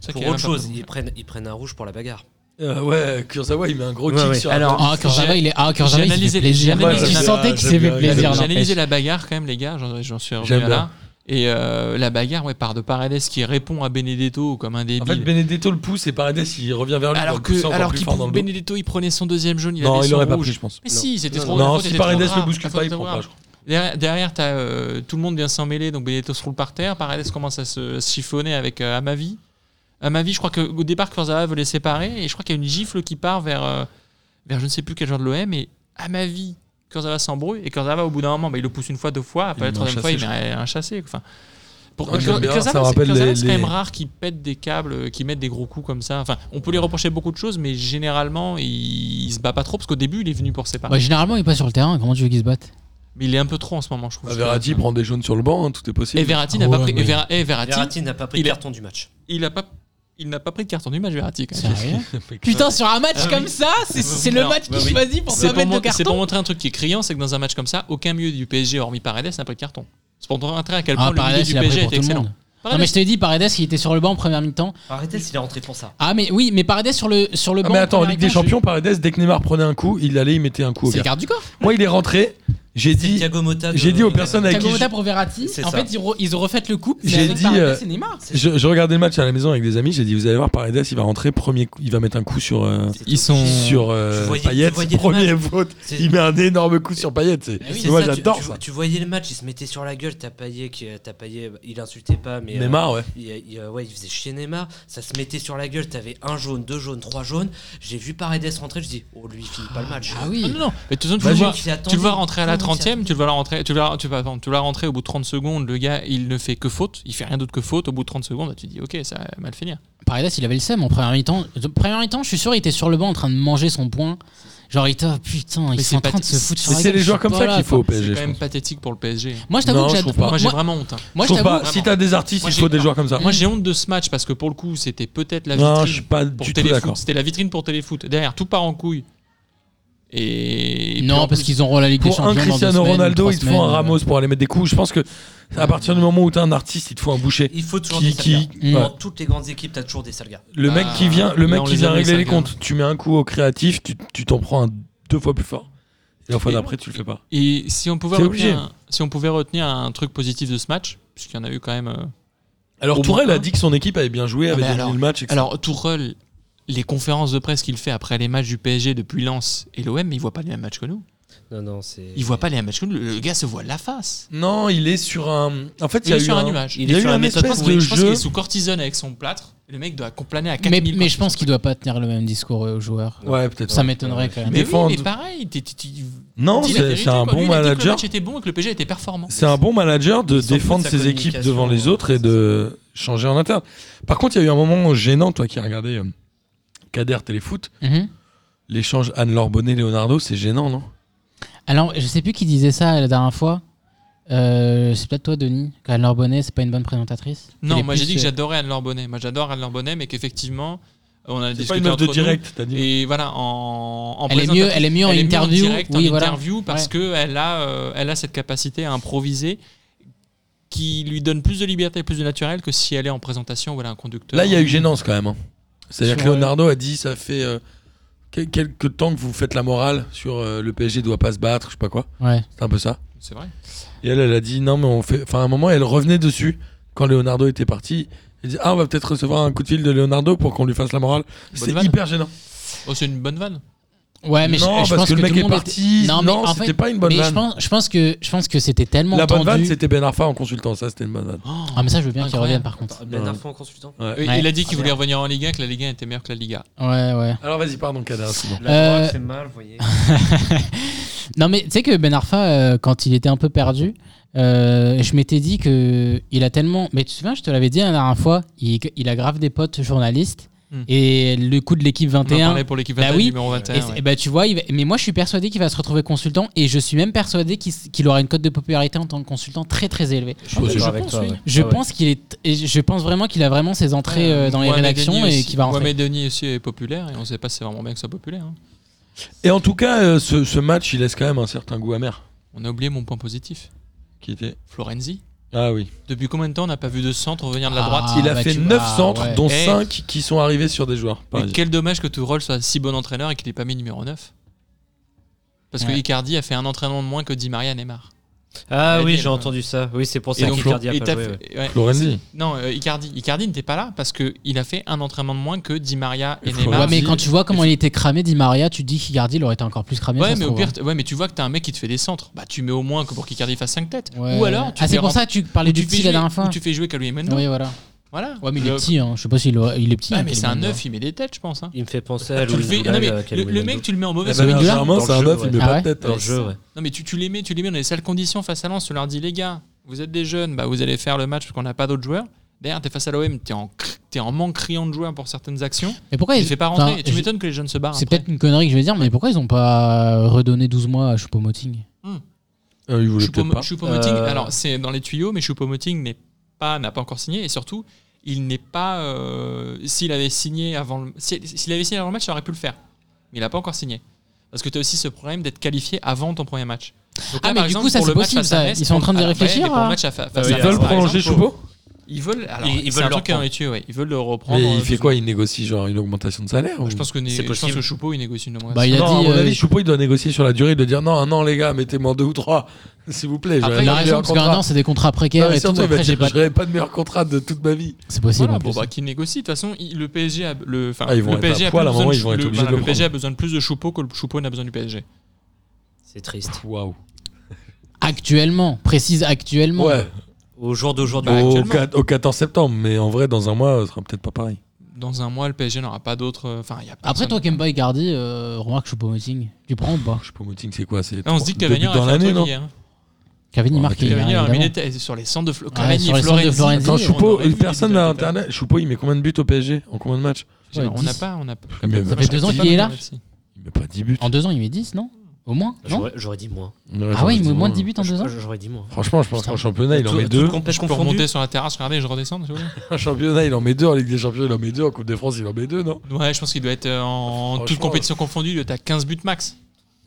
F: ça qui
G: Pour
F: est
G: autre chose,
F: important.
G: ils prennent, ils prennent un rouge pour la bagarre.
D: Euh, ouais, Kurzawa, il met un gros
G: Ouais,
D: kick
G: ouais.
D: sur
F: Alors,
D: Alvaro.
E: Ah, Kurzawa,
F: j'ai-
E: il est. Ah, Kurzawa,
F: j'ai
E: il s'est
F: analysé
E: fait
F: les-
E: plaisir.
F: j'ai analysé
E: Tu
F: les-
E: sentais qu'il s'est
D: j'aime
E: fait
D: bien,
E: plaisir.
D: j'aime
F: J'ai
E: n'empêche.
F: analysé la bagarre quand même, les gars. J'en, j'en suis revenu
D: J'aime
F: à
D: bien.
F: là. Et euh, la bagarre, ouais, part de Paredes qui répond à Benedetto comme un débile.
D: En fait, Benedetto le pousse et Paredes, il revient vers lui.
F: alors que, alors qu'il pou- Benedetto, il prenait son deuxième jaune, il
D: Non,
F: avait
D: il
F: son
D: aurait pas
F: rouge.
D: pris, je pense.
F: Mais si, c'était
G: Non,
F: trop. la
D: Non,
F: faute
D: si
F: était trop
D: Paredes
F: grave,
D: le
F: la
D: bouscule
F: faute
D: pas, il
F: était
D: prend
F: grave.
D: pas, je crois.
F: Derrière, derrière, t'as, euh, tout le monde vient s'en mêler, donc Benedetto se roule par terre. Paredes commence à se, à se chiffonner avec euh, Amavi. Amavi, je crois qu'au départ, Kurzawa veut les séparer, et je crois qu'il y a une gifle qui part vers, euh, vers je ne sais plus quel joueur de l'OM, et Amavi, Kurzawa s'embrouille, et Kurzawa, au bout d'un moment, bah, il le pousse une fois, deux fois,
D: Il
F: après la
D: met un
F: troisième fois, il
D: chassé,
F: met un chassé. Enfin, pour,
D: Ouais, j'aime
F: Kur-
D: bien, ça
F: Kurzawa, c'est
D: rappelle
F: Kurzawa,
D: les-
F: c'est quand même
D: les-
F: rare qu'ils pètent des câbles, euh, qu'ils mettent des gros coups comme ça. Enfin, on peut lui reprocher beaucoup de choses, mais généralement, il, il se bat pas trop, parce qu'au début, il est venu pour séparer.
E: Bah, généralement, il est pas sur le terrain. Comment tu veux qu'il se batte
F: Mais il est un peu trop en ce moment, je trouve.
D: Bah, Verratti prend des jaunes sur le banc, hein, tout est possible.
F: Et Verratti n'a pas
E: Ouais,
F: pris.
E: mais-
F: et Vera- et Verratti,
G: Verratti n'a pas pris
F: Ah, il
G: le
F: est-
G: carton du match.
F: il a pas. Il n'a pas pris de carton du match, Verratti. quand même.
E: Sérieux Putain, sur un match
F: Ah oui.
E: comme ça, c'est- c'est le
F: Alors,
E: match
F: bah
E: qui
F: oui.
E: choisit pour
F: C'est
E: pas
F: pour,
E: mettre de
F: mon- c'est pour
E: carton.
F: montrer un truc qui est criant, c'est que dans un match comme ça, aucun milieu du PSG, hormis Paredes, n'a pris de carton. C'est pour montrer à quel point
E: Ah,
F: le milieu
E: Paredes,
F: du
E: il a pris
F: PSG
E: pour
F: était
E: tout le
F: excellent.
E: monde. Non, mais je t'ai dit, Paredes, il était sur le banc en première mi-temps.
G: Arrêtez, il est rentré pour ça.
E: Ah, mais oui, mais Paredes sur le, sur le
D: Ah,
E: banc.
D: mais
E: en
D: attends, en
E: première
D: Ligue des
E: mi-temps, je-
D: Champions, Paredes, dès que Neymar prenait un coup, il allait, il mettait un coup. au
E: C'est le
D: gars.
E: quart du corps.
D: Moi, il est rentré, j'ai
G: C'est
D: dit,
G: Thiago Motta de-
D: j'ai dit aux personnes avec qui
E: Thiago
D: je-
E: Motta pour Verratti.
G: C'est
E: En
G: ça.
E: fait, ils, re- ils ont refait le coup.
D: J'ai dit, euh,
E: C'est Neymar.
D: Je, je regardais le match à la maison avec des amis, j'ai dit vous allez voir Paredes, il va rentrer premier coup, il va mettre un coup sur euh,
G: C'était
F: Ils sont-
G: obligé.
D: sur euh,
G: Je voyais-
D: Payet,
G: je voyais le
D: premier faute.
G: C'est-
D: Il met un énorme coup sur Payet, c'est-
G: Mais
E: oui,
G: c'est
D: moi
G: ça, tu-
D: j'adore
G: tu,
D: ça.
G: tu voyais le match, il se mettait sur la gueule, t'as Payet, qui- t'as Payet, il insultait pas, mais. euh,
D: Neymar, ouais.
G: Il, il- ouais, il faisait chier Neymar, ça se mettait sur la gueule, t'avais un jaune, deux jaunes, trois jaunes. J'ai vu Paredes rentrer, je dis, oh lui, il finit pas le match.
E: Ah
F: Ah
E: oui.
F: non, non, mais de toute façon, tu
G: Bah,
F: le
G: j'ai-
F: vois,
G: j'ai attendu.
F: tu le vois rentrer à la
G: Tout le monde s'y
F: 30ème, tu le vois la rentrer, tu le vois, tu, vas- pardon, tu le vois rentrer au bout de 30 secondes, le gars, il ne fait que faute, il fait rien d'autre que faute, au bout de 30 secondes, bah, tu dis, ok, ça va mal finir.
E: Paredes, il avait le seum en première mi-temps. De- Première mi-temps, je suis sûr, il était sur le banc en train de manger son poing. Genre, il était, ah, putain, il
F: Mais
E: est
F: c'est
E: en train
F: pas-
E: de se foutre sur
D: Mais
E: la
D: c'est
E: gueule,
D: les
E: je
D: joueurs
E: suis
D: comme
E: pas
D: ça
E: là,
D: qu'il faut au
E: quoi.
F: C'est
D: PSG.
F: quand
D: je
F: même
D: pense.
F: pathétique pour le PSG.
E: Moi, je
D: Non,
E: t'avoue
D: je
E: que
D: trouve
E: j'adore.
D: pas.
E: Bah, Moi,
F: Moi, j'ai
E: moi-
F: vraiment honte. hein.
E: moi, je
D: Je trouve
E: t'avoue.
D: pas, si t'as des artistes,
F: Moi,
D: il
F: j'ai-
D: faut des joueurs comme ça.
F: Moi j'ai honte de ce match parce que pour le coup c'était peut-être la vitrine
D: Non, je suis pas
F: pour
D: du tout
F: téléfoot.
D: d'accord.
F: C'était la vitrine pour téléfoot. Derrière tout part en couille. Et, et puis,
E: Non,
F: en
E: parce
F: plus,
E: qu'ils auront la Ligue des
D: Pour
E: Champions.
D: un
E: dans deux
D: Cristiano
E: semaines,
D: Ronaldo,
E: trois
D: il te
E: semaines,
D: faut un
E: euh,
D: Ramos pour aller mettre des coups. Je pense que à partir du moment où t'as un artiste, il te faut un boucher.
G: Il faut toujours
D: Qui,
G: des
D: qui,
G: qui...
E: Mm.
D: ouais.
G: Dans toutes les grandes équipes, t'as toujours des sales gars.
D: Le mec
F: Ah,
D: qui vient, le
F: là,
D: mec
F: on
D: qui
F: les
D: vient
F: a
D: régler
F: mis,
D: les
F: ça,
D: comptes. Tu mets un coup au créatif, tu tu t'en prends un deux fois plus fort. Et la fois
F: Et-
D: d'après, tu le fais pas.
F: Et si on pouvait
D: C'est
F: retenir,
D: obligé.
F: un- si on pouvait retenir un truc positif de ce match, puisqu'il y en a eu quand même. euh,
D: Alors
F: Au moins
D: Tourelle a
F: un.
D: dit que son équipe avait bien joué,
F: Ah,
D: avait
F: mais
D: gagné
F: alors-
D: le match. etc.
F: Alors Tourelle, les conférences de presse qu'il fait après les matchs du PSG depuis Lens et l'OM, il voit pas les mêmes matchs que nous.
G: Non, non, c'est.
F: Il voit pas les matchs, le, le gars se voit la face.
D: Non, il est sur un. En fait, il,
F: Il
D: y a
F: est
D: eu
F: sur un nuage.
D: Il y a eu
G: sur
D: un
G: la méthode
D: Ah, espèce
F: Oui,
D: de
F: je pense qu'il
D: jeu.
F: est sous cortisone avec son plâtre. et Le mec doit complaner à 4000
E: Mais, mais je pense qu'il doit pas tenir le même discours euh, aux joueurs.
D: Ouais, peut-être.
E: Ça m'étonnerait quand même.
F: Mais, oui,
D: Défendre.
F: mais pareil, t'es- t'es- t'es-
D: Non,
F: dis la
D: c'est
F: vérité,
D: c'est un
F: quoi. Lui,
D: bon
F: il a dit que Le
D: manager.
F: match était bon et que le PSG était performant.
D: C'est un bon manager de
G: Il s'en fout de
D: défendre
G: sa
D: ses équipes devant les
F: euh,
G: communication,
D: autres et
G: ouais,
D: de changer en interne. Par contre, il y a eu un moment gênant, toi qui as regardé euh, Kader Téléfoot,
E: Mhm.
D: l'échange Anne-Laure Bonnet-Leonardo, c'est gênant, non
E: Alors, je sais plus qui disait ça la dernière fois. Euh, c'est peut-être toi, Denis. Quand Anne-Laure Bonnet, c'est pas une bonne présentatrice. Elle
F: Non,
E: est
F: moi
E: plus,
F: j'ai dit que
E: euh,
F: j'adorais Anne-Laure Bonnet. Moi j'adore Anne-Laure Bonnet, mais qu'effectivement, on a
D: C'est
F: discuté
D: pas une meuf de
F: entre nous.
D: direct, t'as dit.
F: Et voilà, en, en
E: Elle est mieux, elle est mieux en
F: elle est mieux en
E: interview.
F: direct, en
E: oui, voilà.
F: interview parce
E: Ouais.
F: que elle a, euh, elle a cette capacité à improviser qui lui donne plus de liberté, plus de naturel que si elle est en présentation ou elle a un conducteur.
D: Là, il y a eu gênance quand même. hein. C'est-à-dire que
E: Sur, euh,
D: Leonardo a dit ça fait euh, quel- quelques temps que vous faites la morale sur euh, le PSG doit pas se battre, je sais pas quoi.
E: Ouais.
D: C'est un peu ça.
F: C'est vrai.
D: Et elle, elle a dit non, mais on fait. Enfin, à un moment, elle revenait dessus quand Leonardo était parti. Elle dit ah, on va peut-être recevoir un coup de fil de Leonardo pour qu'on lui fasse la morale. C'est
F: vanne.
D: hyper gênant.
F: Oh, c'est une bonne vanne.
E: Ouais, mais je-
D: non,
E: je,
D: parce
E: pense
D: que, le
E: tout
D: mec est
E: monde était-
D: parti. Non,
E: mais en
D: c'était
E: fait-
D: pas une bonne
E: mais je
D: vanne.
E: pense, je pense que je pense que c'était tellement
D: La bonne vanne,
E: tendu.
D: c'était Ben Arfa en consultant. Ça, c'était une bonne vanne.
E: ah mais ça je veux bien qu'il
F: Incroyable.
E: revienne par contre.
G: Ben Arfa en consultant
D: Ouais.
F: Oui,
E: Ouais.
F: Il a dit qu'il
G: Ah,
F: voulait revenir en Ligue 1, que la Ligue 1 était meilleure que la Liga.
E: Ouais ouais.
D: Alors vas-y, pardon, Kader. c'est bon.
E: La droite, Euh, c'est
G: mal, vous voyez.
E: Non mais tu sais que Ben Arfa euh, quand il était un peu perdu, euh, je m'étais dit que il a tellement. Mais tu te souviens, je te l'avais dit la dernière fois, il, il a grave des potes journalistes
F: Hmm.
E: et le coup de l'équipe
F: On en
E: 21.
F: parlait pour l'équipe
E: Bah
F: 21,
E: oui.
F: numéro
E: Et,
F: 21.
E: c'est-
F: ouais.
E: et bah, tu vois, il va- mais moi je suis persuadé qu'il va se retrouver consultant et je suis même persuadé qu'il s- qu'il aura une cote de popularité en tant que consultant très très élevée.
D: Je pense que-
F: avec toi, ouais.
E: Je pense qu'il est, et je pense vraiment qu'il a vraiment ses entrées euh, dans les
F: Mohamed
E: rédactions
F: Denis
E: et
F: aussi.
E: qu'il va rentrer.
F: Mohamed Denis aussi est populaire et on ne sait pas si c'est vraiment bien que ce soit populaire. hein.
D: Et en tout cas, euh, ce, ce match, il laisse quand même un certain goût amer.
F: On a oublié mon point positif.
D: Qui était
F: Florenzi.
D: Ah oui.
F: Depuis combien de temps on n'a pas vu de centre venir de la
E: Ah,
F: droite
D: il a
E: bah,
D: fait
E: tu-
D: 9
E: ah,
D: centres,
E: ouais.
D: dont
F: Eh.
D: 5 qui sont arrivés sur des joueurs. Ah,
F: Mais
D: parisiens.
F: quel dommage que Tourol soit si bon entraîneur et qu'il n'ait pas mis numéro 9. Parce que
E: Ouais.
F: Icardi a fait un entraînement de moins que Di Maria Neymar.
G: Ah
F: Elle
G: oui,
F: est
G: j'ai
F: bien.
G: entendu ça. Oui, c'est pour ça
F: donc,
G: qu'Icardi a
F: et
G: pas
F: t'as
G: joué. ouais.
F: fait- ouais.
D: Florenzi.
F: Non, euh, Icardi, Icardi n'était pas là parce qu'il a fait un entraînement de moins que Di Maria
D: Et
F: et
D: Florent-
E: Ouais,
F: Neymar.
E: mais quand tu vois comment il était cramé, Di Maria, tu te dis qu'Icardi il aurait été encore plus cramé.
F: Ouais,
E: ça se
F: mais au
E: trouve,
F: pire,
E: hein.
F: t- ouais, mais tu vois que t'as un mec qui te fait des centres. Bah, tu mets au moins que pour qu'Icardi fasse 5 têtes.
E: Ouais.
F: Ou alors, tu
E: ah,
F: fais
E: c'est pour
F: rem-
E: ça tu
F: ou
E: parlais
F: tu
E: du
F: fais
E: petit la
F: jouer-
E: dernière fois.
F: ou tu fais jouer Kalu Mendo.
E: Oui, voilà.
F: Voilà.
E: Ouais, mais il est
F: Le-
E: petit, hein. je sais pas s'il aura- il est petit.
F: Ah,
E: hein,
F: mais
E: Kalu
F: c'est un
E: Mendo.
F: 9, il met des têtes, je pense. hein.
G: Il me fait penser à
F: Tu le
G: Louis bah
F: fais- non,
G: Vidal,
F: mais
G: euh,
F: le,
G: Calvin
F: le mec,
G: Lando.
F: tu le mets en mauvais
D: Eh ben,
E: Vidal
D: Germain,
G: Dans
D: c'est
G: le
D: un
G: jeu,
D: 9, il
G: ouais.
D: met
E: Ah
D: pas
E: ouais.
D: de tête. hein.
G: Dans le
D: ouais.
G: jeu, ouais. Ah
F: Non, mais tu, tu les mets, tu les mets dans les sales conditions face à Lens. Tu leur dis, les gars, vous êtes des jeunes, bah, vous allez faire le match parce qu'on n'a pas d'autres joueurs. Derrière, t'es face à l'OM, t'es en, cr- t'es en manque criant de joueurs pour certaines actions.
E: Mais pourquoi
F: Tu
E: ils
F: les fais pas rentrer.
E: enfin,
F: et tu
E: je-
F: m'étonnes que les jeunes se barrent.
E: C'est
F: après.
E: peut-être une connerie que je vais dire, mais pourquoi ils ont pas redonné 12 mois à Choupo-Moting
D: Euh, il voulait peut-être pas.
F: Choupo- Choupo-Moting,
G: Euh.
F: alors c'est dans les tuyaux, mais Choupo-Moting n'est pas, n'a pas encore signé et surtout, il n'est pas. euh, s'il avait signé avant le, si- s'il avait signé avant le match, ça aurait pu le faire. Mais il n'a pas encore signé. Parce que tu as aussi ce problème d'être qualifié avant ton premier match. Donc
E: Ah, mais
F: par
E: du coup, ça,
F: pour
E: c'est
F: le match
E: possible,
F: face à
E: ça.
F: Metz,
E: Ils sont en train d'y
F: alors, ouais, mais
E: réfléchir, hein.
F: pour le
E: à-
F: match à fa-
G: Bah
F: face
G: oui,
F: à
D: Euh, Ils
F: Metz,
G: alors,
D: veulent
F: par
D: prolonger
F: exemple,
D: Choupo
F: Ils veulent. Alors,
G: Ils- ils
F: c'est
G: veulent
F: un
G: le
F: truc qui est dans
G: reprendre.
F: les tuyaux, ouais. Ils veulent le reprendre.
D: Mais
F: euh,
D: il fait quoi Il négocie genre une augmentation de salaire ou-
F: Ah, Je pense que né-
G: C'est
F: je pense
G: possible.
F: que Choupo, il négocie une augmentation.
E: Bah, il a
D: non,
E: dit,
D: à mon
E: euh,
D: avis, Choupo, il doit négocier sur la durée, il doit dire non, un an, les gars, mettez-moi deux ou trois, s'il vous plaît. j'aurais
E: Il
D: pas
E: a
D: de
E: raison,
D: meilleur
E: parce qu'un
D: contrat.
E: an, c'est des contrats
D: Non,
E: précaires
D: mais
E: et tout.
D: surtout, il va
E: Après,
D: dire,
E: j'ai pas.
D: j'aurais pas de meilleur contrat de toute ma vie.
E: C'est possible.
F: Voilà,
E: en
F: bon,
E: plus.
F: bah, qui négocie. De toute façon, il- le PSG a le, enfin,
D: Ah, ils vont
F: le
D: être
F: PSG
D: à
F: a
D: poil,
F: plus
D: à un
F: besoin
D: moment,
F: de-
D: ils vont être
F: le-
D: obligés de
F: voilà, le
D: le
F: PSG a besoin de plus de Choupeau que le Choupeau n'a besoin du PSG.
G: C'est triste.
D: Waouh.
E: Actuellement, précise actuellement.
D: Ouais,
G: Au jour d'aujourd'hui.
F: Bah,
D: au,
F: actuellement.
D: quat- au 14 septembre, mais en vrai, dans un mois, ce sera peut-être pas pareil.
F: Dans un mois, le PSG n'aura pas d'autres. euh, Enfin, il y a
E: Après,
F: personne.
E: toi qui aimes pas Icardi, euh, remarque Choupo-Moting. Tu prends ou pas
D: Choupo Moting, c'est quoi C'est
F: Ah, on se dit que
D: deux buts
F: Cavani
D: dans
F: aura fait
D: l'année,
F: un
D: non
F: truc hier. hein.
E: Cavani
D: Ouais,
E: marqué.
F: Cavani aura mis
E: évidemment.
F: des têtes sur les centres de Flo-
E: Ouais,
F: Cavani
E: sur les
F: et
E: centres de
F: Florenzi.
E: Florenzi.
D: Attends,
E: on
D: Choupo,
F: aurait mis
D: personne
F: des
D: n'a
F: têtes.
D: internet. Choupo, il met combien de buts au PSG En combien de matchs
F: Je veux dire,
E: Ouais,
F: On n'a
E: 10.
F: pas, on n'a pas.
D: Mais-
E: Ça fait deux ans qu'il est là
D: Il met pas 10 buts.
E: En deux ans, il met 10, non Au moins non
G: J'aurais j'aurais dit moins.
D: Ouais,
E: Ah ouais,
D: j'aurais
E: il met
D: dit
E: moins de 10 buts en deux ans
G: J'aurais j'aurais dit moins.
D: Franchement, je pense
E: Putain.
D: qu'en championnat, Ah, il en
G: Tout-
D: met
G: tout
D: deux.
G: complète
F: Je peux
G: confondu.
F: remonter sur la terrasse, regardez, je redescends. si vous voulez.
D: En championnat, il en met deux. En Ligue des Champions, il en met deux. En Coupe de France, il en met deux, non
F: Ouais, je pense qu'il doit être euh, en
D: Franchement,
F: toute compétition confondue, il doit être à 15 buts max.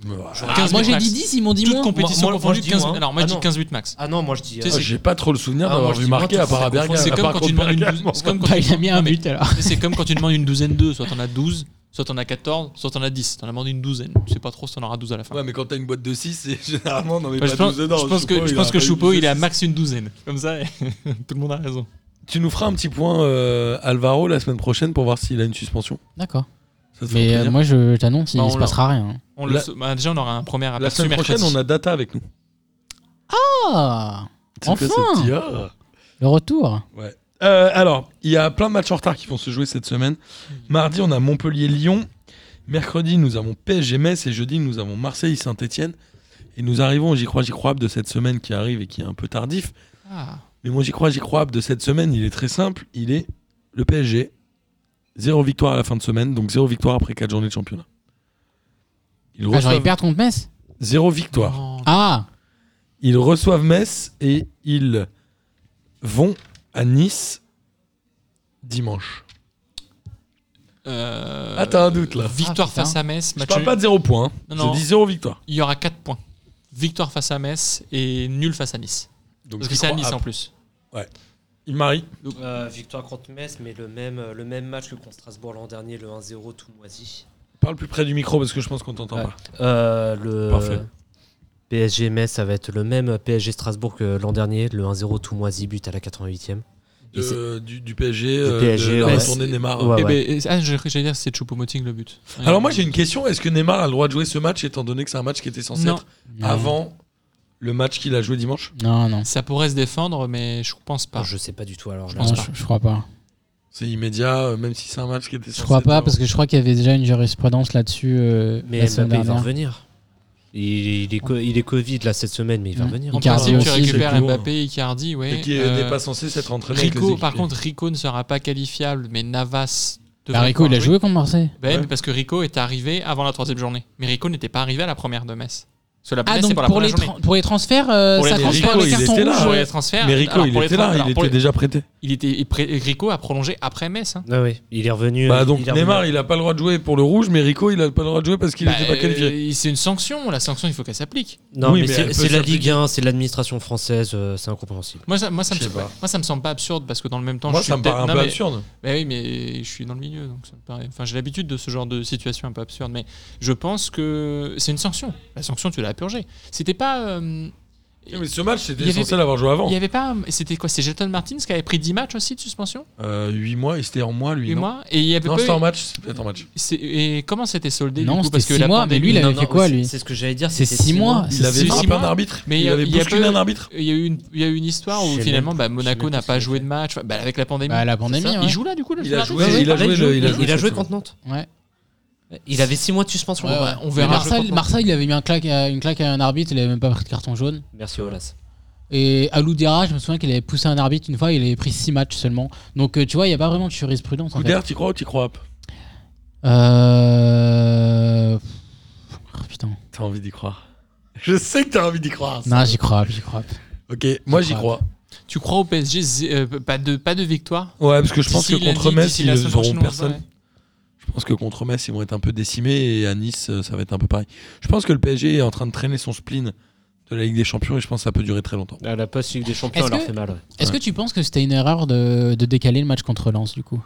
D: Ah,
F: 15
E: Moi,
F: buts
E: j'ai
F: max.
E: dit 10, ils m'ont dit
F: Toute
E: moins.
F: compétition
G: moi, moi,
F: confondue,
G: je dis
F: 15
G: moins.
F: Alors, moi,
G: Ah
F: je dis
G: non. 15
F: 15 buts max.
G: Ah non, moi je dis.
F: Tu sais,
G: euh,
F: c'est-
D: J'ai pas trop le souvenir
G: Ah,
D: d'avoir
G: moi, je
D: vu
G: dis, moi,
D: marquer
G: tout
D: à part
G: ça
D: à
G: confond-
D: Bergame.
F: C'est
D: à
F: comme
D: part
F: quand
D: contre
F: tu demandes une
D: Bergame,
F: douze-
D: en
F: c'est comme
D: vrai.
F: quand
E: Bah, il a
F: tu-
E: mis
F: non,
E: un
F: mais-
E: but alors.
F: Tu sais, C'est comme quand tu demandes une douzaine d'œufs, soit t'en as 12, soit t'en as 14, soit t'en as 10. T'en as demandé une douzaine. Tu sais pas trop si t'en auras 12 à la fin.
D: Ouais, mais quand t'as une boîte de 6, c'est généralement dans mes
F: Enfin, je, pense, je pense que, je pense que Choupo, il est à max une douzaine. Comme ça, tout le monde a raison.
D: Tu nous feras un petit point euh, Alvaro la semaine prochaine pour voir s'il a une suspension.
E: D'accord.
D: Ça te fera
E: Mais euh,
D: plaisir
E: moi, je t'annonce,
F: Bah,
E: il
F: on
E: se
F: l'a-
E: passera rien. hein.
F: On On le
D: La-
F: sa- bah, déjà, on aura un premier aperçu
D: La semaine prochaine,
F: mercredi.
D: on a Data avec nous.
F: Bah,
E: Ah,
D: C'est quoi
E: Enfin
D: ce petit ah
E: le retour.
D: Ouais. Euh, alors, il y a plein de matchs en retard qui vont se jouer cette semaine. Mardi, on a Montpellier-Lyon. Mercredi, nous avons PSG-Metz. Et jeudi, nous avons Marseille-Saint-Etienne. Et nous arrivons au J'y crois, J'y crois de cette semaine qui arrive et qui est un peu tardif.
F: Ah,
D: Mais mon J'y crois, J'y crois de cette semaine, il est très simple. Il est le PSG. Zéro victoire à la fin de semaine. Donc zéro victoire après 4 journées de championnat. Ils
E: Ah, genre,
D: reçoivent
E: ils perdent contre Metz
D: zéro victoire.
F: non.
E: Ah,
D: Ils reçoivent Metz et ils vont à Nice dimanche.
F: Euh,
D: Ah, t'as un doute, là.
F: Victoire
E: Ah, putain.
F: face à Metz.
D: Je
F: match
D: parle
F: nul.
D: pas de zéro point. hein.
F: Non, non.
D: Je dis zéro victoire.
F: Il y aura 4 points. Victoire face à Metz et nul face à Nice.
D: Donc
F: Parce que c'est à
D: ah.
F: Nice hein. en plus.
D: Il marie.
G: Euh, victoire contre Metz, mais le même, euh, le même match que contre Strasbourg l'an dernier, le 1-0 tout moisi.
D: Parle plus près du micro parce que je pense qu'on t'entend
G: Ouais.
D: pas.
G: Euh, le
D: Parfait.
G: PSG Metz, ça va être le même PSG Strasbourg que l'an dernier, le 1-0 tout moisi, but à la 88e. Et
D: De- du, du PSG, euh,
G: PSG,
D: de la
F: ouais.
D: retournée Neymar.
G: Ouais,
F: Eh
G: ouais.
F: ben, et- ah, je- j'allais dire c'est Choupo-Moting le but. Euh,
D: Alors moi j'ai une question. Est-ce que Neymar a le droit de jouer ce match étant donné que c'est un match qui était censé
F: Non.
D: être avant le match qu'il a joué dimanche
E: Non, non.
F: Ça pourrait se défendre, mais je pense pas.
G: Ah, je sais pas du tout alors.
F: Je
G: là.
E: Non,
F: pense
E: je, je crois pas.
D: C'est immédiat, euh, même si c'est un match qui était censé.
E: Je crois
D: être
E: pas
D: avant.
E: parce que je crois qu'il y avait déjà une jurisprudence là-dessus euh,
G: Mais
E: la semaine
G: Mbappé il va
E: dernière.
G: revenir. Il, il est, co- il est Covid là cette semaine, mais il va
E: Mm.
G: revenir.
F: En
E: Icardi
F: principe,
E: aussi,
F: tu récupères
D: c'est plus
F: Mbappé, Icardi, ouais.
D: Et qui euh,
F: Euh,
D: n'est pas censé s'être entraîné. avec les
F: Rico, par
D: équipiers.
F: contre, Rico ne sera pas qualifiable, mais Navas. devrait
E: Bah, Rico, il a
F: pouvoir
E: joué contre Marseille.
F: Ben,
D: Ouais.
F: mais parce que Rico est arrivé avant la troisième journée. Mais Rico n'était pas arrivé à la première de Metz. Parce que la
E: Ah,
F: Metz,
E: donc
F: c'est pour la
E: pour les,
F: première journée.
E: tran- pour les transferts, euh,
F: Pour les
E: ça
F: transferts,
E: transfère les
D: Rico, il
E: cartons
D: était là,
E: rouges.
F: Pour
E: ouais.
F: les transferts,
D: Mais Rico
F: alors,
D: il
F: pour les
D: était
F: trans-
D: là,
F: alors,
D: il
F: pour
D: était
F: les-
D: déjà prêté.
F: il était il pré- Rico a prolongé après Metz. hein.
G: Ah oui, il est revenu.
D: Bah
G: euh,
D: donc
G: il est
D: Neymar
G: revenu.
D: il a pas le droit de jouer pour le rouge, mais Rico il a pas le droit de jouer parce qu'il
F: Bah,
D: n'était pas qualifié.
F: euh, c'est une sanction. La sanction, il faut qu'elle s'applique.
G: Non,
D: Oui,
G: mais
D: mais elle
G: c'est
D: peut
G: c'est la
D: s'appliquer.
G: Ligue 1, c'est l'administration française, euh, c'est incompréhensible.
F: Moi, ça, moi, ça me
D: Je sais
F: semble,
D: pas.
F: moi, ça me semble pas absurde parce que dans le même temps,
D: Moi
F: je suis
D: ça me
F: peut-être-
D: paraît un
F: non,
D: peu
F: mais-
D: absurde.
F: Bah oui, mais je suis dans le milieu, donc ça me paraît. Enfin, j'ai l'habitude de ce genre de situation un peu absurde, mais je pense que c'est une sanction. La sanction, tu l'as purgée. C'était pas. euh,
D: Non, Mais ce match
F: Il y
D: c'était
F: avait-
D: censé l'avoir joué
F: il
D: avant.
F: y avait pas. C'était quoi C'est Jelton Martins qui avait pris 10 matchs aussi de suspension
D: 8 Euh, mois et c'était en mois lui.
F: Et
D: non
F: moi Et il y avait
D: Non,
F: pas
D: c'était en
F: eu-
D: match, c'est peut-être en match.
F: c'est- Et comment c'était soldé
E: Non,
F: du coup
E: c'était
F: Parce que
E: six
F: la
E: mois, mais
F: pandémie-
E: lui, il
F: Non,
E: avait
F: non,
E: fait quoi, lui
G: C'est ce que j'allais dire.
E: C'est
G: c'était
E: six mois.
D: Il avait
F: Ah, six
D: frappé
F: mois.
D: un arbitre,
F: Mais
D: il
F: y a-
D: avait
F: y a
D: bousculé
F: pas eu-
D: un arbitre.
F: Il y a eu une, il y a eu une histoire
G: Je
F: où
G: sais
F: finalement
G: même-
F: bah,
G: je sais
F: Monaco
G: même
F: n'a
G: plus
F: pas
G: ce
F: joué
G: qu'il
F: de match. Bah, avec la pandémie.
E: Bah, la pandémie,
G: ça,
E: ouais.
F: Il joue là du coup le
D: Il a
F: Jelton
D: joué,
F: Martins
D: il a
G: Ah,
D: joué,
G: il joue.
D: le- il a joué
G: Il a
D: cette
G: joué
D: saison.
G: contre Nantes.
E: Ouais.
G: Il avait 6 mois de suspension.
E: Ouais, ouais.
F: On
E: Mais
F: verra.
E: Marseille, Marseille, il avait eu un claque à- une claque à un arbitre, il avait même pas pris de carton jaune.
G: Merci Olas.
E: Et à Loudéra, je me souviens qu'il avait poussé un arbitre une fois, il avait pris 6 matchs seulement. Donc euh, tu vois, il n'y a pas vraiment de jurisprudence. En fait.
D: Coudert, t'y crois ou t'y crois pas
E: Euh. pff, Putain.
D: T'as envie d'y croire. Je sais que t'as envie d'y croire.
E: Non, j'y crois, j'y crois.
D: Ok, moi j'y
E: j'y
D: crois.
E: crois.
F: Tu crois au PSG zé- euh, pas de pas de victoire
D: Ouais, parce que je pense que
F: D'ici
D: contre
F: lundi,
D: Metz,
F: d'ici la semaine
D: ils auront
F: prochaine, on le
D: personne.
F: verra, ouais.
D: Je pense que contre Metz, ils vont être un peu décimés et à Nice, euh, ça va être un peu pareil. Je pense que le PSG est en train de traîner son spleen de la Ligue des Champions et je pense que ça peut durer très longtemps.
G: La post Ligue des Champions,
E: Est-ce
G: elle leur
E: que-
G: fait mal. ouais.
E: Est-ce que tu penses que c'était une erreur de, de décaler le match contre Lens du coup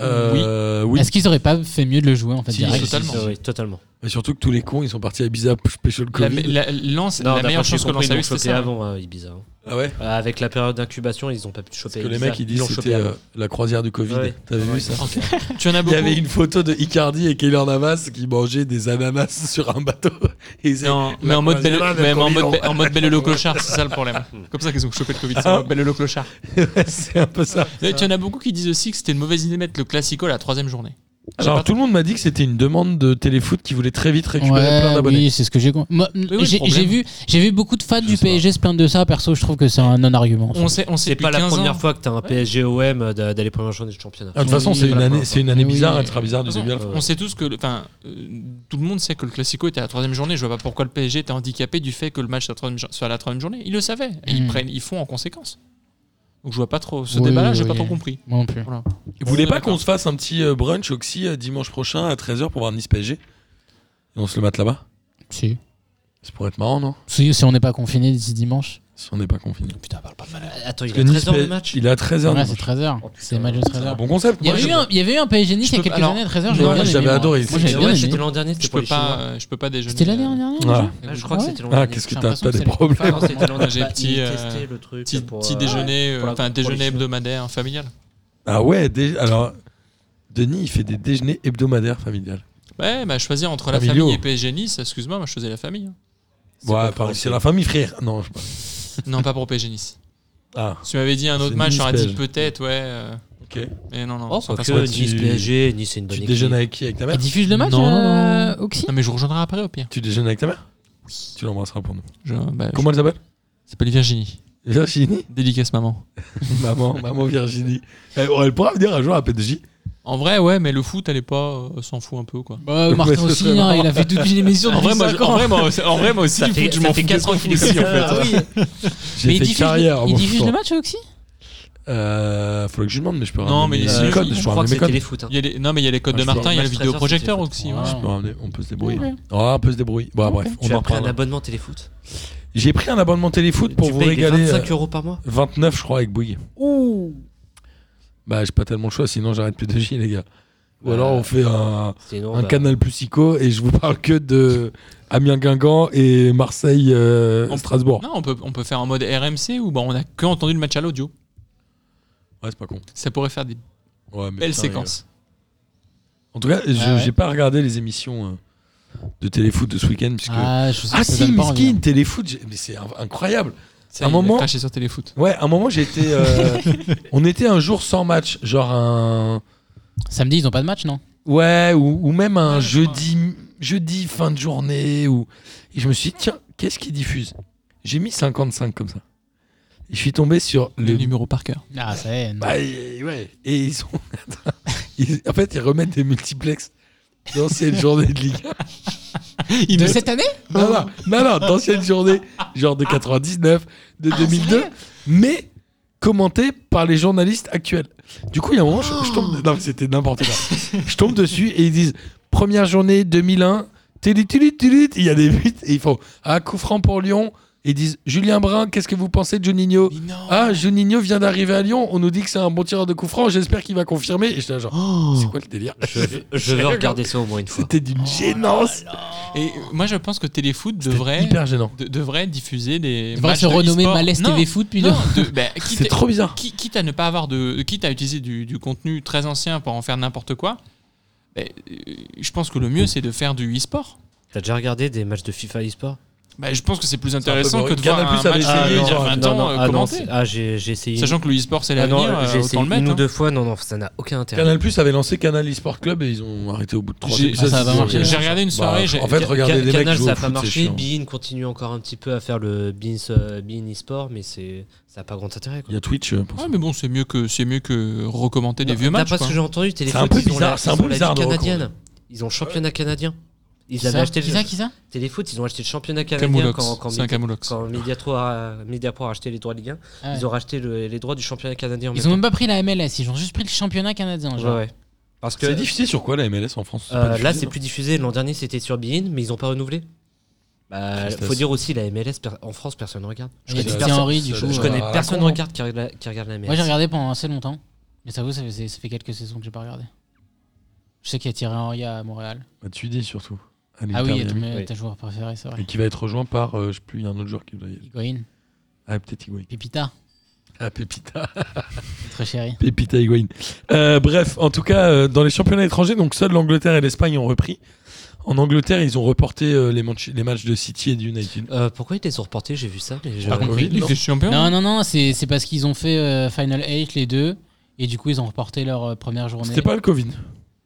D: Euh, oui.
E: Est-ce qu'ils auraient pas fait mieux de le jouer en fait
D: Si,
E: direct
D: si,
F: Totalement.
G: Ah oui, totalement.
D: Et surtout que tous les cons, ils sont partis à Ibiza p- pécho le
F: La,
D: Covid.
F: la- Lens, la
G: d'après
F: meilleure
G: ce j'ai
F: chance que
G: compris,
F: Lens
G: ils
F: a
G: l'ont
F: eu, c'était
G: chopé
F: ça.
G: avant euh, Ibiza. hein.
D: Ah ouais
G: Euh, Avec la période d'incubation, ils ont pas pu choper.
D: Parce que les
G: Ibiza,
D: mecs, ils
G: l'ont
D: disent que
G: chopé
D: c'était
G: avant.
D: euh, la croisière du Covid.
G: Ouais.
D: T'avais
G: Ouais.
D: vu ça
F: Tu en as
D: Il y
F: beaucoup.
D: avait une photo de Icardi et Keylor Navas qui mangeaient des ananas sur un bateau. Et ils-
F: Non, mais en mode, belle, mais en mode, en mode Bellelo Clochard, c'est ça le problème. Comme ça qu'ils ont chopé le Covid, c'est en mode Bellelo Clochard.
D: c'est un peu ça.
F: Mais Tu en as beaucoup qui disent aussi que c'était une mauvaise idée de mettre le Classico à la troisième journée.
D: Alors tout le monde m'a dit que c'était une demande de téléfoot qui voulait très vite récupérer plein
E: Ouais,
D: d'abonnés.
E: oui, c'est ce que j'ai compris. Moi,
F: oui,
E: j'ai
F: le
E: j'ai
F: problème.
E: vu, j'ai vu beaucoup de fans
D: Je
E: du
D: sais
E: PSG se plaindre de ça. Perso, je trouve que c'est un non-argument. en fait.
F: On sait, on sait
G: C'est
F: depuis
G: pas la
F: 15
G: première
F: ans.
G: fois que t'as un PSG OM euh, d'a- d'aller première journée du championnat.
D: Ah, de toute façon,
E: Oui,
D: c'est
E: voilà,
D: une année,
G: voilà.
D: c'est une année
E: Oui,
D: bizarre,
E: oui.
D: elle sera bizarre du début à la fin.
G: Ouais.
F: On sait tous que, le- enfin, euh, tout le monde sait que le Classico était à la troisième journée. Je vois pas pourquoi le PSG était handicapé du fait que le match soit à la troisième, jo- soit à la troisième journée. Ils le savaient. Et ils
E: Mm.
F: prennent, ils font en conséquence. Donc je vois pas trop ce
E: Oui,
F: débat-là. J'ai
E: oui.
F: pas trop compris.
E: Moi non plus.
F: Voilà.
D: Vous voulez
F: On est
D: pas
F: d'accord.
D: qu'on se fasse un petit euh, brunch Oxy euh, dimanche prochain à 13h pour voir Nice PSG Et on se le mate là-bas
E: Si.
D: Ça pourrait être marrant, non
E: Si, si on n'est pas confiné d'ici dimanche.
D: Si on n'est pas confiné.
G: Attends,
D: Parce
G: il
D: que
G: est 13h
D: P-
G: le match
D: Il est à 13h.
E: Ouais,
D: dimanche.
E: c'est 13h.
G: Oh, putain.
E: c'est le match de
D: C'est
E: 13h.
D: un bon concept.
E: Il y,
D: moi,
E: avait
D: je-
E: eu un, il y avait eu un PSG Nice
F: Ah, Je
E: il y
F: peux-
E: a quelques
F: alors,
E: années à 13h.
D: moi, j'avais adoré.
E: Moi, j'avais
G: Ouais,
E: bien
G: C'était
E: aimé.
G: l'an dernier,
F: Je
G: c'était pour
F: peux
G: les Chinois.
F: pas, euh, je peux pas déjeuner.
E: C'était la
F: euh,
E: dernière
D: Voilà.
E: déjà
G: Ah, Je crois que c'était l'an
D: Ah,
G: dernier.
D: qu'est-ce que
E: J'ai
D: t'as
E: l'impression
D: T'as
E: que
D: des
E: c'est les
D: problèmes
G: Ah non, c'était l'an dernier.
F: J'ai
G: Bah,
F: petit,
G: ils
F: euh,
G: testaient le truc
F: Petit,
G: pour,
F: petit
G: euh,
F: déjeuner, euh,
G: pour la
F: enfin déjeuner
G: coalition.
F: hebdomadaire familial.
D: Ah ouais, dé- alors Denis, il fait des déjeuners hebdomadaires familiales.
F: Ouais, bah, choisir entre la
D: Emilio.
F: famille et PSG Nice, excuse-moi, moi je faisais la famille. hein.
D: Ouais,
G: pas
D: enfin,
G: pour
D: c'est la famille, frère. Non, je sais pas.
F: Non, pas pour PSG Nice.
D: Ah,
F: Si tu m'avais dit un autre
D: C'est
F: match,
D: Nice,
F: j'aurais dit
D: PSG.
F: peut-être, ouais. euh,
D: ok.
F: mais non, non.
G: Oh,
F: sans
G: parce
F: façon.
G: que
D: tu-
G: Nice PSG, Nice c'est une bonne
D: Tu
G: équipe.
D: déjeunes avec qui Avec ta mère
E: Elle diffuse le match,
F: Non, non,
E: euh, Oxy
F: Non, mais je vous rejoindrai après au pire.
D: Tu déjeunes avec ta mère Oui. Tu l'embrasseras pour nous.
F: Je, bah, je-
D: Comment elle s'appelle
F: Ça s'appelle Virginie.
D: Virginie
F: Dédicace maman.
D: Maman, maman Virginie. Elle, elle pourra venir un jour à PDJ.
F: En vrai, ouais, mais le foot, elle est pas. euh, s'en fout un peu, quoi.
E: Bah,
D: Martin Ouais,
E: Martin
D: ça aussi,
E: aussi,
D: serait hein, marrant.
E: il a fait toutes les mesures
F: En vrai, moi, je- en vrai, moi, en vrai, moi aussi,
G: Ah, Ça
F: du
G: fait-
F: foot, je
G: ça
F: m'en
G: fait
F: fous
G: quatre ans qu'il est
F: aussi, en
E: Ah
F: fait.
D: J'ai fait carrière. en
E: il
D: mon
E: diffuse
D: sport.
E: le match, Oxy
D: Euh, faudrait que je lui demande, mais je peux
F: Non,
D: ramener
F: mais
D: mes
F: il-
D: mes
F: il-
D: codes.
F: il
D: Je
G: je
D: peux
G: crois que
D: ramener mes
G: c'est
D: codes.
G: téléfoot. hein.
F: Il y a les- Non, mais il y a les codes
G: Ouais,
F: de
G: je pense
F: Martin, il y a le
G: Match Tracer,
F: vidéoprojecteur
G: c'était-
F: aussi.
E: Voilà.
F: ouais.
D: Je peux ramener- on peut se débrouiller.
E: Ok.
D: Oh, on peut se débrouiller. Bon, bref, on
G: Tu
D: en
G: as pris un
D: parle.
G: abonnement téléfoot
D: J'ai pris un abonnement téléfoot pour
G: Tu
D: vous
G: payes des
D: régaler. euh,
G: 25 euros par mois
D: 29, je crois, avec Bouygues.
E: Ouh
D: Bah, j'ai pas tellement le choix, sinon j'arrête P2J, les gars. Ou
G: Bah,
D: alors on fait un,
G: Sinon,
D: un
G: bah,
D: canal plus psycho et je vous parle que de Amiens Guingamp et Marseille euh,
F: On-
D: Strasbourg.
F: Non, on peut, on peut faire en mode RMC où bah, on a que entendu le match à l'audio.
D: Ouais, c'est pas con.
F: Ça pourrait faire des
D: Ouais, mais
F: belles
D: putain,
F: séquences.
D: les gars. En tout cas, je- j'ai
E: Ouais, ouais.
D: pas regardé les émissions euh, de téléfoot de ce week-end. Puisque... Ah,
E: Ah, je sais que ça
D: si,
E: donne pas envie,
D: Miskin,
E: hein.
D: téléfoot, j'ai- mais c'est in- incroyable.
F: Ça,
D: un
F: il a
D: moment-
F: craché sur téléfoot.
D: Ouais, à un moment, j'étais. euh, on était un jour sans match, genre un.
E: Samedi, ils ont pas de match, non
D: Ouais, ou, ou même un
F: Ouais, je crois.
D: jeudi, jeudi fin de journée. Ou... Et je me suis dit, tiens, qu'est-ce qu'ils diffusent J'ai mis 55 comme ça. Et je suis tombé sur
F: Le
D: le.
F: numéro par cœur.
E: Ah, ça y est. non.
D: Bah, et- ouais. Et ils sont. ils- En fait, ils remettent des multiplex d'anciennes journées de Ligue
E: de cette année
D: Non, non, non, non, d'anciennes journées, genre de 99, de 2002,
E: sérieux
D: mais commentées par les journalistes actuels. Du coup, il y a un moment, je, je tombe. Non, mais c'était n'importe quoi. je tombe dessus et ils disent première journée 2001, tilit, tilit, tilit. il y a des buts et ils font ah, coup franc pour Lyon. Et ils disent Julien Brun, qu'est-ce que vous pensez de Juninho Ah, Juninho vient d'arriver à Lyon, on nous dit que c'est un bon tireur de coup franc, j'espère qu'il va confirmer. Et j'étais là, genre, c'est quoi le délire
G: je, je veux regarder ça au moins une fois.
D: C'était d'une gênance
F: Et euh, moi, je pense que téléfoot
D: C'était
F: devrait,
D: hyper gênant.
F: de- devrait diffuser des.
E: Il devrait
F: matchs
E: se
F: de
E: renommer
F: e-sport.
E: Malaise
F: Non,
E: TV Foot, puis
F: non,
E: non.
F: de- bah, quitte-
D: C'était trop bizarre.
F: qui- quitte à ne pas avoir de quitte à utiliser du, du contenu très ancien pour en faire n'importe quoi bah, euh, je pense que le mieux c'est de faire du e-sport
G: T'as déjà regardé des matchs de FIFA e-sport
F: Bah, je pense que c'est plus
D: peu
F: intéressant que
D: boring.
F: de voir
D: Canal+
F: un match
D: avait essayé
F: il y a
D: non,
F: 20
G: non,
F: ans
G: non,
F: euh,
G: ah, non,
F: commenté.
G: c'est- ah, j'ai j'ai essayé. une-
F: Sachant que le e-sport c'est
G: Ah non,
F: l'avenir,
G: j'ai
F: euh,
G: essayé
F: autant le
G: une
F: mettre.
G: ou
F: hein.
G: deux fois, non, non, ça n'a aucun intérêt.
D: Canal Plus avait lancé Canal eSport Club et ils ont arrêté au bout de trois
F: J'ai-
D: épisodes.
E: Ah, ça a pas
D: Ils ont
E: marché.
D: dit,
F: J'ai regardé une
G: Bah,
F: soirée, j'ai-
D: Bah, en fait,
F: Ca-
D: regarder
G: Ca-
D: des mecs
G: Canal,
D: jouer au
G: ça a pas
D: foot, c'est
G: marché.
D: chiant.
G: Bein continue encore un petit peu à faire le Bean euh, Bein e-sport, mais c'est ça n'a pas grand intérêt.
D: Il
G: quoi.
D: y a Twitch euh, pour
F: Ouais,
D: ça.
F: Ah, mais bon, c'est mieux que c'est mieux que recommander des
G: Non,
F: vieux matchs.
G: D'après
F: quoi.
G: ce que j'ai entendu, Téléfoot,
D: un peu
G: ils ont
D: bizarre,
G: la-
D: c'est un
G: ils
D: peu
G: ont la
D: bizarre
G: Ligue
D: de
G: canadienne. Ils ont le championnat canadien. Ils avaient
E: ça
G: acheté
E: Qui ça,
G: le
E: qui ça
G: Téléfoot, ils ont acheté le championnat canadien quand, quand,
F: Camoulox, c'est un
G: Media-
F: Camoulox.
G: quand Mediapro a, Mediapro a acheté les droits de Ligue 1.
E: Ah ouais.
G: Ils ont racheté le- les droits du championnat canadien. en
E: Ils
G: même
E: ont
G: temps.
E: même pas pris la MLS, ils ont juste pris le championnat canadien. genre.
G: Ouais, ouais. Parce que
D: C'est difficile sur quoi la MLS en France
G: euh, là, c'est
D: diffusé,
G: plus diffusé. L'an dernier, c'était sur Bein, mais ils n'ont pas renouvelé. Bah,
D: Tristesse.
G: faut dire aussi, la MLS, per- en France, personne ne regarde.
E: Il y a
D: connais
E: Thierry
D: personne.
E: Henry, du
D: Je
E: coup.
G: Je
E: euh,
G: connais
D: raconte,
G: personne
D: hein.
G: regarde qui, regarde- qui regarde la MLS.
E: Moi, j'ai regardé pendant assez longtemps. Mais ça vous, ça fait, ça fait quelques saisons que j'ai pas regardé. Je sais qu'il y a Thierry Henry à Montréal.
D: Bah, tu dis surtout. À
E: Ah
D: l'Inter
E: oui,
D: Miami.
E: t'as
G: oui.
E: ta joueur préféré, c'est vrai.
D: Et qui va être rejoint par, euh, je sais plus, il y a un autre joueur qui va y aller.
E: Higuain,
D: Ah, peut-être Higuain.
E: Pépita,
D: Ah, Pépita.
E: très chéri.
D: Pépita Higuain. Euh, bref, en tout cas, euh, dans les championnats étrangers, donc seuls l'Angleterre et l'Espagne ont repris. En Angleterre, ils ont reporté euh, les, manch- les matchs de City et de United.
G: Euh, pourquoi ils les ont reportés J'ai vu ça. Mais je...
D: Par contre, Covid,
F: Ligue
D: non
F: des champions.
E: Non, non, non, c'est c'est parce qu'ils ont fait euh, Final 8 les deux. Et du coup, ils ont reporté leur euh, première journée.
D: C'était pas le Covid.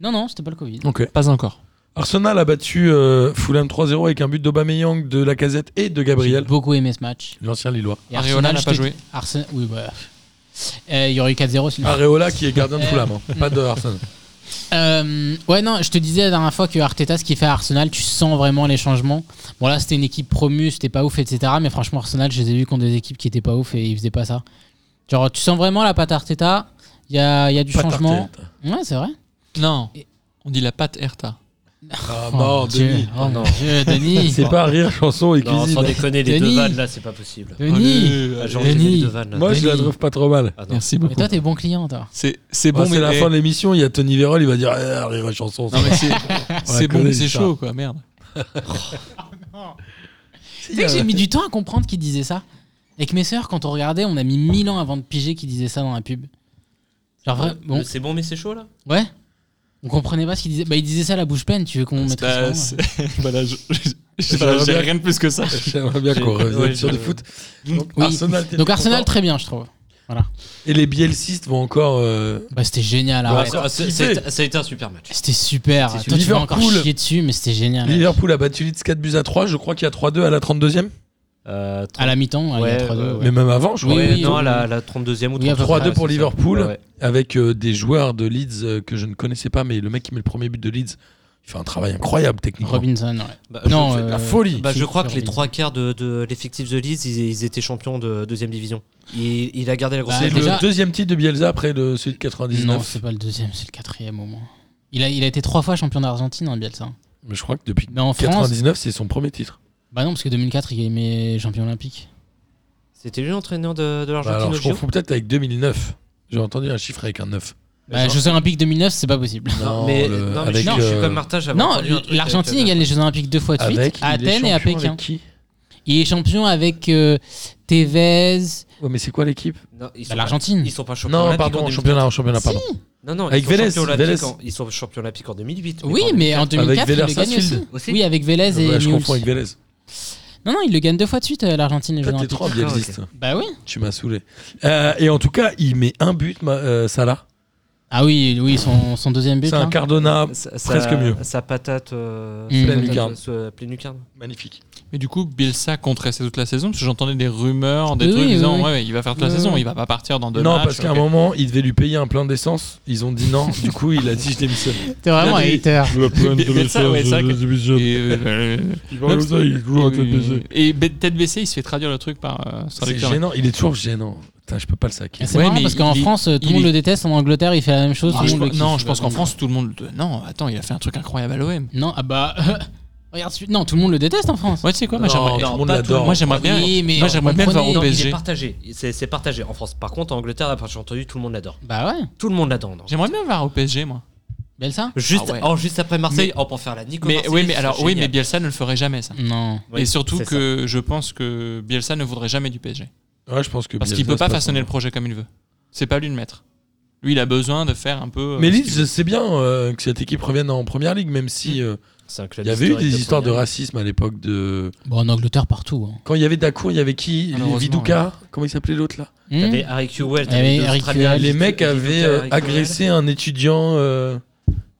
E: Non, non, c'était pas le Covid.
D: Ok.
F: Pas encore.
D: Arsenal a battu euh, Fulham 3-0 avec un but d'Aubameyang, de Lacazette et de
E: J'ai
D: Gabriel,
E: beaucoup aimé ce match.
D: l'ancien Lillois.
E: Et
F: Areola n'a
E: je
F: pas
E: te-
F: joué.
E: Arsenal, oui, bah. euh, Il y aurait eu 4-0 sinon.
D: Areola qui est gardien de
E: Eh.
D: Fulham, hein, pas de Arsenal.
E: Euh, ouais, non, je te disais la dernière fois que Arteta, ce qu'il fait à Arsenal, tu sens vraiment les changements. Bon, là, c'était une équipe promue, c'était pas ouf, etc. Mais franchement, Arsenal, je les ai vus contre des équipes qui étaient pas ouf et ils faisaient pas ça. Genre, tu sens vraiment la patte Arteta. Il y a, il y a du
D: Pas
E: changement.
D: Tartet.
E: Ouais, c'est vrai.
F: Non.
E: Et-
F: On dit la pâte Hertha.
D: Ah
E: Oh,
D: non,
E: mon Dieu.
D: Denis.
E: Oh mon Dieu, Denis.
D: C'est pas rire, chanson et
G: Non, sans
D: cuisine.
G: déconner, les
E: Denis.
G: deux vannes là, c'est pas possible.
E: Denis.
F: Euh,
G: Ah, j'ai
E: Denis.
G: enlevé les deux vannes là.
D: Moi, je la
E: Denis.
D: trouve pas trop mal.
G: Ah, non.
F: Merci
E: Mais
F: beaucoup.
E: toi, t'es bon client, toi.
F: C'est c'est
D: Bon,
F: bon, mais
D: c'est la
F: eh,
D: fin de l'émission, il y a Tony Vérol, il va dire eh, rire, chanson. ça
F: non,
D: va.
F: mais c'est c'est bon,
D: connaît
F: mais c'est
D: ça.
F: chaud, quoi. Merde.
E: Tu sais que j'ai mis du temps à comprendre qui disait ça. Et que mes sœurs, quand on regardait, on a mis mille ans avant de piger qui disait ça dans la pub. Genre, vrai- bon,
G: C'est bon, mais c'est chaud là
E: ouais. On comprenait pas ce qu'il disait. Bah, il disait ça à la bouche pleine. Tu veux qu'on mette
F: Bah,
E: ça
F: c'est- bah là, je- je- je-
D: J'aimerais
F: j'ai
D: bien-
F: rien de plus que ça.
D: J'aimerais bien qu'on
G: J'ai-
D: revienne
G: ouais,
D: sur
G: je-
D: le foot.
F: Oui.
D: Donc, Arsenal, t'es
E: Donc
D: plus
E: Arsenal,
D: content
E: très bien, je trouve.
D: Et les Bielsistes vont encore. euh,
E: Bah, c'était génial.
D: Ouais,
E: arrête.
D: ça-
G: c'est-
D: kiffé.
G: c'est- ça a été un super match.
E: C'était super.
D: C'est
E: Toi, tu vas encore
D: Liverpool.
E: chier dessus, mais c'était génial.
D: Liverpool a battu Leeds 4 buts à 3. Je crois qu'il y a 3-2 à la 32e.
G: Euh,
E: À la mi-temps,
G: Ouais,
E: il y a 3-2.
G: euh,
E: ouais.
D: Mais même avant, je
E: Ah, Oui,
D: crois.
G: ouais,
E: oui,
G: non,
E: oui.
G: la, la 32e ou
E: Oui, à peu
D: 3-2
G: 33e,
D: pour
G: c'est ça.
D: Liverpool.
G: Ouais, ouais.
D: Avec euh, des joueurs de Leeds euh, que je ne connaissais pas, mais le mec qui met le premier but de Leeds, il fait un travail incroyable techniquement.
E: Robinson, ouais.
G: Bah,
E: Non,
G: je,
E: euh,
D: La folie.
G: bah, je
E: c'est-
G: crois que
E: c'est
G: les
E: Robinson.
G: trois quarts de, de l'effectif de Leeds, ils, ils étaient champions de deuxième division. Il, il a gardé la grosse
E: Bah,
D: C'est
E: déjà-
D: le deuxième titre de Bielsa après le, celui de
E: Non,
D: 99.
E: c'est pas le deuxième, c'est le quatrième au moins. Il a, il a été trois fois champion d'Argentine, hein, Bielsa.
D: mais je crois que depuis
E: Mais en France,
D: 99, c'est son premier titre.
E: bah non, parce que 2004, il est aimé champion olympique.
G: C'était lui l'entraîneur de, de
D: Bah,
G: l'Argentine
D: alors,
G: au
D: je
G: JO
D: confonds peut-être avec 2009. J'ai entendu un chiffre avec un 9.
E: Bah,
G: Genre-
E: Jeux Olympiques 2009, c'est pas possible.
G: Non, mais,
D: le-
G: non, mais
D: avec,
G: je, suis- je suis
D: euh,
G: comme Martin, j'avais
E: Non,
G: entendu un truc
E: l'Argentine, il
G: avec, euh,
E: gagne les Jeux Olympiques deux fois de suite,
D: avec-
E: à
D: il est
E: Ah, Athènes et à
D: champion
E: Pékin.
D: avec qui
E: Il est champion avec euh, Tevez,
D: Ouais, Oh, mais c'est quoi l'équipe
G: non, ils
E: bah,
G: sont pas-
E: l'Argentine.
G: Ils sont pas champions
D: Non,
G: olympiques
D: pardon,
G: en
D: en championnat, en championnat,
E: Si.
D: pardon.
G: Non, non,
D: Avec
G: ils sont
D: Vélez,
G: champions olympiques
D: Vélez.
G: en- ils sont champions olympiques en 2008.
E: Oui,
G: pas en
E: mais en
G: 2004.
E: 2004, il
D: Vélez
E: le gagne
D: Sarsfield.
E: aussi. Oui, avec Vélez
D: Ah
E: et
D: bah, je
E: Newell's.
D: confonds avec Vélez.
E: Non, non, il le gagne deux fois de suite, euh, l'Argentine, les Jeux
D: Toi, T'es
E: Olympiques.
D: trop un bielsiste.
E: Bah oui.
D: Tu m'as saoulé. Euh, et en tout cas, il met un but, ma- euh, Salah.
E: Ah oui, oui, son, son deuxième but. hein.
D: C'est un
E: là.
D: Cardona
G: Sa-
D: presque
G: sa-
D: mieux.
G: Sa patate.
D: Mmh.
G: euh,
E: Pleine
G: sa patate,
D: lucarne.
G: euh, ce- Pleine lucarne.
D: magnifique.
F: Mais du coup, Bielsa contrestait toute la saison parce que j'entendais des rumeurs, des
E: Oui,
F: trucs
E: oui,
F: disant
E: oui.
F: ouais, ouais, il va faire toute la
E: Oui,
F: saison,
E: oui.
F: il va pas partir dans deux
D: Non,
F: matchs.
D: parce qu'à
F: ok.
D: un moment, il devait lui payer un plein d'essence. Ils ont dit non. du coup, il a dit je démissionne.
E: T'es vraiment un
F: Il a dit-
E: hater.
D: Le
F: plein de Bielsa, ouais, c'est vrai que- Et, euh, comme ça,
D: il
F: euh, et ba- tête baissée, il se fait traduire le truc par euh, son
D: C'est
F: lecteur.
D: gênant. Il est toujours gênant. Putain, je peux pas le saquer.
E: C'est
F: Ouais,
E: marrant
F: mais
E: parce
F: il-
E: qu'en
F: il-
E: France, euh,
F: il
E: tout le monde
F: est-
E: le déteste. En Angleterre, il fait la même chose.
F: Ah,
E: tout le
F: je
E: monde
F: pense-
E: le kiffe.
F: non, je pense qu'en France, tout le monde. le- Non, attends, il a fait un truc incroyable à l'OM.
E: Non, ah bah. Regarde, celui- non, tout le monde le déteste en France.
F: Ouais, tu sais quoi, moi
D: Non,
F: j'aimerais-
D: tout le monde
G: pas tout le
D: l'adore.
F: moi, j'aimerais bien.
E: Oui, mais
F: moi j'aimerais bien le voir
E: comprenez-
F: au
E: Non,
G: Non, il
F: PSG.
G: est partagé. C'est c'est partagé en France. Par contre, en Angleterre, à partir entendu, tout le monde l'adore.
E: Bah ouais,
G: Tout le monde l'adore.
F: J'aimerais bien le voir au PSG, moi.
E: belle ça
G: Juste,
F: Ah ouais.
G: oh, juste après Marseille, oh, pour faire la Nico
F: Mais oui,
G: Marseillaise,
F: mais
G: ce
F: alors
G: serait
F: oui, mais
G: génial.
F: Bielsa ne le ferait jamais ça.
E: Non.
F: et
G: Oui,
F: surtout
G: c'est ça.
F: que je pense que Bielsa ne voudrait jamais du PSG.
D: Ouais, je pense que
F: Parce
D: Bielsa,
F: qu'il peut pas
D: c'est
F: façonner
D: son-
F: le projet comme il veut. C'est pas lui le maître. Lui, il a besoin de faire un peu. euh,
D: Mais
F: ce qu'il
D: Leeds, c'est bien euh, que cette équipe revienne en première ligue, même si euh,
G: C'est un
D: il
G: club
D: y avait eu
G: historique
D: des histoires de
G: première.
D: racisme à l'époque. De
E: Bon, en Angleterre, partout. hein.
D: quand il y avait Dacour, il y avait qui
F: Malheureusement,
D: Viduka, comment il s'appelait l'autre là
E: Hmm
G: T'avais Harry Kewell,
E: Il y avait
G: t'avais deux
E: Harry
G: Australiens,
E: Kewell.
D: Les
G: Lee-
D: mecs
G: Lee-
D: avaient
G: Lee-
D: euh,
G: Harry Kewell.
D: agressé un étudiant euh,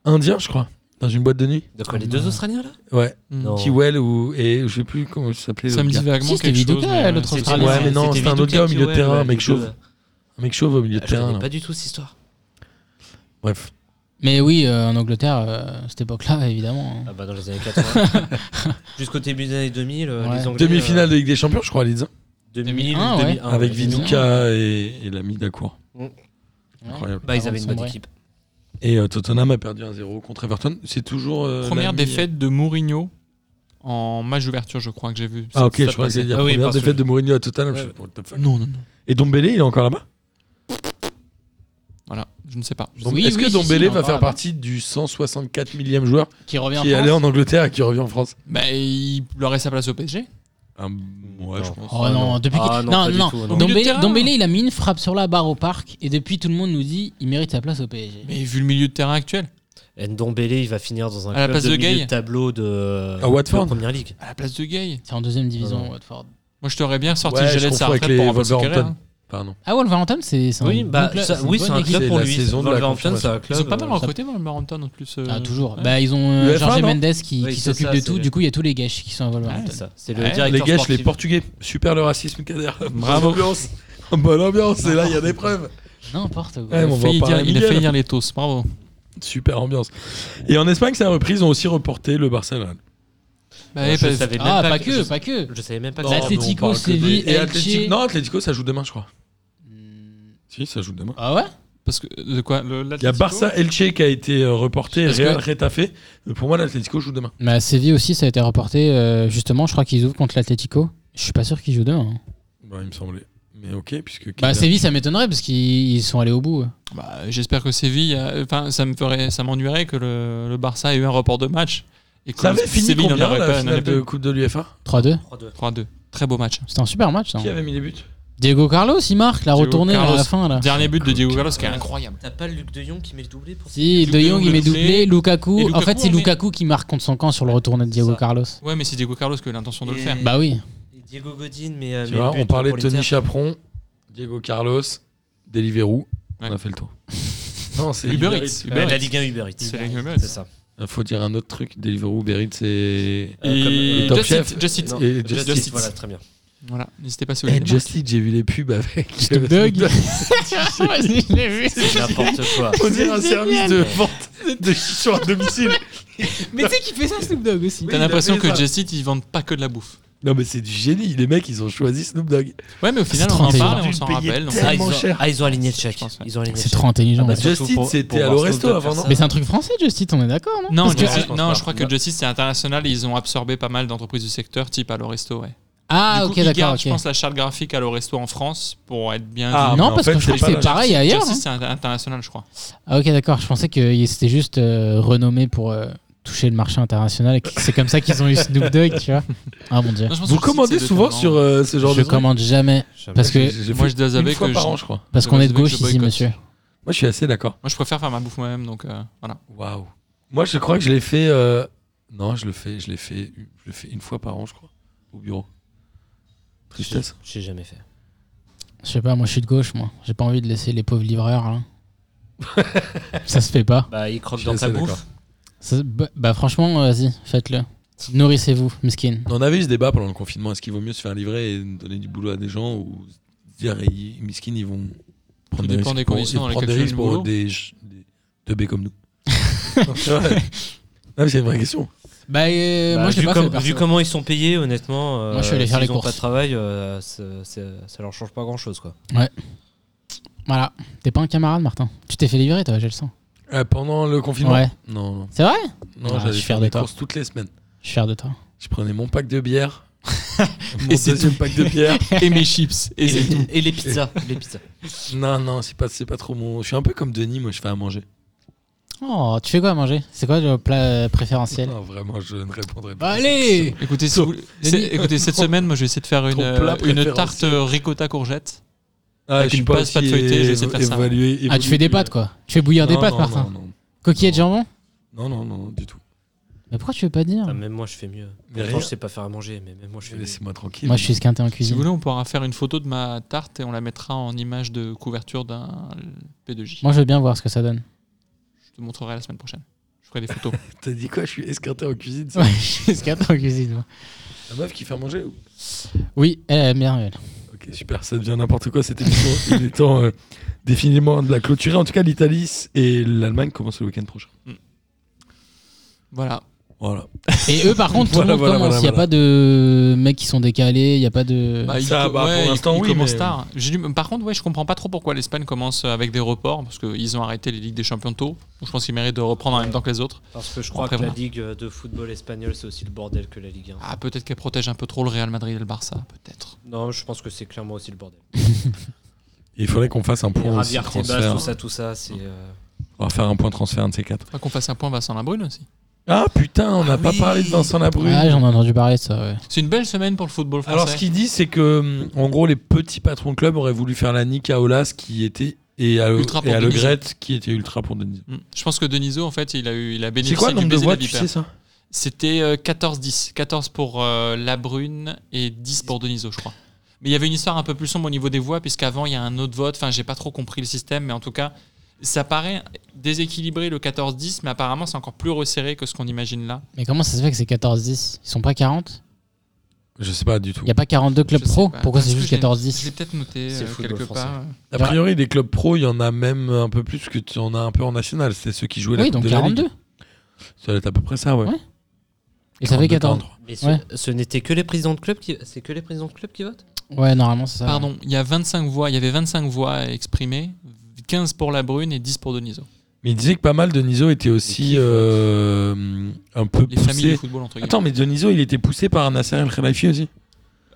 D: indien, je crois, dans une boîte de nuit.
G: De quoi les deux Australiens là
D: Ouais,
F: Mm.
G: Non.
D: Kiwell ou et je sais plus comment il s'appelait
F: Ça
D: l'autre
F: me dit
D: gars.
F: vaguement
E: Si, c'était
F: quelque chose.
E: Viduka,
F: mais, euh,
E: l'autre
F: c'était-
E: Australien.
D: Ouais, mais non, c'était un autre gars au milieu de terrain, mec chauve. Un mec chauve au milieu de
G: Ah, Je
D: terrain.
G: connais
D: là.
G: Ah, pas du tout cette histoire.
D: Bref,
E: Mais oui, euh, en Angleterre, euh, cette époque-là, évidemment. hein.
G: Ah bah dans les années 80. Jusqu'au début des années 2000, euh,
E: Ouais.
G: les Anglais.
D: demi-finale de Ligue des Champions, je crois, à Leeds, hein,
G: 2000,
E: 2001, ouais.
G: 2001,
D: avec
G: Ah, ouais.
D: Viduka et, et l'ami Dacour.
G: Mm.
D: Incroyable.
G: Bah, ils avaient une bonne
E: Sombré.
G: équipe.
D: Et euh, Tottenham a perdu 1-0 contre Everton. C'est toujours euh,
F: Première
D: l'ami-
F: défaite de Mourinho en match d'ouverture, je crois que j'ai vu.
D: Ah ok,
F: Ça
D: je crois que
F: passait.
D: c'est dire
G: Ah oui,
D: première
G: parce que-
D: défaite de Mourinho à Tottenham.
G: Ouais.
D: je sais pas, what the fuck.
F: Non, non, non.
D: Et Dombele, il est encore là-bas.
F: Voilà, je ne sais pas.
D: Donc,
E: Oui,
D: Est-ce
E: oui,
D: que
E: si, si, il est
D: Dombele va
E: encore
D: faire
E: là-bas.
D: partie du 164 millième joueur
E: Qui revient
D: qui est
E: en
D: allé
E: France
D: en Angleterre et qui revient en France
F: Bah, il aurait sa place au PSG.
D: Ah, Ouais, je
G: Non.
D: pense.
E: Oh non, depuis
G: Ah
E: qu'il-
G: non,
E: non,
G: pas du
E: non,
G: tout, non.
E: Dombele-
F: Au milieu de terrain.
E: Dombele, il a mis une frappe sur la barre au parc et depuis tout le monde nous dit il mérite sa place au PSG.
F: Mais vu le milieu de terrain actuel,
G: Ndombele, il va finir dans un
F: À la
G: club
F: place
G: de,
F: de
G: milieu
F: Gueye.
G: de tableau de,
D: À Watford.
G: de Première Ligue.
F: à la place de Gay,
E: C'est en deuxième division
G: Non, non.
E: Watford.
F: moi je t'aurais bien sorti
D: Ouais,
F: le
D: je
F: gilet de sa
D: confonds avec
F: retraite
D: les
F: pour un Carré.
D: Wolverhampton.
F: hein.
D: Pardon.
E: Ah Wolverhampton, c'est c'est un
G: Oui,
E: bon
G: bah,
E: club,
G: ça-
E: c'est une
G: oui, c'est
E: bonne
G: un
E: équipe.
G: club
D: C'est
G: pour
D: la
G: lui.
D: saison de la
G: Wolverhampton, c'est
D: confirmation.
G: un club.
F: Ils ont pas mal
G: euh,
F: recruté Wolverhampton en plus. euh,
E: Ah, toujours.
F: ouais.
E: Bah, ils ont euh,
D: UEFA,
E: Jorge
D: non
E: Mendes qui,
G: Oui,
E: qui
G: c'est
E: s'occupe
G: ça,
E: de
G: c'est-
E: tout. Du coup, il y a tous les gars qui sont à
G: ouais,
E: Wolverhampton.
G: c'est ça. C'est le
F: Ouais.
D: Les
G: directeur
D: gars, les
G: sportif.
D: Portugais. Super le racisme, Kader.
F: Bravo.
D: Bonne ambiance. Bonne ambiance. Et là, il y a des preuves.
E: N'importe quoi.
D: Ouais,
F: Il
D: mais
F: a
D: on va
F: failli
D: en parler
F: dire-
D: à
F: il a
D: Miguel.
F: failli dire les toasts, bravo.
D: Super ambiance. Et en Espagne, c'est la reprise. Ils ont aussi reporté le Barcelone.
F: Bah, ouais,
G: Je
F: parce-
G: savais même
E: Ah, pas
G: pas
E: que,
G: que-
E: pas que.
G: Je savais même pas
E: Non,
G: que
E: L'Atlético,
D: on parle que des-
E: Séville,
D: Et
E: Elche.
D: Atlético- Non, Atlético, ça joue demain, je crois.
E: Hmm.
D: Si, ça joue demain.
E: Ah ouais
F: parce que de quoi le-
D: Il y a
F: l'Atlético
D: Barça Elche qui a été euh, reporté,
E: Parce
D: Real
E: que-
D: Retafe. Mais Pour moi, l'Atlético joue demain.
E: Mais à Bah, Séville aussi, ça a été reporté. euh, justement, je crois qu'ils ouvrent contre l'Atlético. Je suis pas sûr qu'ils jouent demain. hein.
D: Bah, il me semblait. Mais ok, puisque.
E: Bah, Séville, ça m'étonnerait parce qu'ils ils sont allés au bout. euh, ouais.
F: Bah, J'espère que Séville. a- Enfin, ça me ferait, ça m'ennuierait que le, le Barça ait eu un report de match. Et que
D: ça avait fini
F: Séville n'en
D: combien
F: aurait
D: la
F: pas, n'en
D: finale
F: aurait pas
D: de
F: eu.
D: Coupe de l'UEFA
E: 3-2.
G: 3-2.
F: 3-2. Très beau match.
E: C'était un super match, ça. hein.
D: Qui avait mis les buts
E: Diego Carlos, il marque la
F: Diego
E: retournée à
F: Carlos.
E: la fin. Là.
F: Dernier but de Diego Carlos qui est incroyable.
G: T'as pas Luc de Jong qui met le doublé pour
E: Si,
F: Luke
E: De
F: de
E: Jong,
F: Jong
E: il
F: le
E: met doublé.
F: doublé.
E: Lukaku.
F: Et
E: en fait,
F: Lukaku
E: c'est
F: en met-
E: Lukaku qui marque contre son camp sur le retourné de Diego
G: C'est ça.
E: Carlos.
F: Ouais, mais c'est Diego Carlos qui a eu l'intention de le
G: Et-
F: faire.
E: Bah oui.
G: Diego Godin, mais. euh,
D: Tu
G: met
D: vois,
G: le but
D: on parlait de
G: pour
D: Tony
G: l'Inter.
D: Chaperon, Diego Carlos, Deliveroo. On
F: Ouais.
D: a fait le tour. non, c'est
F: Uber
D: Uber
F: Eats.
D: Eats.
F: Uber
G: Ouais,
F: Eats.
G: La Ligue 1 Uber Eats.
F: C'est la Ligue 1 Uber Eats.
G: C'est ça.
D: Il faut dire un autre truc. Deliveroo, Uber Eats et.
F: Et
G: euh,
D: Top
F: Just Eat,
D: Chef.
F: Just Eat.
G: Non,
D: Et
G: Just
D: Just
G: Eat,
D: Eat.
G: Voilà, très bien.
F: Voilà, n'hésitez pas si vous
D: Et
F: voulez.
D: Just Eat, j'ai vu les pubs avec. euh,
E: Snoop Dogg. Vas-y, je l'ai vu.
G: N'importe quoi.
D: On dirait un
E: C'est
D: service
E: génial.
D: de vente de chichons à domicile.
E: Mais tu sais qu'il fait ça, Snoop Dogg aussi.
F: T'as
D: il a
F: l'impression
D: fait
F: que
D: ça.
F: Just Eat, ils vendent pas que de la bouffe.
D: Non, mais c'est du génie. Les mecs, ils ont choisi Snoop Dogg.
F: Ouais,
E: Ah,
F: mais au final, on en
E: 31.
F: parle et on s'en
D: Payer
F: rappelle. donc- euh,
D: tellement
G: Ah, ils ont,
D: cher.
G: ah, ils ont aligné le
F: Je
G: chèque.
F: pense, ouais.
G: Ils ont aligné le
E: C'est
G: chèque.
E: trop intelligent.
G: Ah bah,
E: ça.
D: Just
G: surtout
D: Eat,
G: pour-
D: c'était
G: pour
D: à
G: voir
D: l'Oresto
G: Snoop Dogg
D: avant,
G: faire
D: non
G: ça.
E: Mais c'est un truc français, Just Eat, on est d'accord, non
F: Non,
E: Parce que-
F: Just Eat-
G: je pense
F: non,
G: pas.
F: je crois que Just Eat, c'est international. Ils ont absorbé pas mal d'entreprises du secteur, type Aloresto. Ouais.
E: Ah,
F: du coup,
E: ok,
F: ils
E: d'accord.
F: gardent, je
E: ok.
F: pense, la charte graphique Aloresto en France pour être bien.
D: Ah,
F: vu.
D: mais
E: Non,
D: en
E: parce
D: fait,
E: que je
D: c'est
E: crois que
D: pas
E: c'est
D: la-
E: pareil ailleurs.
F: Just
E: hein.
F: Eat, c'est inter- international, je crois.
E: Ah ok d'accord, je pensais que c'était juste euh, renommé pour euh, toucher le marché international et que c'est comme ça qu'ils ont eu Snoop Dogg, tu vois. Ah mon dieu.
F: Non, je pense
D: Vous
F: que Just Eat,
D: commandez
F: c'est de
D: souvent
F: temps en-
D: sur euh, ce genre
E: Je
D: de truc
E: commande jamais
G: Jamais.
E: parce que
D: J'ai- j'ai
F: Moi,
D: fait
F: je dois
D: une
F: avouer
D: fois
F: que
D: par
F: je-
D: an, je crois.
E: parce
F: Je
E: qu'on
F: dois
E: est de
F: avouer que
E: gauche
F: je
E: ici
F: boycotte.
E: monsieur.
D: Moi, je suis assez d'accord.
F: Moi, je préfère faire ma bouffe moi-même, donc euh, voilà.
D: Waouh. Moi, je crois que je l'ai fait. euh, Non, je le fais, je l'ai fait, je le fais une fois par an, je crois, au bureau. Tristesse.
G: J'ai jamais fait.
E: Je sais pas, moi je suis de gauche moi. J'ai pas envie de laisser les pauvres livreurs là. ça se fait pas.
G: Bah, ils croquent
D: Je
G: dans
D: suis
G: ta
D: assez
G: bouffe.
D: d'accord.
E: Ça- bah, bah, franchement, euh, vas-y, faites-le. Nourrissez-vous, miskin.
D: On avait eu ce débat pendant le confinement. Est-ce qu'il vaut mieux se faire livrer et donner du boulot à des gens ou se dire, ils- miskin, ils vont prendre
F: dépend
D: risques
F: des
D: pour-
F: conditions dans
D: ils
F: lesquelles
D: prennent
F: tu fais
D: risques
F: le
D: pour
F: boulot.
D: des, ch- des teubés comme nous. Non, c'est vrai. Non, mais c'est une vraie question.
E: Bah, euh,
G: Bah,
E: moi je l'ai
G: vu,
E: pas
G: comme-
E: fait. perso.
G: vu comment ils sont payés, honnêtement, euh,
E: Moi, je suis allé faire
G: s'ils
E: les
G: ont
E: courses.
G: pas de travail, euh, c'est- c'est- ça leur change pas grand chose quoi.
E: Voilà, t'es pas un camarade Martin. Tu t'es fait livrer toi, j'ai le sens.
D: Euh, pendant le confinement
E: Ouais.
D: Non, non.
E: C'est vrai
D: non
E: Ah, je
D: j'allais
E: suis
D: faire
E: fier
D: des
E: de toi.
D: courses toutes les semaines.
E: Je suis fier de toi.
D: Je prenais mon pack de bière, mon
F: Et c'est
D: deuxième pack de bière.
F: Et mes chips. Et c'est tout.
G: les pizzas, les pizzas.
D: Non, non, c'est pas, c'est pas trop mon. Je suis un peu comme Denis, moi, je fais à manger.
E: Oh, tu fais quoi à manger C'est quoi le plat euh, préférentiel
D: Non, vraiment, je ne répondrai pas. à cette question.
E: Bah, Allez
F: Écoutez, si vous voulez- c'est- écoutez, cette semaine, moi, je vais essayer de faire une,
D: Ton plat
F: euh, une tarte
D: préférentiel.
F: ricotta courgette.
D: Ah,
F: Avec
D: je suis
F: une
D: pas
F: passe, pas de
D: aussi
F: feuilleté, je vais essayer de
D: éva-
F: faire ça.
D: évalué-
E: Ah, tu fais des
D: évolué.
E: pâtes quoi Tu fais bouillir des
D: Non,
E: pâtes,
D: non,
E: Martin
D: non, non.
E: Coquillettes jambon
D: Non, non, non, du tout.
E: Mais pourquoi tu veux pas dire
G: même Ah, moi je fais mieux.
D: Mais
G: Pourtant,
D: rien.
G: je sais pas faire à manger, mais même moi je fais mieux.
D: Laissez-moi tranquille.
E: Moi je suis esquinté en
F: Si vous
E: cuisine.
F: voulez, on pourra faire une photo de ma tarte et on la mettra en image de couverture d'un P2J.
E: Moi je veux bien voir ce que ça donne.
F: Je te montrerai la semaine prochaine. Je ferai des photos.
D: T'as dit quoi Je suis esquinté en cuisine. c'est
E: Ouais, je suis esquinté en cuisine. moi.
D: La meuf qui fait à manger ou
E: Oui, elle aime bien elle.
D: Ok, super, ça devient n'importe quoi cette émission. Il est temps euh, définitivement de la clôturer. En tout cas, l'Italie et l'Allemagne commencent le week-end prochain.
F: voilà.
D: Voilà.
E: Et eux par contre, tout le
D: Voilà,
E: monde
D: voilà,
E: commence.
D: voilà,
E: Il n'y a
D: voilà.
E: pas de mecs qui sont décalés, il n'y a pas de.
F: Bah, il
D: Ça,
F: co-
D: bah, pour
F: il-
D: l'instant,
F: il
D: oui,
F: commence
D: mais-
F: tard. J'ai du- Par contre, ouais, je comprends pas trop pourquoi l'Espagne commence avec des reports, parce qu'ils ont arrêté les Ligues des Champions tôt. Donc, je pense qu'ils méritent de reprendre en même temps que les autres.
G: Parce que je crois
F: Après,
G: que la
F: voilà.
G: ligue de football espagnole c'est aussi le bordel que la Ligue 1.
F: Ah, peut-être qu'elle protège un peu trop le Real Madrid et le Barça, peut-être.
G: Non, je pense que c'est clairement aussi le bordel.
D: Il faudrait qu'on fasse un
G: Et
D: point aussi
G: Javier Tebas,
D: transfert.
G: tout ça, tout ça, c'est. euh,
D: On va faire un point transfert, un de ces quatre.
F: Faudrait qu'on fasse un point Vincent Labrune aussi.
D: Ah putain, on n'a
G: Ah
D: pas
G: oui.
D: parlé de Vincent Labrune.
E: Ah, j'en ai entendu parler de ça, ouais.
F: C'est une belle semaine pour le football français.
D: Alors ce qu'il dit, c'est que hum, en gros les petits patrons de club auraient voulu faire la nique à Olas qui était et à,
F: Ultra
D: et
F: pour
D: à Le
F: Denise.
D: Grette qui était ultra pour Denise.
F: Mm. Je pense que Deniso, en fait, il a, eu, il a
D: C'est
F: bénéficié
D: quoi le
F: du
D: nombre de
F: baiser de
D: voix
F: la
D: Tu
F: vipère.
D: sais ça
F: C'était euh, 14-10. 14 pour euh, La Brune et 10 pour Deniso, je crois. Mais il y avait une histoire un peu plus sombre au niveau des voix, puisqu'avant, il y a un autre vote. Enfin, j'ai pas trop compris le système, mais en tout cas, ça paraît déséquilibré le 14-10, mais apparemment, c'est encore plus resserré que ce qu'on imagine là.
E: Mais comment ça se fait que c'est 14-10 Ils sont pas 40
D: Je sais pas du tout.
E: Il n'y a pas 42 clubs
F: Je sais
E: pro
F: pas.
E: Pourquoi
F: Est-ce
E: c'est
F: que
E: juste
F: je l'ai- Je l'ai
E: 14-10
F: peut-être noté
G: C'est
F: euh,
G: le football
F: quelque
G: français.
F: part.
D: A priori des clubs pro, il y en a même un peu plus que tu en as un peu en national. C'est ceux qui jouaient la
E: Oui,
D: Coupe
E: donc
D: de la Ligue.
E: 42.
D: Ça doit être à peu près ça, ouais.
E: Ouais. Et ça fait 14.
D: 43.
G: Mais ce,
E: Ouais.
G: ce n'était que les présidents de club qui. C'est que les présidents de club qui votent
E: Ouais, normalement c'est ça.
F: Pardon, il y a 25 voix, il y avait 25 voix exprimées, 15 pour La Brune et 10 pour Deniso.
D: Mais il disait que pas mal Deniso était
G: Et
D: aussi
G: qui
D: euh, un peu
F: Les familles du
D: poussé.
F: football entre guillemets.
D: Attends, mais Deniso, il était poussé par Nasser El Khelaifi aussi.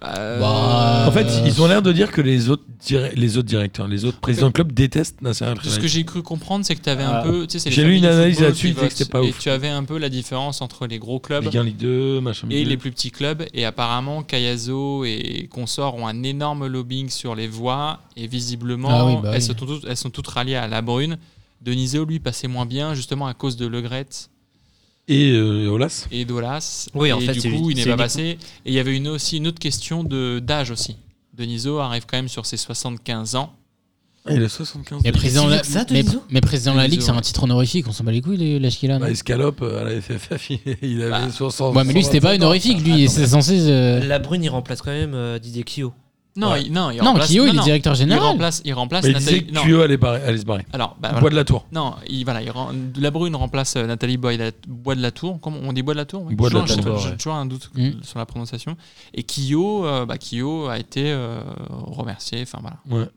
F: Euh,
E: Bah,
D: En fait,
E: euh,
D: ils ont l'air de dire que les autres, dir- les autres directeurs, les autres présidents de club détestent Nasser al
F: Ce que j'ai cru comprendre, c'est que tu avais
G: Ah.
F: un peu. tu sais, c'est les
D: J'ai lu
F: familles
D: une
F: de
D: analyse
F: football
D: là-dessus,
F: qui
D: il disait que
F: votent,
D: c'était pas
F: Et
D: ouf.
F: tu avais un peu la différence entre les gros clubs
D: Ligue 1, Ligue 2, machin.
F: et
D: bidule.
F: les plus petits clubs. Et apparemment, Kayazo et consorts ont un énorme lobbying sur les voix. Et visiblement,
E: Ah oui, bah
F: elles,
E: oui.
F: sont toutes, elles sont toutes ralliées à la brune. Deniseo, lui, passait moins bien, justement à cause de Le Graët
D: Et euh, Olas.
F: et d'Olas.
G: Oui, en
F: et
G: fait,
F: du
G: c'est-
F: coup, il n'est
G: c'est
F: pas
G: uniquement-
F: passé. Et il y avait une, aussi une autre question de- d'âge aussi. Deniseo arrive quand même sur ses 75 ans.
D: Ah, il a 75
E: Mais
D: ans.
E: président, de la-
G: vieux que ça,
E: mais,
G: Tolisso
E: mais président de la
F: Tolisso,
E: Ligue, c'est un
F: ouais.
E: titre honorifique, on s'en bat les couilles, les- lâche qu'il a. non
D: Bah, Escalope euh, à la FFF, il- il avait
F: Bah,
D: 60.
E: Ouais, mais lui, c'était pas
D: 125 ans.
E: honorifique, lui, c'est censé. euh,
G: La Brune, il remplace quand même euh, Didier Kio.
F: Non,
D: Ouais.
F: il, non, il
E: Non,
F: remplace-
E: Kyo, il est
F: non.
E: directeur
F: Il
E: général.
F: remplace, il remplace
D: Mais il
F: Nathalie.
D: disait que
F: non.
D: Tuyau allait, barrer- allait se barrer.
F: Alors, bah,
D: Au
F: voilà.
D: Bois de la Tour.
F: Non, il, voilà, il rend- la brune remplace euh, Nathalie Bois de la, Bois de la Tour. Comment on dit Bois de la Tour ouais.
D: Bois de la
F: Toujours,
G: Tour,
F: j'ai- J'ai
G: ouais.
F: toujours un doute
E: Mm.
F: sur la prononciation. Et Kyo, euh, bah, Kyo a été euh, remercié. Enfin voilà.
D: Ouais.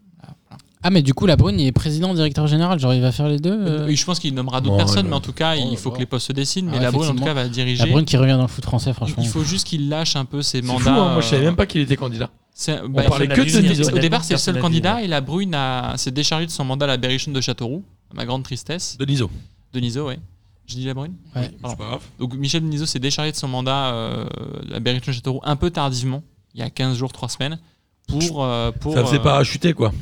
E: Ah, mais du coup, la Brune, il est président, directeur général. Genre, il va faire les deux. euh,
F: Oui, Je pense qu'il nommera d'autres
D: bon,
F: personnes,
D: ouais,
F: mais en tout cas, il
E: ouais,
F: faut que
E: ouais.
F: les postes se dessinent.
E: Ah,
F: mais la brune, en tout
E: effectivement.
F: cas, va
E: La
F: diriger.
E: Brune qui revient dans le foot français,
F: Il-
E: franchement.
F: il faut juste qu'il lâche un peu ses
D: C'est
F: mandats.
D: fou, hein, moi je savais
F: euh,
D: même pas qu'il était candidat.
F: c'est- bah,
D: On parlait
F: il-
D: que de cette
F: il-
D: vision.
F: Au départ, c'est le seul
G: Personne l'a
F: candidat et la brune a- s'est déchargée de son mandat à la Berrichon de Châteauroux. à Ma grande tristesse.
D: Deniso.
F: Deniso, ouais. J'ai dit la brune
E: Ouais.
F: Oui, pardon.
D: C'est pas grave.
F: Donc Michel Denisot s'est déchargé de son mandat euh, à Berrichon Châteauroux un peu tardivement, il y a 15 jours, 3 semaines, pour. euh, pour
D: Ça faisait
F: euh,
D: parachuter quoi.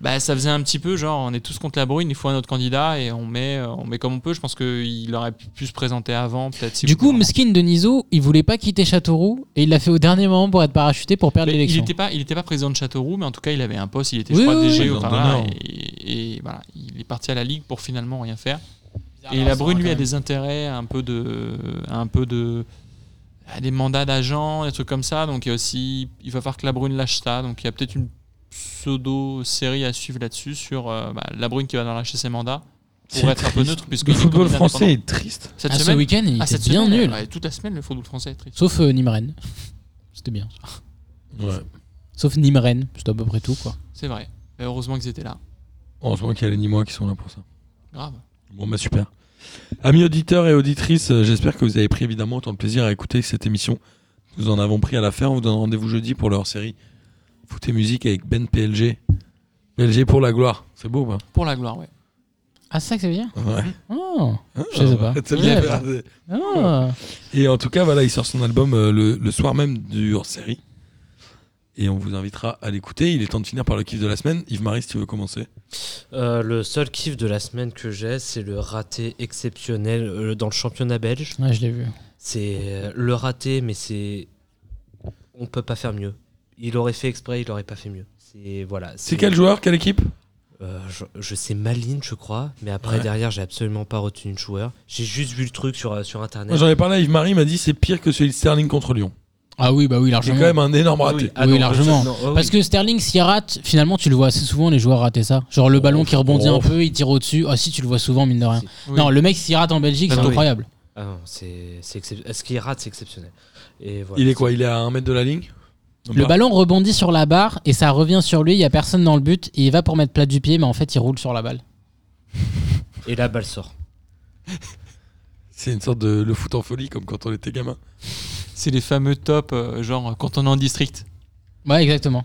F: bah, ça faisait un petit peu genre on est tous contre la brune, il faut un autre candidat et on met, euh, on met comme on peut. Je pense qu'il aurait pu, pu se présenter avant, peut-être. si
E: Du
F: vous-
E: coup, Meskin de Niso, il voulait pas quitter Châteauroux et il l'a fait au dernier moment pour être parachuté pour perdre
F: Mais il
E: l'élection.
F: n'était pas, il était pas président de Châteauroux, mais en tout cas, il avait un poste, il était, je
E: Oui,
F: crois,
E: oui,
F: DG
D: oui.
F: ou par là,
D: D'honneur.
F: et, et voilà, il est parti à la Ligue pour finalement rien faire. Et la Brune, lui, a des intérêts, un peu de. Un peu de a des mandats d'agents, des trucs comme ça. Donc, il, y a aussi, il va falloir que la Brune lâche ça. Donc, il y a peut-être une pseudo-série à suivre là-dessus sur euh, bah, la Brune qui va lâcher ses mandats pour
D: C'est
F: être un peu
D: triste.
F: neutre. Puisque
D: Le football français est triste.
F: Cette
E: Ah, ce
F: semaine,
E: week-end, il
F: ah,
E: était
F: cette
E: bien
F: semaine,
E: nul.
F: ouais, toute la semaine, le football français est triste.
E: Sauf euh, Nîmes-Rennes. C'était bien.
D: Ouais.
E: Sauf Nîmes-Rennes, c'était à peu près tout, quoi.
F: C'est vrai. Mais heureusement qu'ils étaient là.
D: Heureusement qu'il y a les Nîmois qui sont là pour ça.
F: Grave.
D: Bon bah super. Amis auditeurs et auditrices, euh, j'espère que vous avez pris évidemment autant de plaisir à écouter cette émission. Nous en avons pris à la fin. On vous donne rendez-vous jeudi pour leur série Foot et musique avec Ben PLG. PLG pour la gloire. C'est beau, quoi.
F: Pour la gloire, ouais.
E: Ah, c'est ça que ça veut dire
D: Ouais.
E: Oh Je sais pas.
D: T'as
E: Ouais.
D: bien fait.
E: Ah.
D: Et en tout cas, voilà, il sort son album euh, le, le soir même du hors-série. Et on vous invitera à l'écouter. Il est temps de finir par le kiff de la semaine. Yves-Marie, si tu veux commencer.
G: Euh, le seul kiff de la semaine que j'ai, c'est le raté exceptionnel euh, dans le championnat belge.
E: Ouais, je l'ai vu.
G: C'est euh, le raté, mais c'est. On peut pas faire mieux. Il aurait fait exprès, il aurait pas fait mieux. C'est voilà.
D: C'est quel joueur, quelle équipe
G: Euh, je, je sais Maline, je crois, mais après
D: Ouais.
G: derrière, j'ai absolument pas retenu le joueur. J'ai juste vu le truc sur, euh, sur internet.
D: Moi, J'en ai parlé à Yves-Marie, il m'a dit c'est pire que celui de Sterling contre Lyon.
E: Ah oui, bah oui,
D: C'est
E: largement.
D: quand même un énorme raté.
G: Ah
E: Oui,
G: non,
E: largement.
G: non, oh oui.
E: Parce que Sterling, s'il rate, finalement, tu le vois assez souvent les joueurs rater ça. Genre le ballon qui rebondit un
D: oh.
E: peu, il tire au-dessus. Ah si, tu le vois souvent, mine de rien.
F: Oui.
E: Non, le mec, s'il rate en Belgique,
G: Ah
E: c'est
G: oui.
E: incroyable.
G: Ah non, c'est c'est excep- Ce qu'il rate, c'est exceptionnel. Et voilà.
D: Il est quoi Il est à 1 mètre de la ligne
E: Le
D: Bah,
E: ballon rebondit sur la barre et ça revient sur lui. Il y a personne dans le but. Et il va pour mettre plat du pied, mais en fait, il roule sur la balle.
G: Et la balle sort.
D: C'est une sorte de le foot en folie comme quand on était gamin.
F: C'est les fameux tops, euh, genre quand on est en district.
E: Ouais, exactement.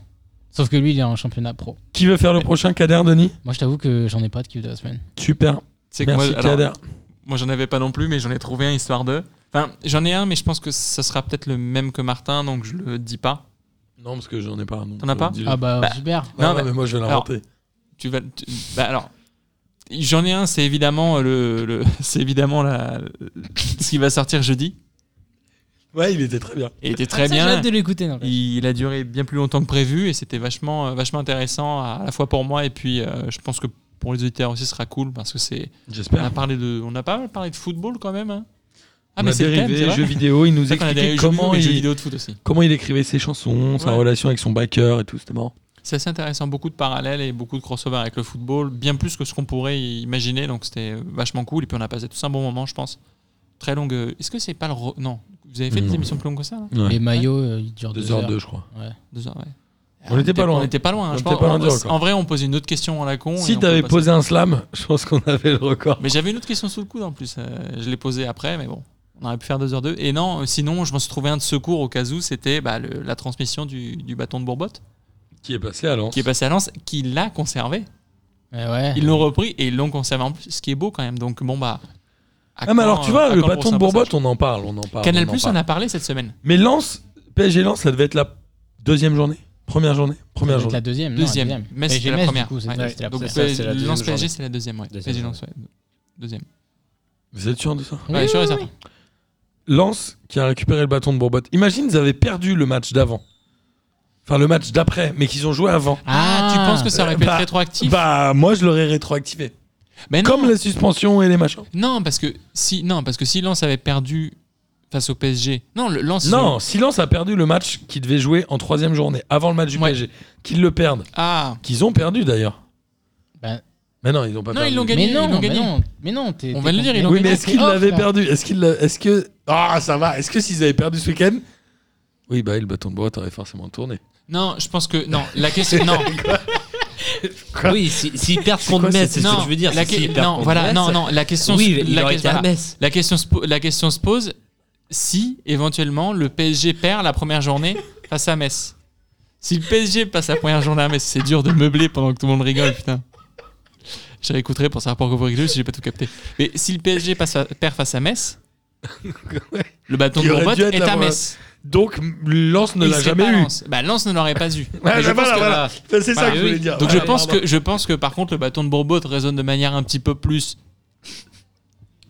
E: Sauf que lui, il est en championnat pro.
D: Qui veut faire le prochain Kader Denis
E: Moi, je t'avoue que j'en ai pas de kiff de la semaine.
D: Super.
F: C'est que
D: Merci
F: moi, alors,
D: Kader.
F: moi, j'en avais pas non plus, mais j'en ai trouvé un histoire de. Enfin, j'en ai un, mais je pense que ça sera peut-être le même que Martin, donc je le dis pas.
D: Non parce que j'en ai pas. un, donc,
F: T'en as
D: euh,
F: pas
D: dis-le.
E: Ah bah, super.
D: Ouais,
F: Non,
D: ouais,
F: mais-
D: mais moi je vais
F: alors,
D: l'inventer.
F: Tu vas. tu- bah alors, j'en ai un, c'est évidemment euh, le, le- c'est évidemment la, ce qui va sortir jeudi.
D: Ouais, il était très bien.
F: Et il était très
E: Ah, Ça, J'ai
F: bien.
E: hâte de l'écouter. n'empêche.
F: Il a duré bien plus longtemps que prévu et c'était vachement, euh, vachement intéressant à, à la fois pour moi et puis euh, je pense que pour les auditeurs aussi ce sera cool parce que c'est. On a
D: J'espère.
F: parlé de, on a pas mal parlé de football quand même. hein.
D: On a
F: le thème,
D: dérivé
F: c'est vrai.
D: jeux vidéo. Il
F: C'est
D: nous
F: vrai qu'on a
D: expliquait
F: des comment
D: comment
F: jeux
D: il
F: vidéo de foot aussi.
D: comment il écrivait ses chansons, sa
F: Ouais.
D: relation avec son backer et tout. C'était marrant.
F: C'est assez intéressant, beaucoup de parallèles et beaucoup de crossover avec le football, bien plus que ce qu'on pourrait imaginer, donc c'était vachement cool. Et puis on a passé tous un bon moment, je pense. Très longue. euh, Est-ce que c'est pas le. re- Non, vous avez fait
D: Non.
F: des émissions plus longues que ça là
E: Les
D: Ouais.
E: maillots, euh, ils durent deux,
D: Deux heures deux, je crois.
F: Deux heures, ouais.
D: On était pas loin.
F: Ah, On était pas loin. hein,
D: On
F: je
D: était
F: pense.
D: pas loin du
F: En-
D: record.
F: en vrai, on posait une autre question à la con. et
D: Si
F: on peut
D: t'avais
F: passer.
D: posé un slam, je pense qu'on avait le record.
F: Mais j'avais une autre question sous le coude en plus. euh, je l'ai posée après, mais bon. On aurait pu faire 2h02. Et non, euh, sinon, je m'en suis trouvé un de secours au cas où, c'était bah, le- la transmission du, du bâton de Bourbotte,
D: Qui est passé à Lens.
F: qui est passé à Lens, qui l'a conservé.
E: Mais Eh ouais.
F: Ils l'ont repris et ils l'ont conservé en plus, ce qui est beau quand même. Donc bon, bah. à
D: Ah mais
F: quand,
D: alors tu
F: euh,
D: vois,
F: à
D: le
F: quand
D: bâton
F: prochain
D: de Bourbotte,
F: passage
D: on en parle, on en parle.
F: Canal
D: on en
F: Plus en
D: parle.
F: a parlé cette semaine.
D: Mais Lens, PSG Lens, ça devait être la deuxième journée, première journée, première
E: Peut-être
D: journée.
E: la deuxième. non, la
F: Deuxième. Mais
E: Mais
F: c'était
E: j'ai
F: la
E: Metz,
F: première.
E: du coup, c'était-
F: Ouais.
E: c'était la
F: Donc euh,
E: première.
G: c'est ça, c'est la
F: Lens
G: deuxième
F: PSG,
G: journée.
F: c'est la deuxième. Ouais.
G: Deuxième
F: PSG Lens, ouais. Deuxième.
D: Vous êtes sûr de ça
E: Oui,
F: Ouais,
E: oui,
F: sûr et
E: oui,
F: certain.
D: Lens qui a récupéré le bâton de Bourbotte. Imagine, ils avaient perdu le match d'avant. Enfin, le match d'après, mais qu'ils ont joué avant.
F: Ah, tu penses que ça aurait pu
D: Bah,
F: être rétroactif
D: Bah, moi, je l'aurais rétroactivé.
F: Mais non.
D: Comme la suspension et les machins.
F: Non, parce que si non, parce que si Lens avait perdu face au PSG, non, le Lens ils ont-
D: Non, si Lens a perdu le match qu'ils devaient jouer en troisième journée, avant le match du
F: Ouais.
D: PSG, qu'ils le perdent,
F: Ah,
D: qu'ils ont perdu d'ailleurs.
E: Bah-
D: Mais non, ils n'ont pas
F: non,
D: perdu.
F: ils l'ont
E: Mais
F: gagné.
E: non,
F: ils l'ont
E: mais
F: gagné.
E: non, mais non, t'es-
F: On
E: t'es
F: va le dire, ils l'ont
D: Oui,
E: complètement-
D: mais est-ce
E: t'es
D: qu'ils
E: off,
D: l'avaient
E: là.
D: perdu Est-ce qu'ils l'a- est-ce que Ah, ça va. Est-ce que s'ils avaient perdu ce week-end Oui, bah, le bâton de bois aurait forcément tourné.
F: Non, je pense que non. La question, non,
G: Oui, s'ils si, s'ils perdent contre
D: quoi,
G: Metz, c'est ce
F: non,
G: que je veux dire.
F: La
G: c'est
F: que-
G: s'ils perdent
F: non,
G: contre
F: voilà,
G: Metz,
F: non, non. La question,
G: Oui,
F: la,
G: il aurait
F: que-
G: été à
F: voilà.
G: Metz.
F: La question, se po- la question se pose si éventuellement le PSG perd la première journée face à Metz. Si le PSG passe la première journée à Metz, c'est dur de meubler pendant que tout le monde rigole, putain. Je réécouterai pour savoir pourquoi vous rigolez si j'ai pas tout capté. Mais si le PSG passe à- perd face à Metz, le bâton
D: Qui
F: de
D: aurait
F: Bourbotte
D: dû être
F: est
D: la
F: à
D: première-
F: Metz.
D: Donc Lance ne
F: Il
D: l'a
F: serait
D: jamais
F: pas
D: eu.
F: Lens. Bah, Lens ne l'aurait pas eu.
D: Ouais,
F: Mais je pense
D: voilà,
F: que-
D: voilà. Enfin, c'est ça
F: Bah
D: que je
F: oui.
D: voulais dire.
F: Donc
D: Ouais,
F: je pense
D: pardon.
F: que je pense que par contre le bâton de Bourbotte résonne de manière un petit peu plus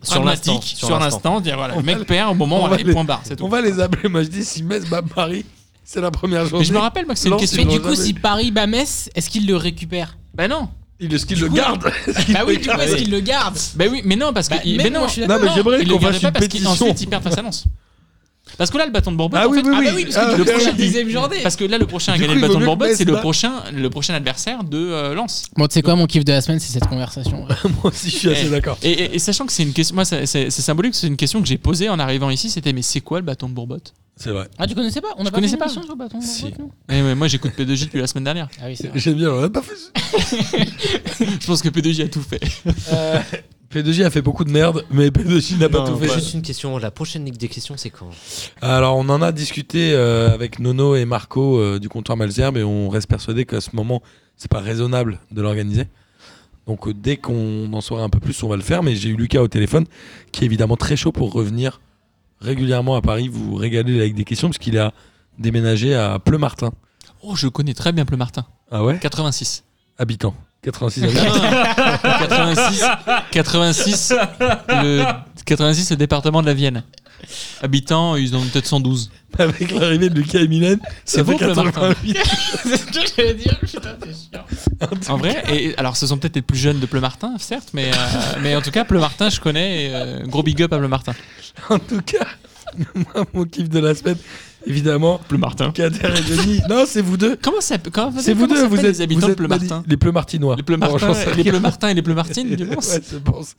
G: Sur
F: pragmatique
G: l'instant, sur
F: sur l'instant, dire voilà, le
D: On va
F: mec perd au
D: on
F: moment
D: va
F: où les
D: les-
F: points barres, c'est
D: On
F: tout.
D: va les appeler. Moi je dis si Metz bat Paris, c'est la première
F: Mais
D: journée.
F: je me rappelle moi que c'est une
D: Lance,
F: question.
E: Mais
D: ils
E: du
D: l'ont
E: coup,
D: jamais
E: si Paris bat Metz, est-ce qu'ils le récupèrent
F: Bah non.
D: Il est-ce qu'il le garde
E: Bah oui, du coup, est-ce qu'ils le gardent
F: Bah oui, mais non parce que
E: Bah,
F: il-
E: même
F: mais
E: moi,
F: non.
E: je suis
D: Non mais j'aimerais
F: il le
D: qu'on
F: gardait
D: fasse
F: pas
D: une
F: parce qu'il-
D: pétition.
F: ensuite il perd face à Lens. Parce que là le bâton de Bourbotte
D: Ah
F: en
D: oui,
F: fait-
D: oui,
F: ah bah
D: oui.
F: oui, parce
D: Ah,
F: que le
D: oui,
F: prochain
D: oui.
E: Dixième journée.
F: parce que là le prochain à
D: Du
F: gagner
D: coup,
F: le
D: il
F: bâton
D: vaut
F: de
D: mieux que
F: Bourbotte,
D: Metz
F: c'est le
D: batte.
F: prochain le prochain adversaire de euh, Lens.
E: Bon, tu sais quoi, mon kiff de la semaine, c'est cette conversation.
D: Moi aussi je suis assez
F: Eh.
D: d'accord.
F: Et, et- et sachant que c'est une question moi c'est c'est- c'est symbolique, c'est une question que j'ai posée en arrivant ici, c'était mais c'est quoi le bâton de Bourbotte
D: C'est vrai.
E: Ah, tu connaissais pas On a
F: Je
E: pas
F: connaissais
E: fait une
F: pas.
E: émission sur le bâton de
D: Si.
E: Bourbotte, non
F: Eh ouais, moi j'écoute P2J depuis la semaine dernière.
E: Ah oui, c'est vrai.
D: J'aime bien. on a pas fait ça.
F: Je pense que P2J a tout fait.
D: P2J a fait beaucoup de merde, mais P2J n'a pas
F: Non,
D: tout
G: J'ai
D: fait.
G: Juste une question. La prochaine Ligue des questions, c'est quand
D: Alors, on en a discuté euh, avec Nono et Marco euh, du comptoir Malzerbe et on reste persuadé qu'à ce moment, c'est pas raisonnable de l'organiser. Donc, euh, dès qu'on en saura un peu plus, on va le faire. Mais j'ai eu Lucas au téléphone, qui est évidemment très chaud pour revenir régulièrement à Paris, vous régaler avec des questions, parce qu'il a déménagé à Pleumartin.
F: Oh, je connais très bien Pleumartin.
D: Ah ouais
F: 86.
D: Habitants. 86 habitants.
F: Ah. 86, 86, le, 86, le département de la Vienne. Habitants, ils en ont peut-être 112.
D: Avec l'arrivée de Lucas et Mylène, ça
F: C'est
D: fait
F: beau, Pleumartin.
D: 88.
E: C'est ce que j'allais dire, putain, c'est chiant.
F: En vrai, et, alors ce sont peut-être les plus jeunes de Pleumartin, certes, mais, euh, mais en tout cas, Pleumartin, je connais. et, euh, gros big up à Pleumartin.
D: En tout cas, moi, mon kiff de la semaine, évidemment,
F: Pleumartin.
D: Kader et Denis. Non, c'est vous deux.
F: Comment ça comment,
D: C'est vous
F: comment
D: deux,
F: s'appellent
D: vous êtes
F: les habitants
D: vous
F: de
D: êtes
F: Pleumartin
D: madi- Les Pleumartinois.
F: Les Pleumartins,
D: Bon, je pense-
F: les Pleumartins et les Pleumartines, du moins.
D: Ouais, je pense.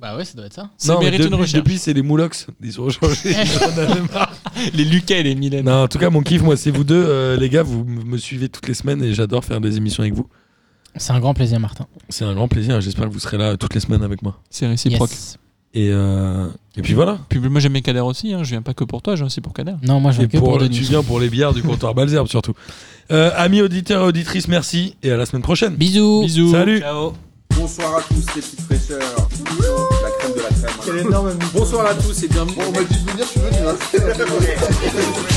E: Bah ouais, ça doit être ça.
F: Ça
D: Non, mais
F: mérite une
D: depuis,
F: recherche.
D: depuis, c'est les Moulox. Ils ont changé. J'en avais marre.
F: Les Lucas et les Mylène.
D: non, en tout cas, mon kiff, moi, c'est vous deux. euh, les gars, vous m- me suivez toutes les semaines et j'adore faire des émissions avec vous.
E: C'est un grand plaisir, Martin.
D: C'est un grand plaisir. J'espère que vous serez là toutes les semaines avec moi.
F: C'est réciproque.
E: Yes.
D: Et, euh, et puis voilà.
F: Puis moi j'aime bien Kader aussi, hein. je viens pas que pour toi, je viens aussi pour Kader.
E: Non, moi, je
D: Et
E: viens que pour,
D: pour-
E: Denis.
D: tu viens pour les bières du comptoir Balzerbe, surtout. Euh, amis auditeurs et auditrices, merci et à la semaine prochaine.
E: Bisous.
F: Bisous.
D: Salut.
A: Bonsoir à tous, les petites fraîcheurs. La hein. crème de la crème. Bonsoir à tous et bienvenue. On m'a dit de venir, je suis venu.